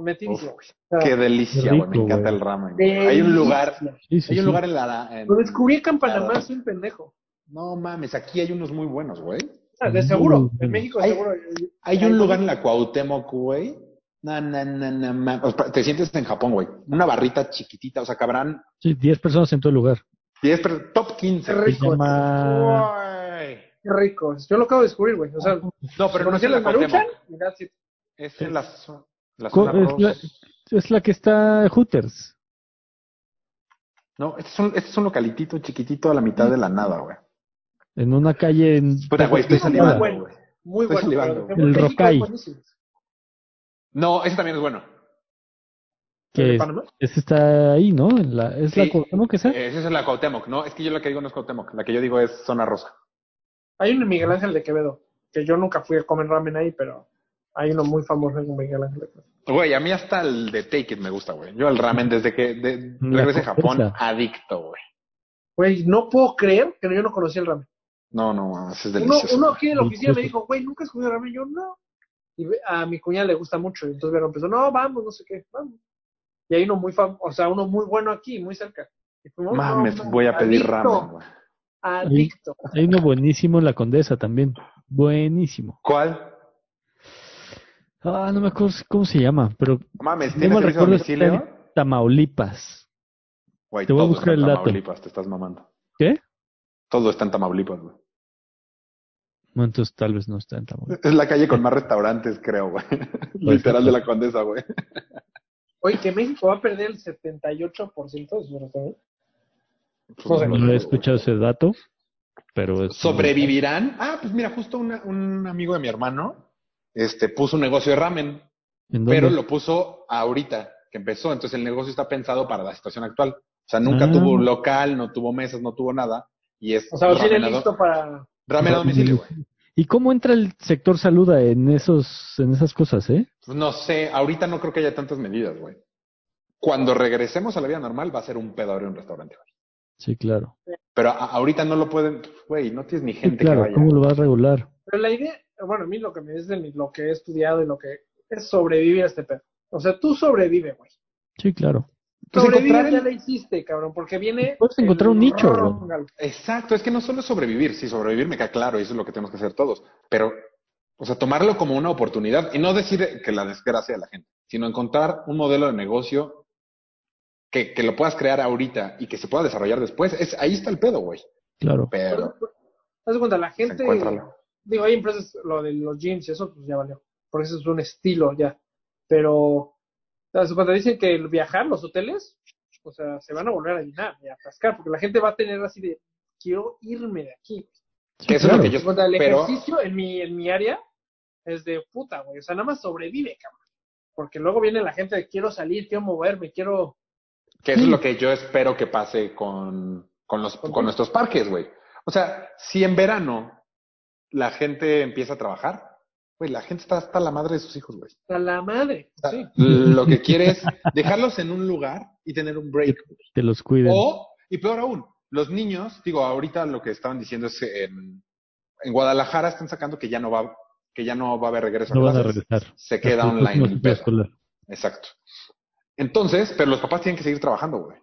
S1: metidísimo, güey. O sea,
S2: Qué delicia, güey. Me
S3: rico,
S2: encanta
S3: güey.
S2: el ramen. güey. Hay un lugar,
S3: Sí, sí,
S2: hay un
S3: sí.
S2: lugar en la... en-
S1: Lo descubrí acá en Panamá,
S2: Claro.
S1: soy un pendejo.
S2: No mames, aquí hay unos muy buenos, güey.
S1: Ah, de seguro,
S3: Mm.
S1: en México
S2: Hay-
S1: seguro. eh,
S2: Hay un lugar en la Cuauhtémoc, güey. No, no, no, no, ma- o sea, Te sientes en Japón, güey. Una barrita chiquitita, o sea, cabrán
S3: Sí, diez personas en todo el lugar.
S2: 10, pero top 15.
S1: Qué rico.
S3: Se llama-
S2: Güey.
S1: Qué rico. Yo lo acabo de descubrir, güey. O sea,
S2: No, pero no es
S1: conocí
S2: en
S1: las
S2: Ah, la
S1: maruchan
S2: Cuauhtémoc.
S1: y that's it.
S2: Es en la, zo- la
S3: Co-
S2: zona
S3: es la-
S2: rosa.
S3: Es la que está Hooters.
S2: No, este es, un, este es un localitito chiquitito a la mitad de la nada, güey.
S3: En una calle en.
S2: Puta, güey, estoy
S1: salivando,
S2: salivando,
S1: bueno.
S2: güey.
S1: Muy
S2: Estoy
S1: bueno.
S2: salivando.
S1: pero en
S3: El
S1: México hay
S3: Rokai.
S1: buenísimos.
S2: No, ese también es bueno.
S3: Que
S1: ¿De
S3: es-
S1: Panamá?
S3: ese está ahí, ¿no? En la, es
S2: Sí.
S3: la Cuauhtémoc esa.
S2: Eh, Ese es en la Cuauhtémoc. No, es que yo la que digo no es Cuauhtémoc. La que yo digo es zona rosa.
S1: Hay uno en Miguel Ángel de Quevedo, que yo nunca fui a comer ramen ahí, pero hay uno muy famoso en Miguel Ángel de Quevedo.
S2: Güey, a mí hasta el de Take It me gusta, güey. Yo el ramen desde que de,
S3: La
S2: regresé a Japón,
S3: sorpresa.
S2: adicto, güey.
S1: Güey, no puedo creer que yo no conocía el ramen.
S2: No, no, mames, es
S1: Uno,
S2: delicioso.
S1: uno aquí en la oficina me
S3: Delicioso.
S1: dijo, güey, ¿nunca has comido ramen? Yo, no. Y ve- a mi cuñada le gusta mucho. Y entonces Vero empezó, no, vamos, no sé qué, vamos. Y hay uno muy famoso, o sea, uno muy bueno aquí, muy cerca. Y fuimos, no,
S2: Mames,
S1: mames,
S2: voy a pedir
S1: adicto,
S2: ramen, güey.
S1: Adicto.
S3: Hay uno buenísimo en la Condesa también. Buenísimo.
S2: ¿Cuál?
S3: Ah, no me acuerdo cómo se llama, pero
S2: Mames,
S3: no
S2: ¿tienes
S3: me
S2: servicio a
S3: recuerdo si está
S2: domicilio?
S3: en Tamaulipas.
S2: Güey,
S3: Te voy a
S2: todo
S3: buscar
S2: está en
S3: el dato.
S2: Tamaulipas, te estás mamando.
S3: ¿Qué?
S2: Todo está en Tamaulipas, güey.
S3: No, entonces tal vez no está en Tamaulipas.
S2: Es la calle con más restaurantes, creo, güey. Literal de la Condesa, güey.
S1: Oye, que México va a perder el 78% de su restaurantes. No sé.
S3: No he escuchado ese dato, pero es.
S2: ¿Sobrevivirán? Ah, pues mira, justo una- un amigo de mi hermano este, puso un negocio de ramen,
S3: ¿En dónde?
S2: pero lo puso ahorita que empezó. Entonces el negocio está pensado para la situación actual. O sea, nunca
S3: Ah.
S2: tuvo un local, no tuvo mesas, no tuvo nada. Y es
S1: O sea, lo tiene
S2: ramen a do-
S1: listo para...
S2: ramen a domicilio, güey.
S3: ¿Y cómo entra el sector saluda en esos, en esas cosas, eh?
S2: Pues No sé, ahorita no creo que haya tantas medidas, güey. Cuando regresemos a la vida normal va a ser un pedo abrir un restaurante, güey.
S3: Sí, claro.
S2: Pero a- ahorita no lo pueden, güey, no tienes ni
S3: Sí,
S2: gente
S3: claro,
S2: que vaya.
S3: ¿cómo lo vas a regular?
S1: Pero la idea, bueno, a mí lo que me dicen, lo que he estudiado y lo que es sobrevivir a este pedo. O sea, tú sobrevive, güey.
S3: Sí, claro.
S2: Pues
S1: Sobrevivir
S2: encontrar el-
S1: ya la hiciste, cabrón, porque viene...
S3: Puedes encontrar
S1: el
S3: un nicho, güey.
S1: róngalo.
S2: Exacto, es que no solo es sobrevivir, sí, sobrevivir me queda claro, y eso es lo que tenemos que hacer todos, pero, o sea, tomarlo como una oportunidad y no decir que la desgracia de la gente, sino encontrar un modelo de negocio que, que lo puedas crear ahorita y que se pueda desarrollar después, es, ahí está el pedo, güey.
S3: Claro.
S2: Pero,
S1: Haz de cuenta, la gente...
S2: encuéntralo.
S1: Digo, hay empresas, lo de los gyms y eso, pues ya valió. Porque eso es un estilo ya. Pero, ¿sabes? cuando dicen que el viajar, los hoteles, o sea, se van a volver a llenar y a atascar, porque la gente va a tener así de, quiero irme de aquí.
S3: Sí,
S2: Que eso
S3: claro.
S2: es lo que
S1: Haz de
S2: yo...
S1: cuenta, el
S2: Pero,
S1: ejercicio en mi, en mi área es de puta, güey. O sea, nada más sobrevive, cabrón. Porque luego viene la gente de, quiero salir, quiero moverme, quiero...
S2: Que eso es lo que yo espero que pase con, con, los,
S1: ¿Con
S2: con
S1: qué?
S2: nuestros parques, güey. O sea, si en verano la gente empieza a trabajar, güey, la gente está hasta la madre de sus hijos, güey.
S1: A la madre.
S2: O sea,
S1: Sí.
S2: Lo que quiere es dejarlos en un lugar y tener un break.
S3: Te los cuiden.
S2: O, y peor aún, los niños, digo, ahorita lo que estaban diciendo es que en, en Guadalajara están sacando que ya no va, que ya no va a haber regreso.
S3: no van a
S2: clases.
S3: regresar.
S2: Se queda
S3: Hasta el
S2: online.
S3: próximo
S2: el
S3: ciclo
S2: pedo.
S3: escolar.
S2: Exacto. Entonces, pero los papás tienen que seguir trabajando, güey.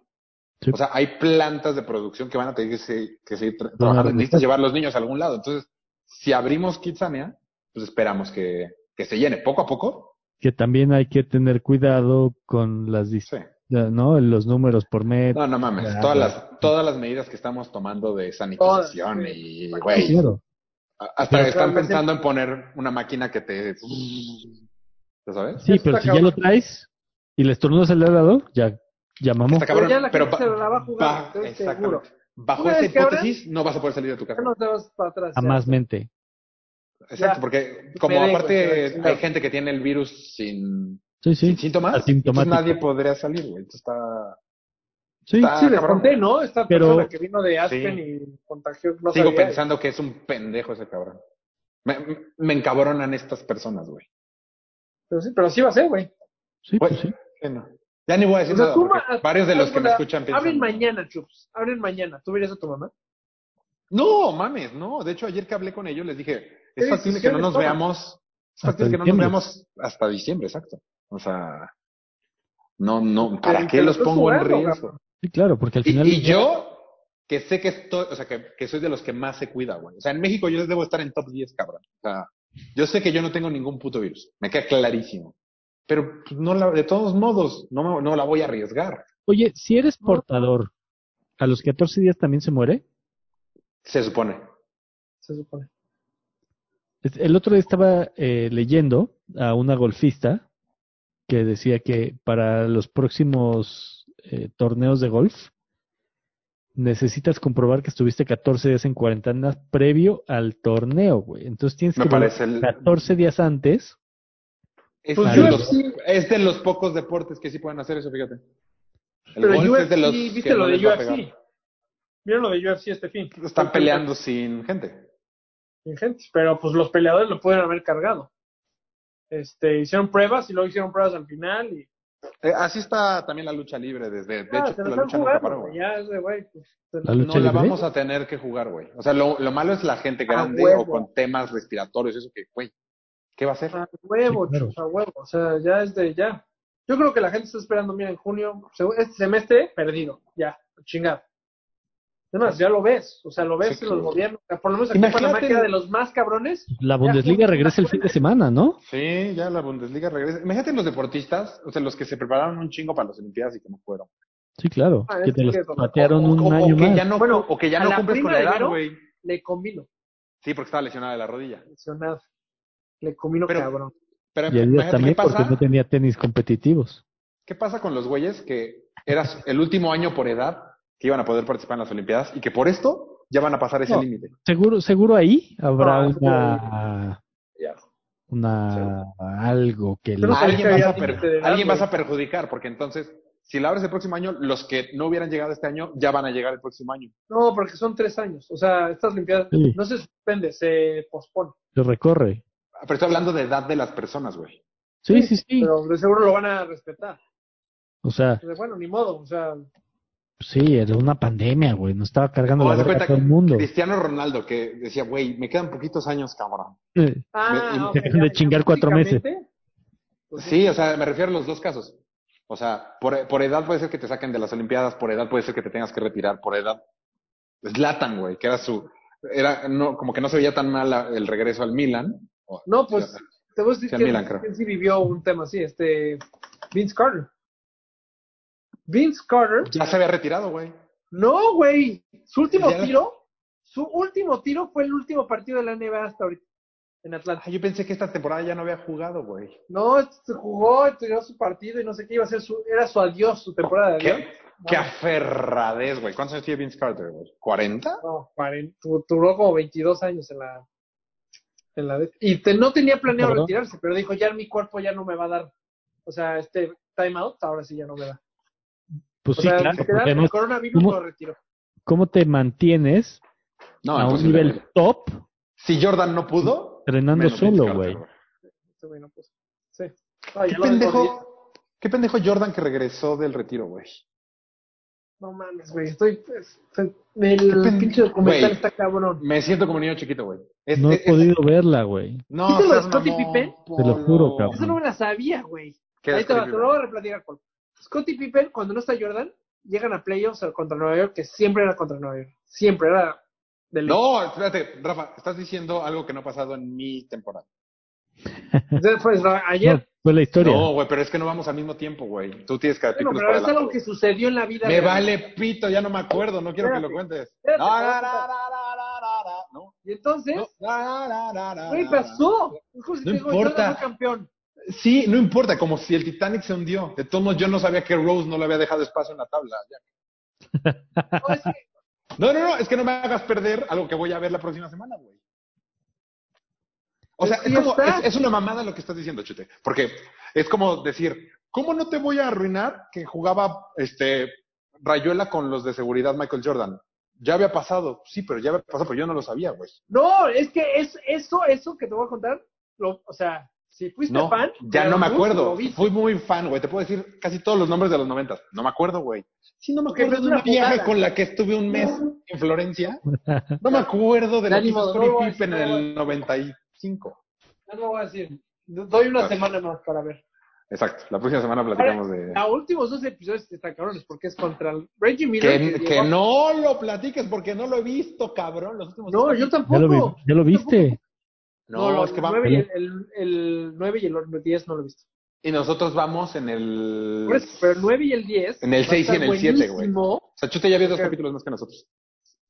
S3: Sí.
S2: O sea, hay plantas de producción que van a tener que seguir, que seguir tra-
S3: a
S2: trabajando.
S3: regresar.
S2: Necesitas llevar a los niños a algún lado. Entonces, si abrimos Kidsania, pues esperamos que, que se llene poco a poco.
S3: Que también hay que tener cuidado con las dis-
S2: Sí.
S3: ¿no? los números por metro.
S2: No, no mames.
S3: Ya,
S2: todas
S3: ya.
S2: las, todas las medidas que estamos tomando de sanitización
S1: Todas,
S2: y,
S3: Sí,
S2: güey,
S3: claro.
S2: a- hasta
S1: Pero
S2: están
S1: realmente-
S2: pensando en poner una máquina que te... ¿Ya sabes?
S3: Sí,
S1: Eso
S3: pero
S1: está
S3: si ya
S1: cabrón.
S3: lo traes y le estornudas al de al lado, ya llamamos.
S2: Está cabrón,
S1: Pero ya la
S2: pero
S1: gente
S2: ba-
S1: se la va a jugar, estoy
S2: exactamente.
S1: seguro.
S2: Bajo
S1: Una
S2: esa
S1: vez que abran-
S2: hipótesis, no vas a poder salir de tu casa.
S1: Ya no te vas para atrás.
S3: A
S1: ya.
S3: más mente.
S2: Exacto,
S1: Ya.
S2: porque
S1: Me
S2: como
S1: vengo,
S2: aparte
S1: sí,
S2: hay
S1: chingado.
S2: gente que tiene el virus sin,
S3: Sí, sí.
S2: sin síntomas, entonces
S3: Asintomático.
S2: nadie podría salir, güey. Entonces está...
S3: Sí,
S2: está
S1: Sí, les
S2: Ah, cabrón,
S1: conté,
S2: güey.
S1: ¿no? Esta
S3: Pero-
S1: persona que vino de Aspen
S2: Sí.
S1: y contagió. No
S2: Sigo
S1: sabía.
S2: pensando que es un pendejo ese cabrón. Me, me- me encabronan estas personas, güey.
S1: Pero sí, pero sí va a ser, güey.
S3: sí, pues
S2: Güey,
S3: sí.
S2: sí, no. Ya ni voy a decir
S1: O sea,
S2: nada,
S1: tú
S2: porque
S1: ma-
S2: varios de los
S1: haz
S2: que me
S1: cuenta,
S2: escuchan
S1: Abren
S2: piensan...
S1: mañana, Chups. Abren mañana. ¿Tú verías a tu mamá?
S2: No, mames, no. De hecho, ayer que hablé con ellos les dije, es
S1: ¿Qué
S2: factible que no
S1: decisiones
S2: nos
S1: toman?
S2: veamos, es
S3: Hasta
S2: factible que no nos
S3: diciembre.
S2: veamos hasta diciembre, exacto. O sea, no, no, ¿para
S1: Pero
S2: qué
S1: te
S2: los
S1: estás
S2: pongo en
S1: jugando,
S2: riesgo?
S3: Sí, claro, porque al
S2: Y,
S3: final.
S2: y yo, que sé que estoy, o sea, que, que soy de los que más se cuida, güey. O sea, en México yo debo estar en top 10, cabrón. O sea, yo sé que yo no tengo ningún puto virus. Me queda clarísimo. Pero pues, no la, de todos modos, no, me- no la voy a arriesgar.
S3: Oye, si eres portador, ¿a los 14 días también se muere?
S2: Se supone.
S1: Se supone.
S3: Es- El otro día estaba eh, leyendo a una golfista que decía que para los próximos eh, torneos de golf necesitas comprobar que estuviste 14 días en cuarentena previo al torneo, güey. Entonces tienes
S2: Me
S3: que volver
S2: parece el-
S3: 14 días antes.
S2: Es,
S1: Pues
S2: de
S3: yo
S2: los-
S1: sí-
S2: es de los pocos deportes que sí pueden hacer eso, fíjate. El
S1: Pero
S2: golf
S1: UFC,
S2: es de los
S1: ¿viste
S2: que
S1: lo
S2: no
S1: de
S2: les va a pegar.
S1: UFC? Vieron lo de UFC este fin.
S2: Están peleando sin gente.
S1: sin gente, pero pues los peleadores lo pueden haber cargado. Este, hicieron pruebas y luego hicieron pruebas al final y
S2: Eh, así está también la lucha libre desde.
S1: Ah,
S2: De hecho,
S1: se lo están
S2: la lucha nunca
S1: jugando,
S2: paró,
S1: güey,
S2: güey.
S1: ya ese güey, pues, se-
S3: La lucha
S2: no la
S3: libre.
S2: vamos a tener que jugar, güey. O sea, lo, lo malo es la gente grande
S1: Ah, huevo. Ah.
S2: o con temas respiratorios, eso que, güey, ¿qué va a hacer?
S1: a huevo,
S3: Sí, claro.
S1: chus, a huevo, o sea, ya es de ya. Yo creo que la gente está esperando, mira, en junio, se- este semestre perdido, ya, chingado. Además, ya lo ves, o sea, lo ves
S2: Sí,
S1: en los
S2: claro.
S1: gobiernos, o sea, por lo menos aquí en Panamá
S2: Imagínate.
S1: que era de los más cabrones,
S3: La Bundesliga regresa el fin de semana, ¿no?
S2: Sí, ya la Bundesliga regresa. Imagínate los deportistas, o sea, los que se prepararon un chingo para las Olimpiadas y que no fueron.
S3: Sí, claro.
S1: Ah,
S3: que
S1: es
S3: te los
S1: que- o-
S3: patearon
S2: o,
S3: un
S2: o- o
S3: año
S2: que
S3: más.
S2: ya no,
S1: Bueno,
S2: o que ya
S1: a
S2: no
S1: la
S2: cumples
S1: prima
S2: con la
S1: de
S2: edad,
S1: Vero.
S2: güey.
S1: le combino,
S2: Sí, porque estaba lesionada de la rodilla.
S1: lesionado, le combino
S2: Pero-
S1: cabrón.
S2: Pero
S3: Y
S2: imagínate
S3: ellos
S2: qué
S3: también porque
S2: pasa,
S3: no tenía tenis competitivos.
S2: qué pasa con los güeyes que eras el último año por edad que iban a poder participar en las Olimpiadas y que por esto ya van a pasar ese
S3: No.
S2: límite.
S3: Seguro, seguro ahí habrá
S1: Ah,
S3: una,
S2: Ya.
S3: una algo que
S1: Pero
S3: les-
S1: no sabía
S2: alguien,
S1: que
S2: vas
S1: había
S2: a, per-
S1: límite de edad,
S2: alguien vas
S1: güey.
S2: a perjudicar, porque entonces, si la abres el próximo año, los que no hubieran llegado este año ya van a llegar el próximo año.
S1: No, porque son tres años, o sea, estas limpiadas
S3: Sí.
S1: no se suspende, se pospone.
S3: se recorre.
S2: Pero estoy hablando de edad de las personas, güey.
S3: Sí, sí, sí.
S1: Pero de seguro lo van a respetar.
S3: O sea,
S1: Entonces, bueno, ni modo, o sea,
S3: sí, era una pandemia, güey. Nos estaba cargando
S2: O
S3: la
S2: Pues haz de
S3: verga
S2: cuenta
S3: a todo
S2: que
S3: el mundo.
S2: Cristiano Ronaldo, que decía, güey, me quedan poquitos años, cabrón.
S3: Eh,
S2: Me-
S1: ah,
S2: y-
S1: ok,
S3: dejan de chingar cuatro meses.
S1: físicamente, pues,
S2: Sí, o sea, me refiero a los dos casos. O sea, por, por edad puede ser que te saquen de las Olimpiadas, por edad puede ser que te tengas que retirar, por edad. Zlatan, güey, que era su... Era, no, como que no se veía tan mal la- el regreso al Milan. O-
S1: No, pues te voy a decir
S2: Sí, al
S1: que
S2: Milan, creo.
S1: él sí vivió un tema así, este Vince Carter. Vince Carter,
S2: Ya se había retirado, güey.
S1: no, güey, su último
S2: Ya la-
S1: tiro, su último tiro fue el último partido de la NBA hasta ahorita en Atlanta.
S2: Ah, yo pensé que esta temporada ya no había jugado, güey.
S1: No, se jugó, tiró su partido y no sé qué iba a ser su era su adiós, su temporada de adiós.
S2: ¿Qué, qué aferradez, güey. ¿Cuántos años tiene Vince Carter, güey? ¿40?
S1: No, cuaren- tu- duró como 22 años en la en la de- y te- no tenía planeado
S3: Cabrón.
S1: retirarse, pero dijo, "Ya mi cuerpo ya no me va a dar." O sea, este timeout ahora sí ya no me da.
S3: pues
S1: O
S3: sí,
S1: sea, si
S3: claro.
S1: te
S3: porque
S1: dan el
S3: además,
S1: coronavirus
S3: ¿cómo?
S1: lo retiro.
S3: ¿cómo te mantienes
S2: No, eh,
S3: a un
S2: imposible.
S3: nivel top
S2: Si Jordan no pudo,
S3: entrenando
S2: menos Vince
S3: solo,
S2: Carter,
S3: güey?
S1: Este güey no puso. Sí. Ah,
S2: ¿Qué
S1: ya lo ves por diez.
S2: pendejo, qué pendejo Jordan que regresó del retiro, güey.
S1: No mames, güey. Estoy, estoy- el
S2: pendejo,
S1: pinche documental
S2: güey.
S1: está cabrón.
S2: Me siento como niño chiquito, güey. Este, Es-
S3: No he
S2: es- es-
S3: podido verla, güey.
S2: No,
S1: ¿Viste lo de
S2: seas
S1: Scottie
S2: mamón,
S1: Pippen?
S2: Polo.
S3: Te lo juro, cabrón.
S1: Eso no me la sabía, güey.
S2: ¿Qué era
S1: Ahí te va,
S2: Scottie
S1: te lo voy a replaticar con. Scottie Pippen, cuando no está Jordan, llegan a playoffs contra Nueva York, que siempre era contra Nueva York. Siempre era del
S2: No, espérate, Rafa, estás diciendo algo que no ha pasado en mi temporada.
S1: Entonces, pues, no,
S3: No,
S1: ayer.
S3: fue la historia.
S2: No, güey, pero es que no vamos al mismo tiempo, güey. Tú tienes que
S1: Bueno,
S2: artículos
S1: pero es
S2: para
S1: algo
S2: la-
S1: que sucedió en la vida.
S2: Me
S1: real.
S2: vale pito, ya no me acuerdo, no quiero que lo
S1: Espérate,
S2: cuentes.
S1: espérate,
S2: No,
S1: te voy
S2: no,
S1: a
S2: no,
S1: contar.
S2: no, no, no, no, no,
S1: Y entonces,
S2: no, no, no, no,
S1: güey,
S2: no, no.
S1: pasó. Es como si
S2: No
S1: te digo,
S2: importa.
S1: Jordan fue campeón.
S2: Sí, no importa, como si el Titanic se hundió. De todos modos, yo no sabía que Rose no le había dejado espacio en la tabla. ya.
S1: No, es que-
S2: No, no, no, es que no me hagas perder algo que voy a ver la próxima semana, güey. O sea,
S1: Pues
S2: es,
S1: ya
S2: como,
S1: está.
S2: es, es una mamada lo que estás diciendo, Chute. Porque es como decir, ¿cómo no te voy a arruinar que jugaba este Rayuela con los de seguridad Michael Jordan? Ya había pasado, sí, pero ya había pasado, pero yo no lo sabía, güey.
S1: no, es que es, eso, eso que te voy a contar, lo- o sea, si fuiste
S2: No,
S1: fan.
S2: ya
S1: de
S2: no me
S1: Ruth, lo
S2: acuerdo.
S1: viste.
S2: Fui muy fan, güey. Te puedo decir casi todos los nombres de los noventas. No me acuerdo, güey. Sí, no me
S1: Porque
S2: acuerdo
S1: es
S2: de
S1: una
S2: una vieja
S1: jugada.
S2: con la que estuve un mes en Florencia. No me acuerdo
S1: Ya
S2: de la que
S1: ni
S2: hizo
S1: modo,
S2: Scottie
S1: no,
S2: Pippen en
S1: no,
S2: el 95.
S1: No lo voy a decir. Doy una
S2: Ah.
S1: semana más para ver.
S2: Exacto. La próxima semana platicamos de...
S1: Los últimos dos episodios están cabrones porque es contra el Reggie Miller.
S2: Que,
S1: llegó
S2: que
S1: a-
S2: no lo platiques porque no lo he visto, cabrón. Los últimos
S1: No, yo
S3: ya, lo vi-
S1: tampoco.
S3: ya lo viste.
S2: No,
S1: los
S2: es que va...
S1: nueve y el, el, el 9 y el 10 no lo he visto.
S2: Y nosotros vamos en
S1: Por
S2: el...
S1: eso, pero el 9 y el 10.
S2: En el
S1: va a
S2: seis y
S1: estar
S2: en el siete, güey.
S1: buenísimo.
S2: O sea, Chute ya vio dos
S1: Ok.
S2: capítulos más que nosotros.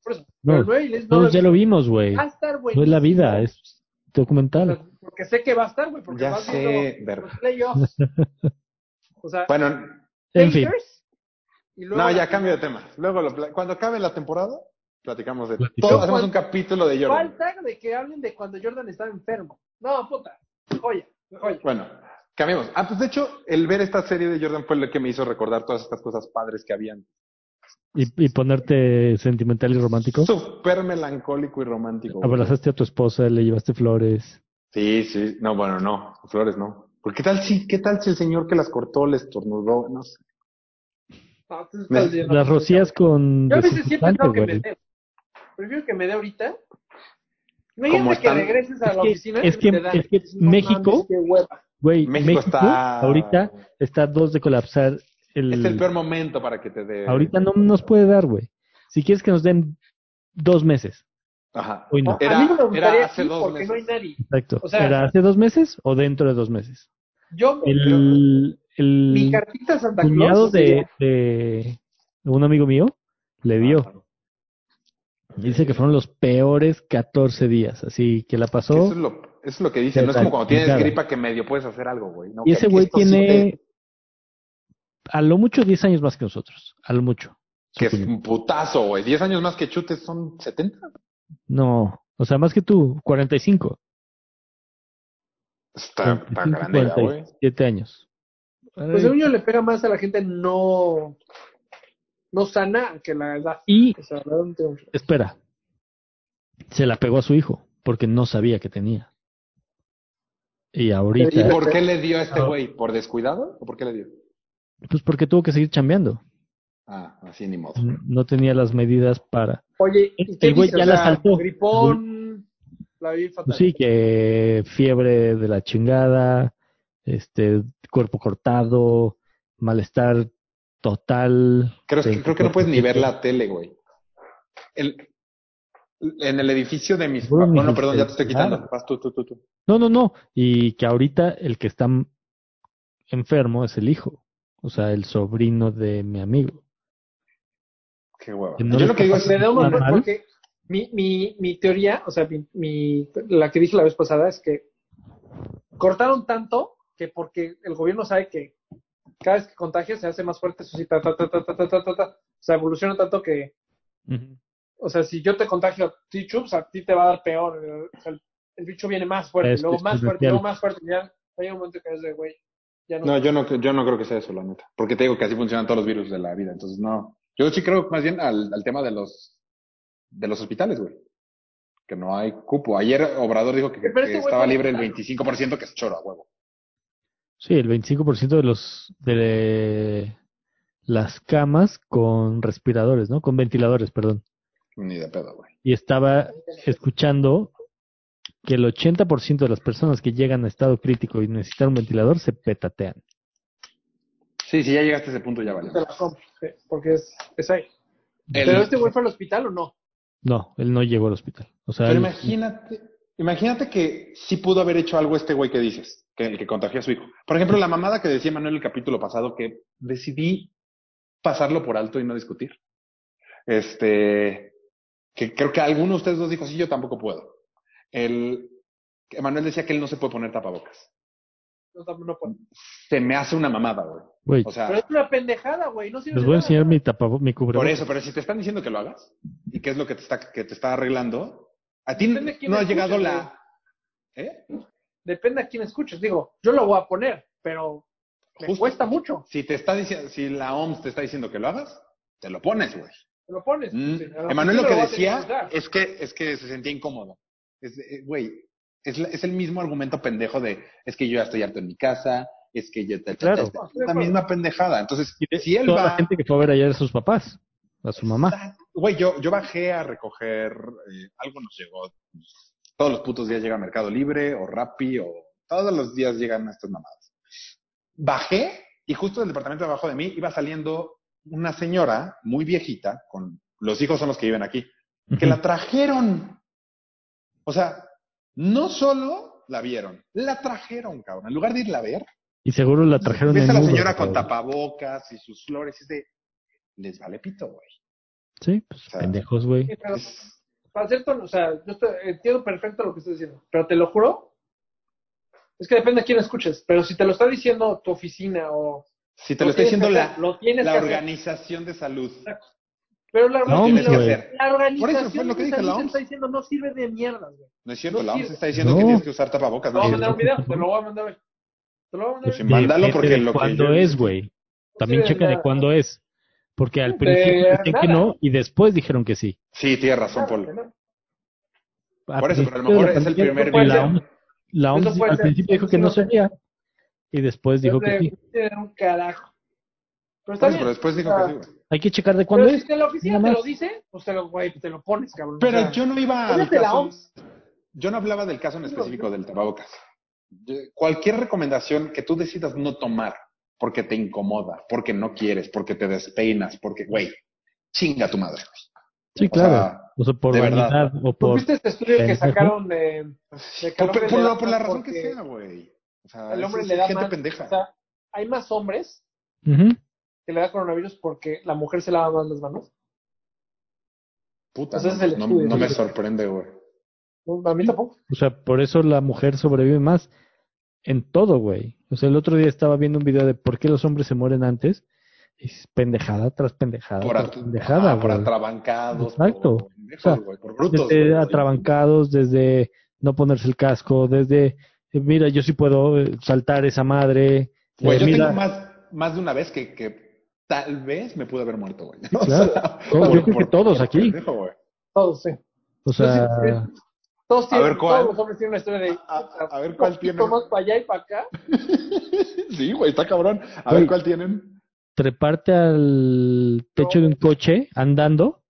S1: Por eso,
S3: No,
S1: pero el 9 y el 10 no
S3: Todos ya
S1: lo
S3: lo
S1: he visto.
S3: vimos, güey.
S2: ah,
S1: Va a estar
S3: No
S1: buenísimo.
S3: es la vida, es
S1: O
S3: documental.
S1: sea, Porque sé que va a estar, güey. Porque
S2: Ya
S1: vas
S2: sé,
S1: viendo
S2: verga.
S1: los playoffs. O sea,
S2: Bueno,
S3: En fin,
S1: Lakers, y luego
S2: No,
S1: la-
S2: ya cambio de tema. Luego, lo pla- cuando acabe la temporada, platicamos de
S3: Platicamos.
S2: todo. Hacemos un capítulo de Jordan.
S1: Falta de que hablen de cuando Jordan estaba enfermo. No, puta. Joya, joya.
S2: Bueno, cambiemos. Ah, pues de hecho, el ver esta serie de Jordan fue lo que me hizo recordar todas estas cosas padres que habían.
S3: y, y ponerte sentimental y romántico.
S2: Súper melancólico y romántico. güey.
S3: Abrazaste a tu esposa, le llevaste flores.
S2: Sí, sí. No, bueno, no. Flores no. Porque qué tal si, qué tal si el señor que las cortó les estornudó? No sé.
S1: No, tú estás
S2: Me-
S1: diciendo-
S3: Las rocías con
S1: Yo a veces siempre
S3: desinfectante,
S1: tengo que
S3: güey.
S1: me dé. Prefiero que me dé ahorita.
S2: Como
S1: Imagínate que
S2: están-
S1: regreses a
S3: Es
S1: la
S3: que-
S1: oficina.
S3: es
S1: y
S3: que-
S1: te dan.
S3: es que
S1: Dices, "No
S3: México-
S1: mames, qué hueva".
S3: Güey,
S2: México, está.
S3: ahorita está a dos de colapsar. El,
S2: Es el peor momento para que te dé.
S3: ahorita no nos puede dar, güey. Si quieres que nos den dos meses.
S2: Ajá.
S3: Hoy no.
S2: Era-
S1: a mí no me
S2: era
S1: gustaría
S2: hace
S1: aquí
S2: dos
S1: porque no hay
S2: meses.
S1: nadie.
S3: Exacto.
S1: O sea-
S3: ¿Era hace dos meses o dentro de dos meses?
S1: Yo,
S3: El, el
S1: mi cartita a Santa
S3: Mm, cuñado
S1: Claus.
S3: de, de un amigo mío le
S1: Ah,
S3: dio. Dice que fueron los peores 14 días. Así que la
S2: Que Eso
S3: pasó.
S2: es lo, eso es lo que dicen,
S3: Te
S2: no es como cuando tienes
S3: salpicaba.
S2: gripa que medio puedes hacer algo, güey. ¿no?
S3: Y
S2: Que-
S3: ese
S2: que
S3: güey
S2: esto sí
S3: tiene a lo mucho 10 años más que nosotros. A lo mucho.
S2: te- que es
S3: Supongo.
S2: un putazo, güey. 10 años más que chutes son 70.
S3: No, o sea, más que tú, 45.
S2: Está, está
S3: 45,
S2: grande ya, güey.
S3: 47 años.
S1: Pues según yo le pega más a la gente no, no sana que la edad.
S3: y,
S1: O sea, realmente un-
S3: espera, se la pegó a su hijo porque no sabía que tenía. Y
S2: ¿Y
S3: ahorita,
S2: por qué le dio a este
S3: Ah.
S2: güey? ¿Por descuidado? ¿O por qué le dio?
S3: pues porque tuvo que seguir chambeando.
S2: Ah, así ni modo.
S3: No tenía las medidas para.
S1: Oye, ¿y qué
S3: El este güey
S1: dice?
S3: ya
S1: O
S3: la
S1: sea,
S3: saltó.
S1: Gripón, la vi fatal.
S3: Pues sí, que fiebre de la chingada, este, cuerpo cortado, malestar total. Este,
S2: Creo, que, creo que no puedes ni ver
S3: 24/7.
S2: la tele, güey. El- en el edificio de mis
S3: Seguro
S2: papás.
S3: ni
S2: No, perdón, ya te
S3: ustedes.
S2: estoy quitando.
S3: Ah.
S2: Vas tú, tú, tú, tú.
S3: No, no, no. Y que ahorita el que está m- enfermo es el hijo. O sea, el sobrino de mi amigo.
S2: Qué hueva.
S3: Que no
S2: Yo
S3: le
S2: lo que digo es.
S1: Me da un
S3: ¿Normal?
S1: horror porque mi, mi, mi teoría, o sea, mi, mi- la que dije la vez pasada es que cortaron tanto que porque el gobierno sabe que cada vez que contagia se hace más fuerte su cita, ta, ta, ta, ta, ta, ta, ta, ta. o sea, evoluciona tanto que, o sea, si yo te contagio a ti, Chups, a ti te va a dar peor. eh, o sea, el, el bicho viene más fuerte,
S3: Es-
S1: luego
S3: es
S1: más fuerte,
S3: especial.
S1: luego más fuerte. Ya hay un momento que es de, güey, ya no.
S2: No, yo no, yo no creo que sea eso, la neta. Porque te digo que así funcionan todos los virus de la vida. Entonces, no. Yo sí creo más bien al, al tema de los, de los hospitales, güey. Que no hay cupo. Ayer Obrador dijo que,
S1: Pero este
S2: que
S1: güey
S2: estaba
S1: fue
S2: libre el
S1: hospital.
S2: 25%, que es choro, a huevo.
S3: Sí, el 25% de los de las camas con respiradores, ¿no? Con ventiladores, perdón.
S2: Ni de pedo, güey.
S3: Y estaba escuchando que el 80% de las personas que llegan a estado crítico y necesitan un ventilador se petatean.
S2: Sí, si ya llegaste a ese punto, ya vale.
S1: Te la compro, sí, porque es, es ahí.
S2: El-
S1: ¿Pero este güey fue al hospital o no?
S3: No, él no llegó al hospital. O sea,
S2: Pero
S3: él-
S2: imagínate, imagínate que sí pudo haber hecho algo este güey que dices, que el que contagió a su hijo. Por ejemplo, la mamada que decía Manuel el capítulo pasado, que decidí pasarlo por alto y no discutir. Este, que creo que alguno de ustedes dos dijo, sí, yo tampoco puedo. El, que Manuel decía que él no se puede poner tapabocas.
S1: No, tam- no puedo.
S2: Se me hace una mamada, güey.
S3: güey,
S2: O
S1: Pero
S2: sea,
S1: es una pendejada, güey. No sirve
S3: les
S1: de
S3: voy a
S1: nada.
S3: enseñar mi tapabo, mi cubrebocas.
S2: por eso, pero si te están diciendo que lo hagas y qué es lo que te está, que te está arreglando, a ti
S1: Depende de quién
S2: no ha
S1: escuche,
S2: llegado
S1: güey.
S2: la... ¿Eh?
S1: Depende a quién escuches. Digo, yo lo voy a poner, pero me
S2: Justo.
S1: cuesta mucho.
S2: si te está diciendo, si la OMS te está diciendo que lo hagas, te lo pones, güey.
S1: Te lo pones.
S2: Mm.
S1: Sí, a
S2: Emanuel lo
S1: mejor
S2: que
S1: voy a tener
S2: decía
S1: usar.
S2: es que, es que se sentía incómodo. Es, eh, güey, es, la- es el mismo argumento pendejo de, es que yo ya estoy harto en mi casa, es que yo te...
S3: Claro.
S2: Es la misma pendejada. Entonces, si él
S3: Toda
S2: va...
S3: la gente que fue a ver ayer a sus papás, a su mamá.
S2: Exacto. Güey, yo, yo bajé a recoger, eh, algo nos llegó, todos los putos días llega Mercado Libre o Rappi o todos los días llegan estas mamadas. Bajé y justo del departamento de abajo de mí iba saliendo una señora muy viejita con los hijos son los que viven aquí, que la trajeron. O sea, no solo la vieron, la trajeron, cabrón. En lugar de irla a ver,
S3: Y seguro la trajeron
S2: ves
S3: en
S2: a la
S3: Uber,
S2: señora con
S3: cabrón.
S2: tapabocas y sus flores y es de, les vale pito, güey.
S3: Sí, pues
S2: O sea,
S3: pendejos, güey.
S1: Sí, pero
S2: Es-
S1: para ser ton- o sea, yo estoy- entiendo perfecto lo que estás diciendo, pero te lo juro, es que depende a quién escuches, pero si te lo está diciendo tu oficina o...
S2: Si te lo
S1: lo
S2: está
S1: tienes
S2: diciendo
S1: que
S2: la,
S1: hacer, lo tienes
S2: la
S1: que hacer.
S2: Organización de Salud.
S1: Pero la,
S3: No,
S1: organización-
S2: tienes que
S3: güey.
S2: hacer.
S1: la organización
S2: Por eso fue lo que
S1: de
S2: dije,
S1: salud
S2: la
S1: te
S2: OMS.
S1: está diciendo no sirve de mierda, güey.
S2: No es cierto,
S1: No
S2: la OMS
S1: sirve.
S2: está diciendo que
S3: No.
S2: tienes que usar tapabocas.
S1: Te voy a
S2: No,
S1: mandar un video, te lo voy a mandar hoy. Te lo voy a mandar
S2: Pues sí,
S1: hoy.
S2: Mándalo
S3: Depende
S2: porque
S3: de
S2: lo que
S3: cuándo
S2: yo-
S3: es, güey. También
S1: No sirve
S3: checa de
S1: nada.
S3: cuándo es. Porque al
S1: De
S3: principio decían que
S1: nada.
S3: no y después dijeron que sí.
S2: sí, tienes razón,
S1: Claro,
S2: Polo.
S1: ¿no?
S3: Al
S2: Por eso, pero a lo
S3: principio de
S2: mejor
S3: la
S2: es el
S3: pandemia,
S2: primer
S1: puede
S3: La
S1: ser.
S2: video.
S3: OMS, la
S1: Eso
S3: OMS
S1: puede
S3: al
S1: ser.
S3: principio dijo que no
S1: Entonces,
S3: sabía y después dijo que sí.
S1: Entonces, tiene un carajo. Pero está
S2: Por eso,
S1: bien.
S2: pero después dijo
S1: Ah.
S2: que sí, güey.
S3: Hay que checar de
S1: Pero
S3: cuándo
S1: si
S3: es.
S1: te la oficina
S3: Nada
S1: te lo
S3: más.
S1: dice, pues te lo, güey, te lo pones, cabrón. O
S2: Pero
S1: sea,
S2: yo no iba al
S1: Póngate la
S2: caso-
S1: OMS.
S2: Yo no hablaba del caso en específico del tapabocas. Yo- Cualquier recomendación que tú decidas no tomar porque te incomoda, porque no quieres, porque te despeinas, porque, güey, chinga tu madre.
S3: Sí,
S2: O sea,
S3: claro. O sea, por
S2: de verdad.
S3: vanidad o
S1: ¿No
S3: por...
S1: viste este estudio que
S3: pendejo.
S1: sacaron de, de que al
S2: Por,
S1: hombre
S2: por
S1: le
S2: la,
S1: da
S2: por la
S1: más
S2: razón que
S1: porque
S2: sea, güey. O sea,
S1: al
S2: es-
S1: hombre
S2: es
S1: le da
S2: gente
S1: más,
S2: pendeja.
S1: O sea, hay más hombres
S3: Ujú.
S1: que le da coronavirus porque la mujer se lava más las manos.
S2: Puta,
S1: Pues ese
S2: no-
S1: es el
S2: no,
S1: estudio,
S2: no me
S1: ¿no?
S2: sorprende, güey.
S1: No, A mí tampoco.
S3: O sea, por eso la mujer sobrevive más en todo, güey. O sea, el otro día estaba viendo un video de por qué los hombres se mueren antes. Y Es pendejada tras pendejada
S2: Por,
S3: tras
S2: at-
S3: pendejada,
S2: ajá, por
S3: güey.
S2: atrabancados,
S3: Exacto.
S2: por, pendejos,
S3: O sea,
S2: güey, por brutos.
S3: Desde
S2: güey.
S3: atrabancados, desde no ponerse el casco, desde, eh, mira, yo sí puedo eh, saltar esa madre.
S2: Güey,
S3: eh,
S2: yo
S3: mira,
S2: tengo más, más de una vez que, que tal vez me pude haber muerto, güey. O
S3: Claro.
S2: sea,
S3: Yo- yo creo que todos aquí.
S2: pendejo, güey.
S1: Todos, sí.
S3: o sea,
S1: Yo Todos, tienen,
S2: ver, ¿cuál?
S1: todos los hombres tienen una historia de.
S2: A- a- a ver, ¿cuál
S1: un
S2: tiene?
S1: poquito más para allá y para acá.
S2: sí, güey, está cabrón. A
S3: Güey.
S2: ver cuál tienen.
S3: treparte al techo de un coche andando.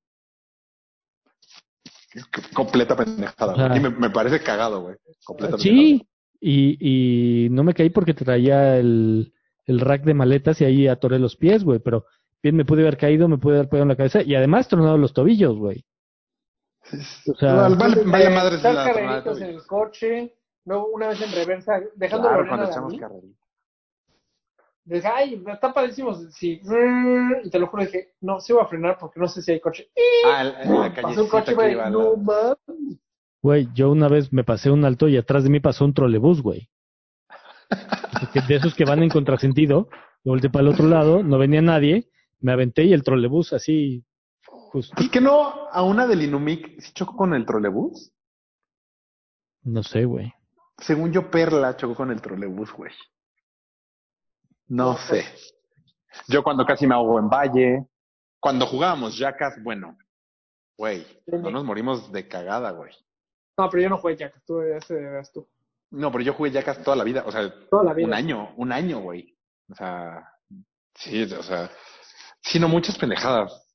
S2: C- Completa pendejada.
S3: Ajá.
S2: güey. Y me, me parece cagado, güey. Completa
S3: Sí, y, y no me caí porque traía el, el rack de maletas y ahí atoré los pies, güey, pero bien me pude haber caído, me pude haber pegado en la cabeza y además tronado los tobillos, güey. O sea,
S2: pendejada. Vale, vale
S1: Eh,
S2: madres
S1: echar
S2: la
S1: carreritas
S2: tonada, güey.
S1: en el coche. Luego, una vez en reversa, dejando
S2: Claro,
S1: Lorena
S2: cuando
S1: a
S2: echamos
S1: mí,
S2: carreritas.
S1: Dije, ay, está padrísimo. Sí. Y te lo juro, dije, no, sí voy a frenar porque no sé si hay coche.
S2: Ah, en- en la
S1: Pasó un
S2: callecita
S1: coche y
S2: que
S1: me
S2: iba al
S1: no
S2: lado.
S1: mames.
S3: güey, yo una vez me pasé un alto y atrás de mí pasó un trolebús, güey. Que De esos que van en contrasentido, me volteé para el otro lado, no venía nadie, me aventé y el trolebús así, pues, justo,
S2: ¿Y que no a una del Inumic sí chocó con el trolebús?
S3: no sé, güey.
S2: Según yo, Perla chocó con el trolebús, güey. No sé. Yo cuando casi me ahogo en Valle, cuando jugábamos Jackas, bueno, güey, no nos morimos de cagada, güey.
S1: No, pero yo no jugué Jack, tú ese eras tú.
S2: No, pero yo jugué Jackas toda la vida, o sea,
S1: Toda la vida.
S2: un año, un año, güey. O sea, sí, o sea, sino muchas pendejadas.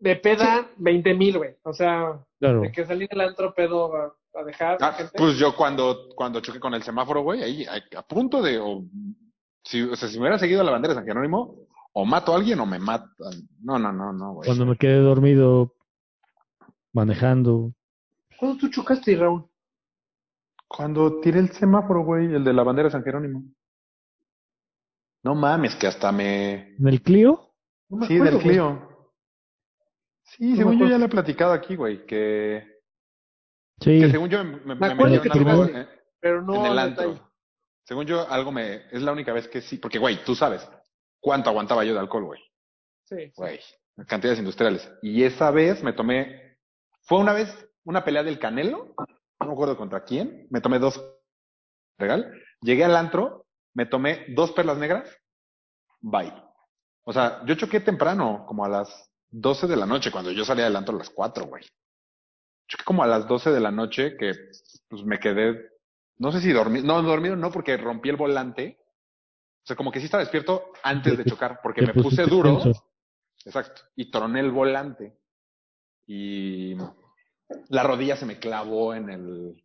S1: De peda, 20 mil, güey. O sea,
S3: Claro.
S1: de que salí del antro pedo a, a dejar.
S2: Ah,
S1: gente.
S2: pues yo cuando, cuando choqué con el semáforo, güey, ahí a, a punto de, o Si, o sea, si me hubiera seguido la bandera de San Jerónimo, o mato a alguien o me matan. No, no, no, no, güey.
S3: Cuando me quedé dormido manejando.
S1: ¿Cuándo tú chocaste, Raúl?
S2: Cuando tiré el semáforo, güey, el de la bandera de San Jerónimo. No mames, que hasta me...
S3: ¿En el Clio?
S1: No me
S2: sí,
S1: acuerdo,
S2: del
S1: güey.
S2: Clio. Sí,
S1: me
S2: según yo
S1: acuerdo.
S2: ya le he platicado aquí, güey, que,
S3: sí.
S2: que según yo me, me, me
S1: acuerdo
S2: metieron
S1: que te
S2: algo
S1: fuiste.
S2: en,
S1: Pero no
S2: en el
S1: al
S2: antro.
S1: detalle.
S2: Según yo, algo me... Es la única vez que sí, porque, güey, tú sabes cuánto aguantaba yo de alcohol, güey.
S1: Sí.
S2: güey, cantidades industriales. Y esa vez me tomé, fue una vez una pelea del Canelo, no me acuerdo contra quién, me tomé dos, regal, llegué al antro, me tomé dos perlas negras, bye. O sea, yo choqué temprano, como a las 12 de la noche, cuando yo salía del antro a las 4, güey. Choqué como a las 12 de la noche que pues me quedé, no sé si dormí, no, dormido no, porque rompí el volante. O sea, como que sí estaba despierto antes de chocar, porque
S3: Te
S2: me puse
S3: pusiste
S2: duro.
S3: tenso.
S2: Exacto. Y troné el volante. Y la rodilla se me clavó en el.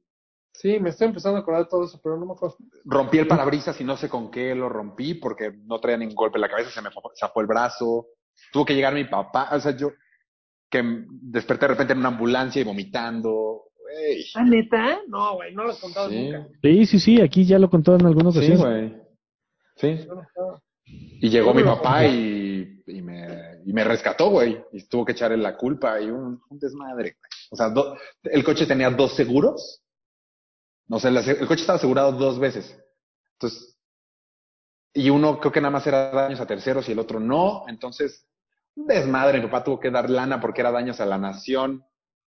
S1: Sí, me estoy empezando a acordar de todo eso, pero no me acuerdo.
S2: Rompí el parabrisas y no sé con qué lo rompí porque no traía ningún golpe en la cabeza, se me fa- zafó el brazo. Tuvo que llegar mi papá. O sea, yo que m- desperté de repente en una ambulancia y vomitando. Güey.
S1: ¿Ah, neta? No, güey, no lo has contado
S2: Sí.
S1: nunca.
S3: Sí, sí, sí, aquí ya lo contó en alguna
S2: Sí,
S3: ocasión.
S2: güey. Sí.
S1: No me acuerdo.
S2: Y llegó mi papá y, y me, y me rescató, güey. Y tuvo que echarle la culpa y un, un desmadre. güey. O sea, do- el coche tenía dos seguros. No sé, la se- el coche estaba asegurado dos veces. Entonces, y uno creo que nada más era daños a terceros y el otro no. Entonces, un desmadre. Mi papá tuvo que dar lana porque era daños a la nación.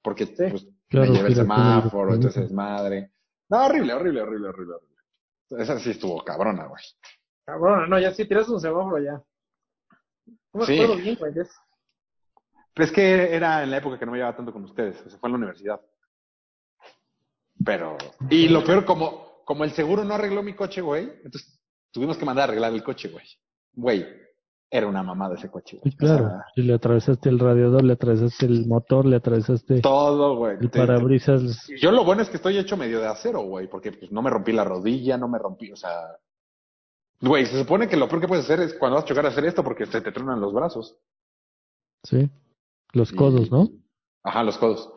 S2: Porque pues,
S3: claro,
S2: me llevé el
S3: claro, claro.
S2: semáforo, entonces desmadre. No, horrible, horrible, horrible, horrible, horrible. Esa sí estuvo cabrona, güey.
S1: Cabrón, Ah, no, ya sí, tiraste un semáforo ya. No me
S2: Sí.
S1: acuerdo bien, güey. de eso.
S2: Pues es que era en la época que no me llevaba tanto con ustedes, o sea, fue en la universidad. Pero, y lo peor, como, como el seguro no arregló mi coche, güey, entonces tuvimos que mandar a arreglar el coche, güey. Güey, era una mamada ese coche, güey. Ah.
S3: Sí, claro.
S2: O sea,
S3: Y le atravesaste el radiador, le atravesaste el motor, le atravesaste
S2: todo, güey.
S3: el
S2: Te-
S3: parabrisas.
S2: te- Yo lo bueno es que estoy hecho medio de acero, güey, porque pues, no me rompí la rodilla, no me rompí, o sea. Güey, se supone que lo peor que puedes hacer es cuando vas a chocar hacer esto porque se te tronan los brazos.
S3: Sí. Los
S2: Y-
S3: codos, ¿no?
S2: Ajá, los codos.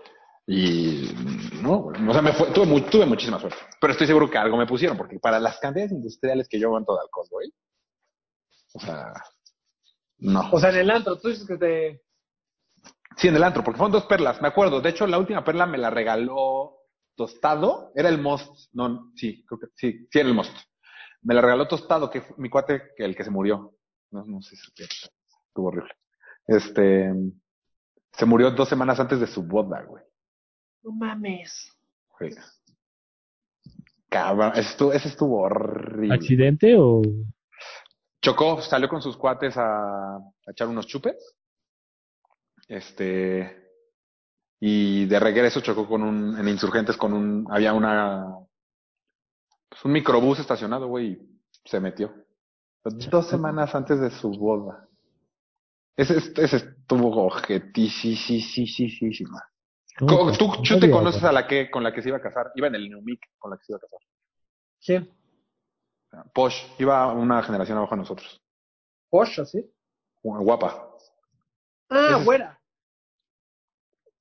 S2: Y no, güey. o sea, me fue- tuve, mu- tuve muchísima suerte. Pero estoy seguro que algo me pusieron, porque para las cantidades industriales que yo aguanto de alcohol, güey. O sea, no.
S1: O sea, en el antro, tú dices que te.
S2: sí, en el antro, porque fueron dos perlas, me acuerdo. De hecho, la última perla me la regaló Tostado. Era el Most. No, sí, creo que sí, sí era el Most. Me la regaló Tostado, que fue mi cuate, que el que se murió. No, no sé si supieron. Estuvo horrible. Este. Se murió dos semanas antes de su boda, güey.
S1: No mames.
S2: Sí. Cabrón, ese estuvo, ese estuvo horrible.
S3: ¿Accidente o...?
S2: Chocó, salió con sus cuates a, a echar unos chupes. Este. Y de regreso chocó con un. En Insurgentes con un. Había una. Pues un microbús estacionado, güey, y se metió. Dos semanas antes de su boda. Ese, este, ese estuvo ojetísimo.
S3: no,
S2: Co-
S3: pues,
S2: Tú,
S3: no
S2: tú te
S3: había,
S2: conoces
S3: güey.
S2: a la que con la que se iba a casar. Iba en el Neumic con la que se iba a casar.
S1: ¿Quién?
S2: Posh. Iba una generación abajo de nosotros.
S1: Posh, así.
S2: Guapa.
S1: Ah,
S2: Ese es-
S1: güera.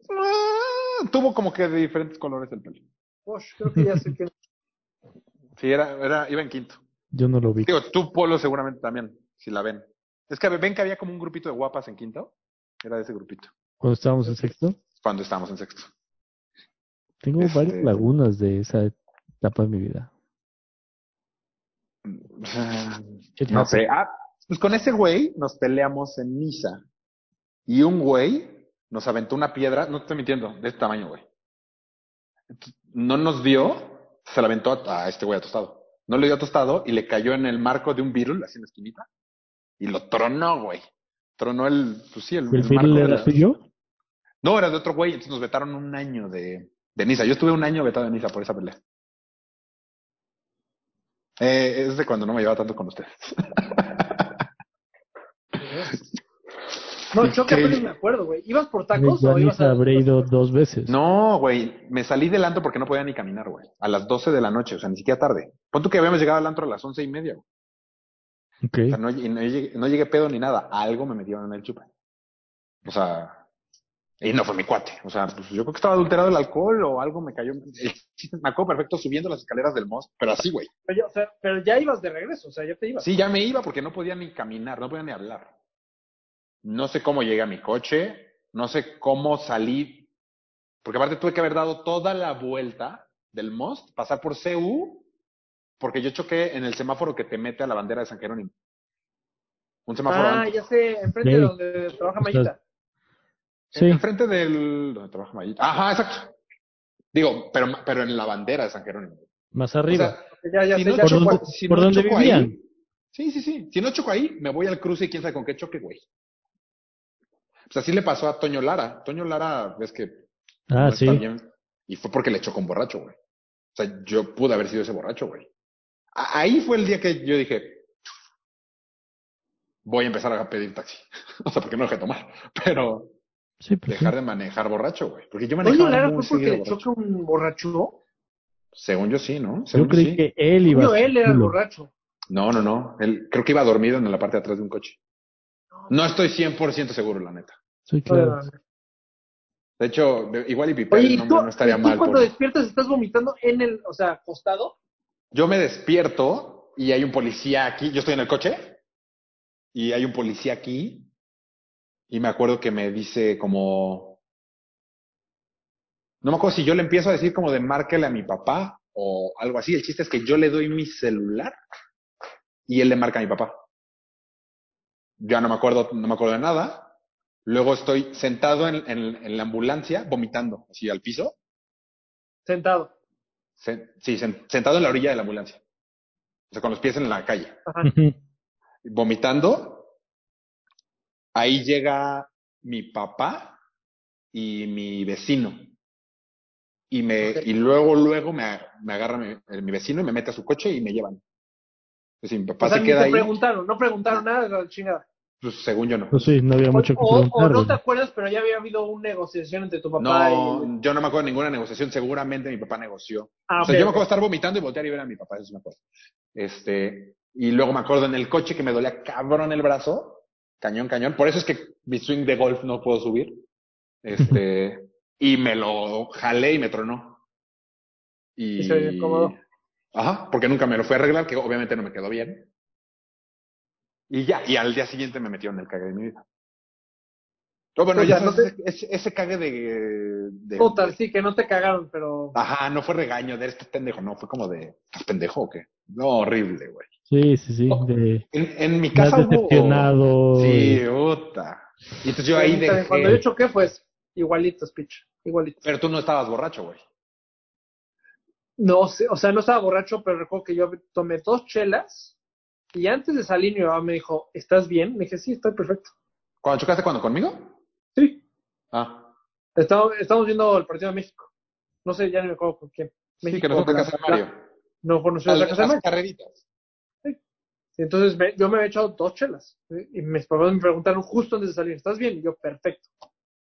S2: Ah, Tuvo como que de diferentes colores el pelo.
S1: Posh, creo que ya sé quién.
S2: Sí, era, era, iba en quinto.
S3: Yo no lo vi.
S2: Digo, tú, Polo, seguramente también, si la ven. Es que ven que había como un grupito de guapas en quinto. Era de ese grupito,
S3: Cuando estábamos en sexto,
S2: cuando estábamos en sexto.
S3: tengo
S2: Este-
S3: varias lagunas de esa etapa de mi vida. ¿Qué te
S2: No
S3: hace?
S2: sé. Ah, pues con ese güey nos peleamos en misa. Y un güey nos aventó una piedra, no te estoy mintiendo, de este tamaño, güey. Entonces, No nos dio, se la aventó a, a este güey a tostado. No le dio a tostado y le cayó en el marco de un virul, así en la esquinita. Y lo tronó, güey. Tronó el, pues sí, el,
S3: ¿El
S2: el marco
S3: film
S2: de
S3: era
S2: la-
S3: tuyo?
S2: No, era de otro güey, entonces nos vetaron un año de, de Niza. Yo estuve un año vetado de Niza por esa pelea. Eh, es de cuando no me llevaba tanto con ustedes.
S1: No, choque,
S2: Increíble.
S1: apenas me acuerdo, güey. ¿Ibas por tacos
S3: Yo
S1: o
S3: ni
S1: ibas a.?
S3: eh, habré ido dos veces.
S2: No, güey, me salí del antro porque no podía ni caminar, güey. A las 12 de la noche, o sea, ni siquiera tarde. Pon tú que habíamos llegado al antro a las once y media, güey.
S3: Ok.
S2: O sea, no, y no llegué, no llegué pedo ni nada. Algo me metió en el chupa. O sea, y no fue mi cuate. O sea, pues yo creo que estaba adulterado el alcohol o algo me cayó. Me acuerdo perfecto subiendo las escaleras del MOS, pero así, güey.
S1: Pero ya, o sea, pero ya ibas de regreso, o sea, ya te ibas.
S2: Sí, ya me iba porque no podía ni caminar, no podía ni hablar. No sé cómo llegué a mi coche, no sé cómo salí, porque aparte tuve que haber dado toda la vuelta del Most, pasar por CU, porque yo choqué en el semáforo que te mete a la bandera de San Jerónimo. Un semáforo
S1: ah,
S2: antes.
S1: ya sé, enfrente de
S3: Sí.
S1: donde trabaja Mayita.
S3: Sí,
S2: Enfrente del... donde trabaja Mayita. Ajá, exacto. Digo, pero, pero en la bandera de San Jerónimo.
S3: más
S2: O
S3: arriba.
S2: sea,
S1: Ya, ya
S2: si
S1: sé,
S2: no
S1: ya
S3: ¿Por
S1: sé
S2: choco,
S1: cuál.
S3: dónde-
S2: si
S3: por
S2: no
S3: dónde
S2: choco
S3: vivían?
S2: ahí- sí, sí, sí. Si no choco ahí, me voy al cruce y quién sabe con qué choque, güey. Pues así le pasó a Toño Lara. Toño Lara, ves que
S3: ah,
S2: no
S3: sí.
S2: está bien. Y fue porque le chocó un borracho, güey. O sea, yo pude haber sido ese borracho, güey. A- Ahí fue el día que yo dije, voy a empezar a pedir taxi. o sea, porque no dejé de tomar. Pero
S3: Sí, pues sí.
S2: dejar de manejar borracho, güey. Porque yo
S1: Oye,
S2: manejaba
S1: Lara
S2: muy
S1: fue porque
S2: seguido
S1: le
S2: borracho.
S1: choca un borracho.
S2: Según yo sí, ¿no? Según
S3: Yo creí
S2: sí.
S3: que él iba.
S1: No, él era el
S3: solo.
S1: borracho.
S2: No, no, no. Él, creo que iba dormido en la parte de atrás de un coche. No estoy 100% seguro, la neta.
S3: Sí, claro.
S2: De hecho, de- igual y pipar
S1: Oye,
S2: el
S1: ¿y tú,
S2: nombre no estaría
S1: y tú
S2: mal.
S1: cuando
S2: por-
S1: despiertas estás vomitando en el, o sea, acostado?
S2: Yo me despierto y hay un policía aquí. Yo estoy en el coche y hay un policía aquí. Y me acuerdo que me dice como... No me acuerdo si yo le empiezo a decir como de márquele a mi papá o algo así. El chiste es que yo le doy mi celular y él le marca a mi papá. Ya no me acuerdo, no me acuerdo de nada. Luego estoy sentado en, en- en la ambulancia vomitando, así al piso.
S1: Sentado.
S2: Sen- sí, sen- sentado en la orilla de la ambulancia. O sea, con los pies en la calle.
S3: Ujú.
S2: vomitando. Ahí llega mi papá y mi vecino. Y me,
S1: Ok.
S2: y luego, luego me, a- me agarra mi, eh, mi vecino y me mete a su coche y me llevan. Es decir, mi papá
S1: O sea,
S2: se
S1: ni
S2: queda
S1: te
S2: ahí.
S1: preguntaron, no preguntaron nada, la chingada.
S2: Pues, según yo no.
S3: Pues sí, no había
S1: O,
S3: mucho que
S1: o- o
S3: preguntar.
S1: no
S3: güey.
S1: te acuerdas, pero ya había habido una negociación entre tu papá y...
S2: No, yo no me acuerdo de ninguna negociación. Seguramente mi papá negoció.
S1: Ah,
S2: O sea, yo me
S1: ok.
S2: acuerdo estar vomitando y voltear y ver a mi papá, eso sí me acuerdo. Este, y luego me acuerdo en el coche que me dolía cabrón el brazo, cañón, cañón. Por eso es que mi swing de golf no puedo subir. Este, y me lo jalé y me tronó. Y,
S1: Y se ve incómodo.
S2: Ajá, porque nunca me lo fui a arreglar, que obviamente no me quedó bien. Y ya, y al día siguiente me metieron en el cague de mi vida. No, bueno,
S1: O
S2: ya
S1: sea, no
S2: sabes, ese, ese cague de, de-
S1: Total, sí, que no te cagaron, pero...
S2: Ajá, no fue regaño de este pendejo, no, fue como de, ¿estás pendejo o qué? No, horrible, güey.
S3: Sí, sí, sí.
S2: Oh,
S3: de-
S2: En, en mi
S3: más
S2: casa hubo...
S3: decepcionado.
S2: Sí, puta. Y entonces yo ahí
S1: También Cuando yo
S2: dejé...
S1: choqué, pues, igualito, speech, igualito.
S2: Pero tú no estabas borracho, güey.
S1: No sé, o sea, no estaba borracho, pero recuerdo que yo tomé dos chelas y antes de salir mi mamá me dijo, ¿estás bien? Le dije, sí, estoy perfecto.
S2: ¿Cuándo chocaste cuando conmigo?
S1: Sí,
S2: Ah,
S1: estaba- estamos viendo el partido de México. No sé, ya ni me acuerdo con quién.
S2: sí, que nos fuimos a casa de Mario.
S1: No conocimos la
S2: A
S1: casa de
S2: las
S1: Mario.
S2: carreritas.
S1: Entonces me- yo me había echado dos chelas ¿sí? y mis papás me preguntaron justo antes de salir, ¿estás bien? Y yo, perfecto.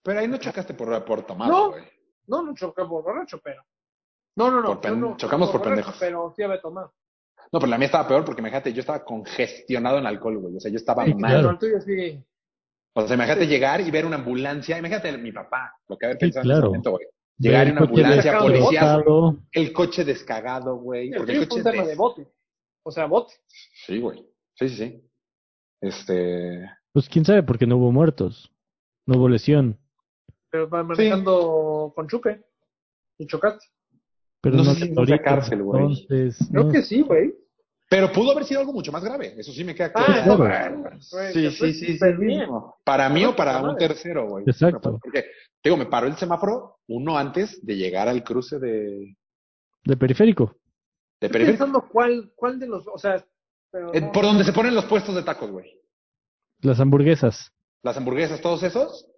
S2: Pero ahí no chocaste por, por
S1: No.
S2: tomado, güey.
S1: No, no choqué por borracho, pero... No, no, no.
S2: Por
S1: yo
S2: pen-
S1: no
S2: chocamos por
S1: borracho,
S2: pendejos.
S1: Pero sí había tomado.
S2: No, pero la mía estaba peor porque, imagínate, yo estaba congestionado en alcohol, güey. O sea, yo estaba
S3: Sí,
S2: mal.
S3: Claro.
S1: Pero el tuyo sí...
S2: O sea, imagínate llegar y ver una ambulancia. Imagínate mi papá, lo que había
S3: Sí,
S2: pensado en
S3: claro.
S2: ese momento, güey. Llegar en una
S3: Coche
S2: ambulancia,
S1: descargado.
S2: policías,
S3: destrozado.
S2: el coche descagado, güey.
S1: El
S2: Porque
S1: tuyo fue
S2: el coche
S1: un
S2: es
S1: tema
S2: de-
S1: de bote. O sea, bote.
S2: Sí, güey. Sí, sí, sí. Este.
S3: Pues quién sabe, porque no hubo muertos. No hubo lesión.
S1: Pero va manejando con chupe. Y chocaste.
S3: Pero
S2: No
S3: no,
S2: sé
S3: te
S2: si nunca
S3: ahorita,
S2: cárcel, güey.
S3: Entonces,
S1: Creo
S3: no.
S1: que sí, güey.
S2: Pero pudo haber sido algo mucho más grave. Eso sí me queda claro.
S1: Ah,
S2: Bueno,
S1: güey,
S2: sí,
S1: te fue
S2: sí, sí, sí.
S1: súper bien.
S2: Para mí o para
S1: Puta
S2: un
S1: madre.
S2: tercero, güey.
S3: Exacto.
S2: Porque, te digo, me paró el semáforo uno antes de llegar al cruce de,
S3: de periférico.
S2: de
S1: Estoy
S2: periférico.
S1: pensando cuál, cuál de los. O sea, pero
S2: Eh,
S1: no-
S2: Por donde se ponen los puestos de tacos, güey.
S3: Las hamburguesas.
S2: las hamburguesas, todos esos,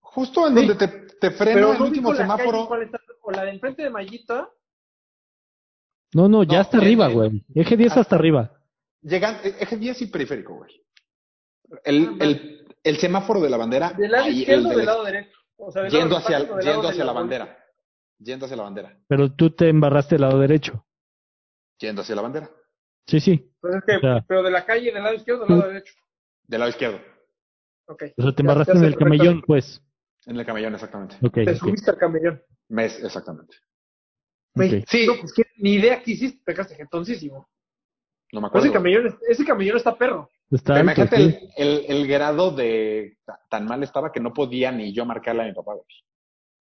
S2: justo en
S1: Sí.
S2: donde te, te frena
S1: pero
S2: el
S1: no
S2: último
S1: ubico la
S2: semáforo.
S1: calle, cuál está, o la de enfrente de Mallita.
S3: No, no, ya
S2: No,
S3: hasta
S2: eh,
S3: arriba,
S2: eh,
S3: güey. Eje 10 hasta arriba.
S2: Llegan, e- eje 10 y periférico, güey. El,
S1: Ajá.
S2: el, el semáforo de la bandera,
S1: Ah, Del lado
S2: ahí,
S1: izquierdo
S2: el
S1: o del
S2: del-
S1: lado derecho. O sea, del
S2: yendo
S1: lado
S2: hacia,
S1: del patio, del lado
S2: yendo
S1: de
S2: hacia la
S1: bolsa.
S2: bandera. Yendo hacia la bandera.
S3: Pero tú te embarraste del lado derecho.
S2: Yendo hacia la bandera.
S3: Sí, sí.
S1: Pues es que,
S3: O sea-
S1: pero de la calle, del lado izquierdo, del lado
S3: Mm.
S1: derecho.
S2: Del lado izquierdo.
S1: Ok.
S3: O sea,
S1: Ya,
S3: te embarraste
S1: ya
S3: en
S1: sé
S3: el
S1: perfectamente.
S3: camellón, pues.
S2: En el camellón, exactamente.
S3: Ok,
S1: Te
S3: ok,
S1: subiste al camellón.
S2: Mes, exactamente.
S1: Güey,
S3: ok.
S2: Sí.
S1: no, pues, ¿qué- ni idea que hiciste, pecaste jetoncísimo.
S2: No
S1: Pero
S2: me acuerdo.
S1: Ese Pues camellón, es- ese camellón está perro.
S3: Está
S2: Pero
S3: alto,
S2: imagínate
S3: sí.
S2: el, el- el grado de ta- tan mal estaba que no podía ni yo marcarle a mi papá, güey.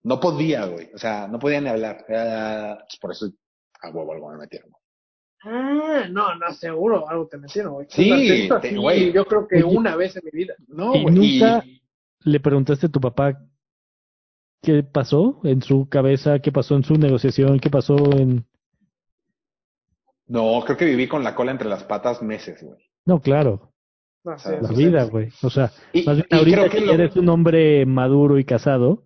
S2: No podía, güey. O sea, no podía ni hablar. Era- pues por eso a huevo algo me metieron. güey.
S1: Ah, no, no, seguro, algo te metieron, güey.
S2: Sí,
S1: Un artista,
S2: te-
S1: sí,
S2: güey.
S1: Yo creo que
S3: Oye.
S1: una vez en mi vida.
S2: No,
S3: Y
S2: güey.
S3: nunca- ¿Le preguntaste a tu papá qué pasó en su cabeza, qué pasó en su negociación, qué pasó en...
S2: No, creo que viví con la cola entre las patas meses, güey.
S3: No, claro,
S1: No, sí,
S2: Ah,
S3: la
S1: sí,
S2: sí.
S3: vida, güey. O sea,
S2: Y,
S3: más bien
S2: y
S3: ahorita
S2: creo que
S3: que
S2: lo-
S3: eres un hombre maduro y casado,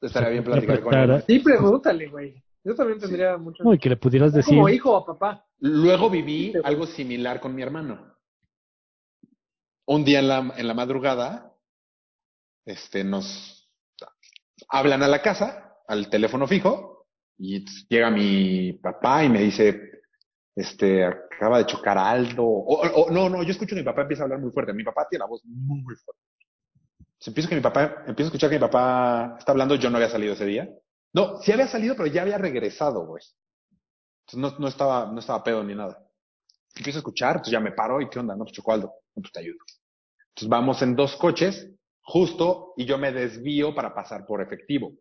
S2: estaría bien
S3: se
S2: platicar con él.
S3: prestara.
S1: sí, pregúntale, güey. Yo también tendría mucho.
S3: no, y que le pudieras
S1: Tú
S3: decir,
S1: Como hijo o papá.
S2: Luego viví algo similar con mi hermano. Un día en la, en la madrugada, este, nos hablan a la casa, al teléfono fijo, y llega mi papá y me dice, este, acaba de chocar Aldo. O, o- no, no, yo escucho que mi papá empieza a hablar muy fuerte. Mi papá tiene la voz muy, muy fuerte. Se empieza que mi papá, empiezo a escuchar que mi papá está hablando, yo no había salido ese día. No, sí había salido, pero ya había regresado, güey. Entonces no, no estaba, no estaba pedo ni nada. Empiezo a escuchar, pues ya me paro y qué onda, no, pues Chocualdo, no, pues te ayudo. Entonces vamos en dos coches, justo, y yo me desvío para pasar por efectivo.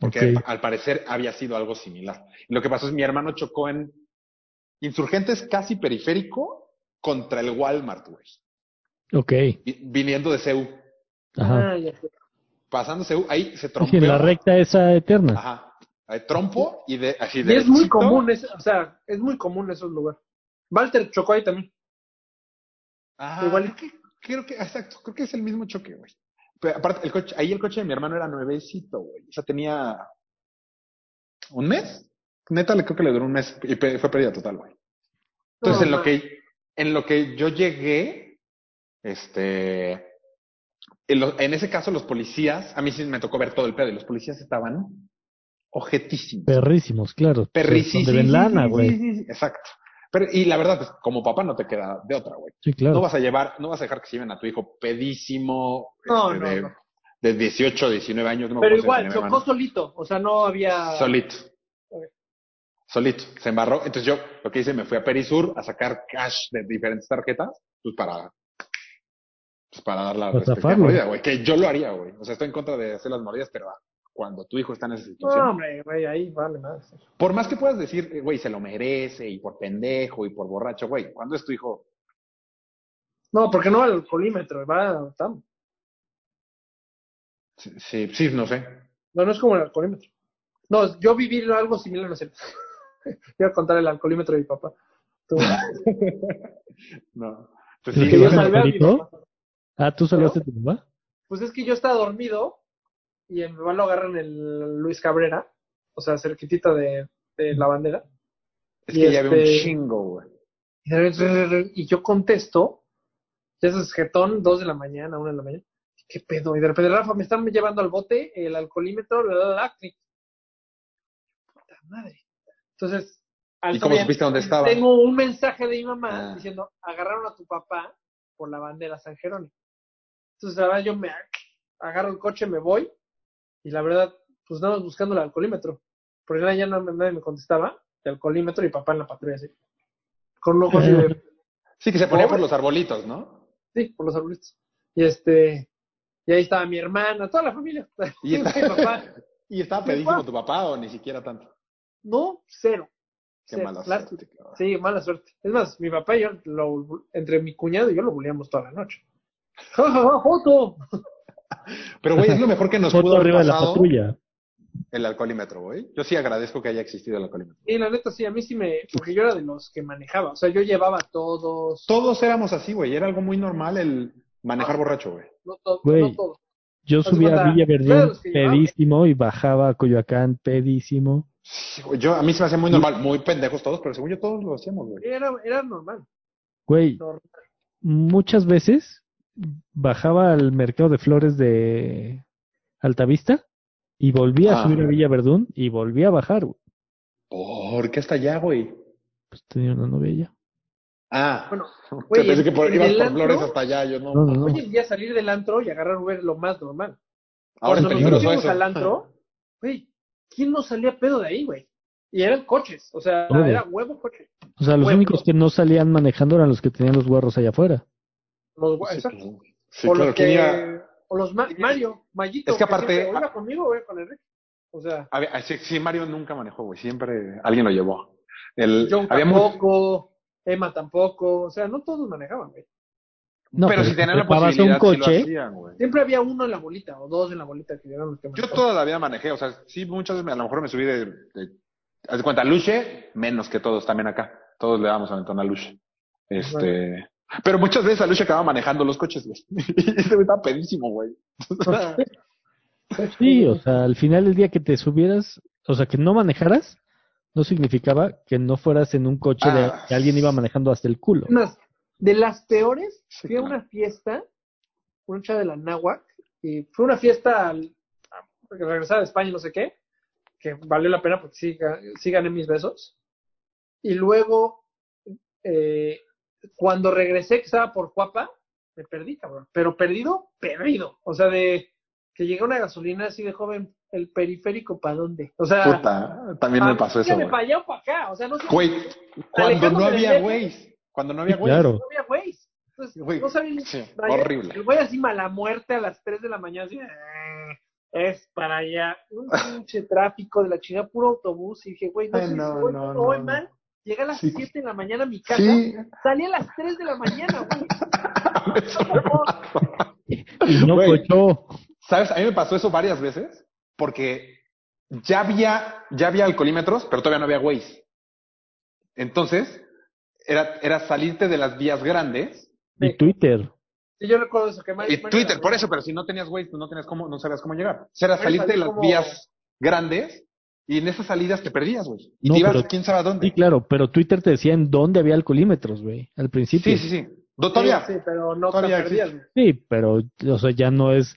S2: Porque
S3: ok,
S2: al parecer había sido algo similar. Y lo que pasó es mi hermano chocó en Insurgentes casi periférico contra el Walmart, güey.
S3: ok,
S2: Vi- Viniendo de CEU,
S3: ajá.
S1: Ah, ya sé.
S2: pasando CEU, ahí se
S3: Sí,
S2: trompeó.
S3: en la recta esa eterna.
S2: Ajá. Ahí Trompo y de, así
S1: Y es muy
S2: derechito.
S1: común, es, o sea, es muy común esos lugares. Walter chocó ahí también.
S2: Ajá,
S1: Igual-
S2: Creo que, creo que, exacto, creo que es el mismo choque, güey. Pero aparte, el coche, ahí el coche de mi hermano era nuevecito, güey. O sea, tenía un mes. Neta, le creo que le duró un mes y pe- fue pérdida total, güey. Entonces,
S1: No,
S2: en lo
S1: ma-
S2: que, en lo que yo llegué, este, en, lo- en ese caso, los policías, a mí sí me tocó ver todo el pedo y los policías estaban ojetísimos.
S3: Perrísimos, claro.
S2: Perricis-
S3: Donde ven lana,
S2: sí, sí,
S3: güey.
S2: sí, sí, sí, Exacto. Pero, y la verdad, pues, como papá no te queda de otra, güey.
S3: Sí,
S2: No
S3: claro.
S2: vas a llevar, no vas a dejar que se lleven a tu hijo pedísimo
S1: No,
S2: este,
S1: no,
S2: de,
S1: no.
S2: de 18, 19 años. No me
S1: Pero
S2: acuerdo si
S1: igual,
S2: tenía mi
S1: chocó
S2: hermano.
S1: solito. O sea, no había.
S2: Solito.
S1: Ok.
S2: Solito. Se embarró. Entonces yo lo que hice, me fui a Perisur a sacar cash de diferentes tarjetas, pues para, pues para dar la
S3: Para
S2: respectiva
S3: zafarlo.
S2: mordida, güey. Que yo lo haría, güey. O sea, estoy en contra de hacer las mordidas, pero ah, cuando tu hijo está en esa situación.
S1: No, hombre, güey, ahí vale más.
S2: Por más que puedas decir, eh, güey, se lo merece, y por pendejo, y por borracho, güey, cuando es tu hijo?
S1: No, porque no va al colímetro, va. tam.
S2: Sí, sí, sí, no sé.
S1: No, no es como el alcoholímetro. No, yo viví algo similar, no sé. Voy a contar el alcoholímetro de mi papá. Tú-
S2: No. Pues
S3: ¿Pero
S2: sí,
S1: que
S3: qué
S1: yo
S2: igual-
S3: vas a
S1: salvé a mi
S3: ¿Alcoholito?
S1: papá.
S3: Ah, ¿tú saludaste a tu mamá?
S1: Pues es que yo estaba dormido y en mi papá lo agarra en el Luis Cabrera, o sea, cerquitita de, de la bandera.
S2: Es
S1: Y
S2: que ya veo un
S1: este-
S2: chingo, güey.
S1: Y, de repente, y yo contesto, ya es jetón, dos de la mañana, una de la mañana. ¿Qué pedo? Y de repente, Rafa, me están llevando al bote el alcoholímetro, la, la, la, la. clic. Puta madre. Entonces, al
S2: ¿Y cómo
S1: día-
S2: supiste dónde estaba?
S1: Tengo un mensaje de mi mamá
S2: Ah.
S1: diciendo, agarraron a tu papá por la bandera San Jerónimo. Entonces, la verdad, yo me ag- agarro el coche, me voy, y la verdad, pues nada más buscando el alcoholímetro. Porque nada, ya no, nadie me contestaba, el alcoholímetro y papá en la patrulla, así. Con un ojo así de,
S2: Sí, que se ponía
S1: Pobre.
S2: por los arbolitos, ¿no?
S1: sí, por los arbolitos. Y este, y ahí estaba mi hermana, toda la familia.
S2: Y
S1: mi
S2: está-
S1: papá,
S2: Y estaba
S1: Sí,
S2: pedísimo
S1: pa.
S2: tu papá o ni siquiera tanto.
S1: no, cero.
S2: Qué
S1: Cero,
S2: mala
S1: la-
S2: suerte, cabrón.
S1: Sí, mala suerte. Es más, mi papá y yo, lo- entre mi cuñado y yo lo buleamos toda la noche. ¡Ja, ja, ja, Joto!
S2: Pero, güey, es lo mejor que nos
S3: Foto
S2: pudo haber
S3: arriba de la
S2: pasado
S3: patrulla.
S2: el alcoholímetro, güey. Yo sí agradezco que haya existido el alcoholímetro.
S1: Y la neta, sí, a mí sí me... Porque yo era de los que manejaba. O sea, yo llevaba a todos...
S2: Todos éramos así, güey. Era algo muy normal el manejar
S1: Ah.
S2: borracho, güey.
S1: No, to-
S3: Güey.
S1: no todos.
S3: Yo
S1: Haz de
S3: subía
S1: cuenta,
S3: a Villa
S1: claro,
S3: Verdín
S1: los que llevaban.
S3: pedísimo y bajaba a Coyoacán pedísimo.
S2: Sí, güey, Yo, a mí se me hace muy normal, muy pendejos todos, pero según yo todos lo hacíamos, güey.
S1: Era, era normal.
S3: Güey,
S1: normal.
S3: muchas veces bajaba al mercado de flores de Altavista y volvía a
S2: Ah.
S3: subir a Villa Verdún y volvía a bajar. güey.
S2: ¿Por qué hasta allá, güey?
S3: pues tenía una novia ya.
S2: Ah,
S1: Bueno,
S2: te
S1: güey,
S2: pensé
S1: en-
S2: que por,
S1: en
S2: ibas
S1: el
S2: por
S1: antro-
S2: flores hasta allá, yo no.
S3: No, no, no.
S1: Hoy en día salir del antro y agarrar Uber es lo más normal.
S2: Ahora
S1: Cuando
S2: es
S1: nos
S2: Ah, peligroso
S1: fuimos
S2: eso.
S1: al antro, güey, ¿quién no salía pedo de ahí, güey? Y eran coches, o sea,
S3: Todo.
S1: era huevo coche.
S3: O sea, los
S1: Bueno.
S3: únicos que no salían manejando eran los que tenían los guarros allá afuera.
S1: Los, hue-
S2: Sí,
S1: exacto.
S2: claro. Sí,
S1: o
S2: claro.
S1: los que,
S2: ¿quién iba-
S1: o los Ma- Mario, Mayito.
S2: Es que aparte-
S1: siempre, o iba conmigo o iba con Enrique. O sea,
S2: A ver, ah, sí, sí, Mario nunca manejó, güey. Siempre alguien lo llevó. El,
S1: John
S2: habíamos,
S1: tampoco, Emma tampoco, o sea, no todos manejaban, güey.
S3: No,
S2: pero,
S3: pero
S2: si tenían la
S3: preparabas
S2: posibilidad,
S3: un
S2: sí lo
S3: coche.
S2: hacían, güey.
S1: Siempre había uno en la bolita o dos en la bolita que eran los que
S2: Yo
S1: manejaban.
S2: toda la vida manejé, o sea, sí, muchas veces me- a lo mejor me subí de. de- haz de cuenta, Luche, menos que todos también acá. Todos le damos aventón a Luche. Este. Pero muchas veces a Luche acababa manejando los coches, güey. Y ese güey estaba pedísimo, güey.
S3: Sí, o sea, al final del día que te subieras, o sea, que no manejaras, no significaba que no fueras en un coche de
S2: Ah.
S3: que alguien iba manejando hasta el culo.
S1: Es más, de las peores,
S2: Sí,
S1: fui a
S2: claro.
S1: una fiesta, una chava de la náhuac, y fue una fiesta al, a- porque regresaba de España, y no sé qué, que valió la pena porque sí, ga- sí gané mis besos. Y luego, eh, cuando regresé, que estaba por Cuapa, me perdí, cabrón. Pero perdido, perdido. O sea, de que llegué a una gasolina así de joven, el periférico, ¿para dónde? O sea,
S2: Puta, también
S1: Ah,
S2: me pasó eso,
S1: me
S2: güey.
S1: para allá o para acá. O sea, no sé.
S2: Güey, cuando no
S1: Alejandro
S2: había
S1: Medellín.
S2: güeyes. Cuando no
S3: Sí,
S2: había güeyes.
S3: claro.
S1: No había güeyes. Entonces,
S2: Güey,
S1: no sabía ni-
S2: sí,
S1: vaya,
S2: horrible.
S1: El güey así mala muerte a las 3 de la mañana, así, "Ah, es para allá. Un pinche tráfico de la chingada, puro autobús. Y dije, güey, no
S2: Ay,
S1: sé,
S2: no,
S1: voy
S2: no,
S1: bien o
S2: no,
S1: voy
S2: no.
S1: mal. Llegué a las
S2: Sí.
S1: 7 de la mañana a mi casa,
S2: Sí.
S1: salí a las 3 de la mañana, güey.
S2: Eso me pasó.
S3: Y no
S2: Güey.
S3: cochó.
S2: ¿Sabes? A mí me pasó eso varias veces porque ya había, ya había alcoholímetros, pero todavía no había Waze. Entonces, era, era salirte de las vías grandes
S3: Y Twitter.
S1: Sí, yo recuerdo eso, que Mario-
S2: y
S1: Mario-
S2: Twitter, por eso, pero si no tenías Waze, pues no tenías cómo, no sabías cómo llegar. O sea, era
S1: Pero
S2: salirte de
S1: salí
S2: las
S1: como-
S2: vías grandes y en esas salidas te perdías, güey. Y
S3: No,
S2: te ibas
S3: pero-
S2: quién sabe a dónde.
S3: Sí, claro, pero Twitter te decía en dónde había alcoholímetros, güey, al
S2: Sí,
S3: principio.
S2: sí, sí. No,
S1: Sí,
S2: todavía.
S1: Sí, pero no
S2: Todavía
S1: te perdías, güey.
S3: Sí, pero, o sea, ya no es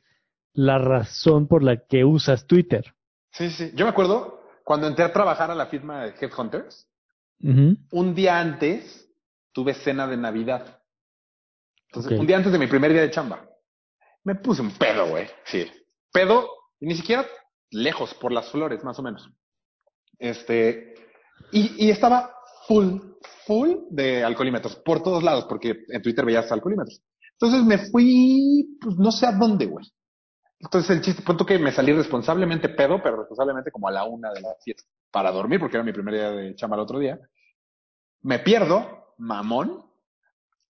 S3: la razón por la que usas Twitter.
S2: Sí, sí. Yo me acuerdo cuando entré a trabajar a la firma de Headhunters,
S3: Ujú.
S2: un día antes tuve cena de Navidad. Entonces,
S3: Ok.
S2: un día antes de mi primer día de chamba. Me puse un pedo, güey. Sí. Pedo, y ni siquiera lejos, por las flores, más o menos. Este. Y, y estaba full, full de alcoholímetros, por todos lados, porque en Twitter veías alcoholímetros. Entonces me fui, pues no sé a dónde, güey. Entonces el chiste, punto que me salí responsablemente pedo, pero responsablemente como a la una de la fiesta, para dormir, porque era mi primer día de chamba el otro día. Me pierdo, mamón.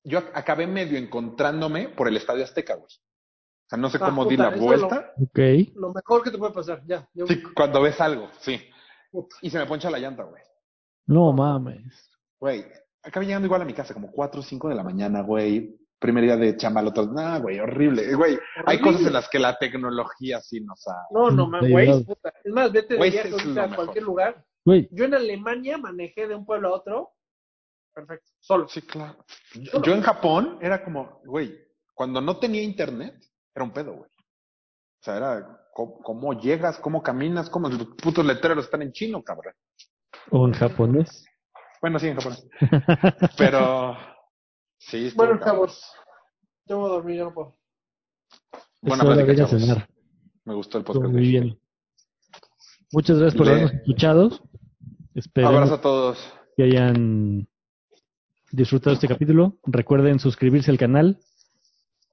S2: Yo ac- acabé medio encontrándome por el Estadio Azteca, güey. O sea, no sé
S1: Ah,
S2: cómo di
S1: puta,
S2: la
S1: eso lo-
S2: vuelta.
S3: Ok.
S1: Lo mejor que te puede pasar, ya. Yo,
S2: Sí, cuando ves algo, sí.
S1: puta.
S2: Y se me poncha la llanta, güey.
S3: No mames.
S2: Güey, acabé llegando igual a mi casa, como 4 o 5 de la mañana, güey. Primer día de chamba, el otro. Nah, güey, horrible. Eh, Güey, hay
S1: Horrible.
S2: cosas en las que la tecnología sí nos ha.
S1: No, no,
S3: Mm,
S1: man,
S3: te
S1: güey.
S3: ayudaba.
S1: puta. Es más, vete de
S2: Güey,
S1: viaje
S2: eso es
S1: ahorita
S2: lo
S1: a
S2: mejor.
S1: cualquier lugar.
S3: Güey,
S1: Yo en Alemania manejé de un pueblo a otro. Perfecto. Solo.
S2: Sí, claro. Yo, yo en Japón era como, güey, cuando no tenía internet, era un pedo, güey. O sea, era co- cómo, llegas, cómo caminas, cómo los putos letreros están en chino, cabrón.
S3: o en japonés.
S2: Bueno, sí, en japonés. Pero. Sí, estuvo
S1: Bueno,
S2: cabrón.
S1: chavos. Yo voy a dormir, yo no puedo.
S2: Buena
S3: Es hora de
S2: plática,
S3: ir a
S2: chavos.
S3: cenar.
S2: Me gustó el
S3: Estuvo
S2: podcast.
S3: muy
S2: de-
S3: bien. Muchas gracias por
S2: Le-
S3: habernos escuchado. Esperamos
S2: Abrazo a todos.
S3: que hayan disfrutado este capítulo. Recuerden suscribirse al canal,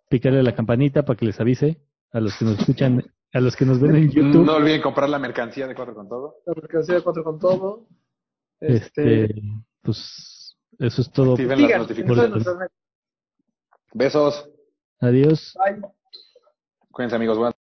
S3: picarle a la campanita para que les avise a los que nos escuchan, a los que nos ven en YouTube.
S2: No olviden comprar la mercancía de Cuatro con Todo.
S1: La mercancía de cuatro con todo.
S3: este,
S1: Este.
S3: pues eso es todo.
S2: Activen las
S1: Sigan,
S2: notificaciones.
S1: entonces, nuestras redes.
S2: Besos.
S3: Adiós.
S1: Bye.
S2: Cuídense, amigos. Buenas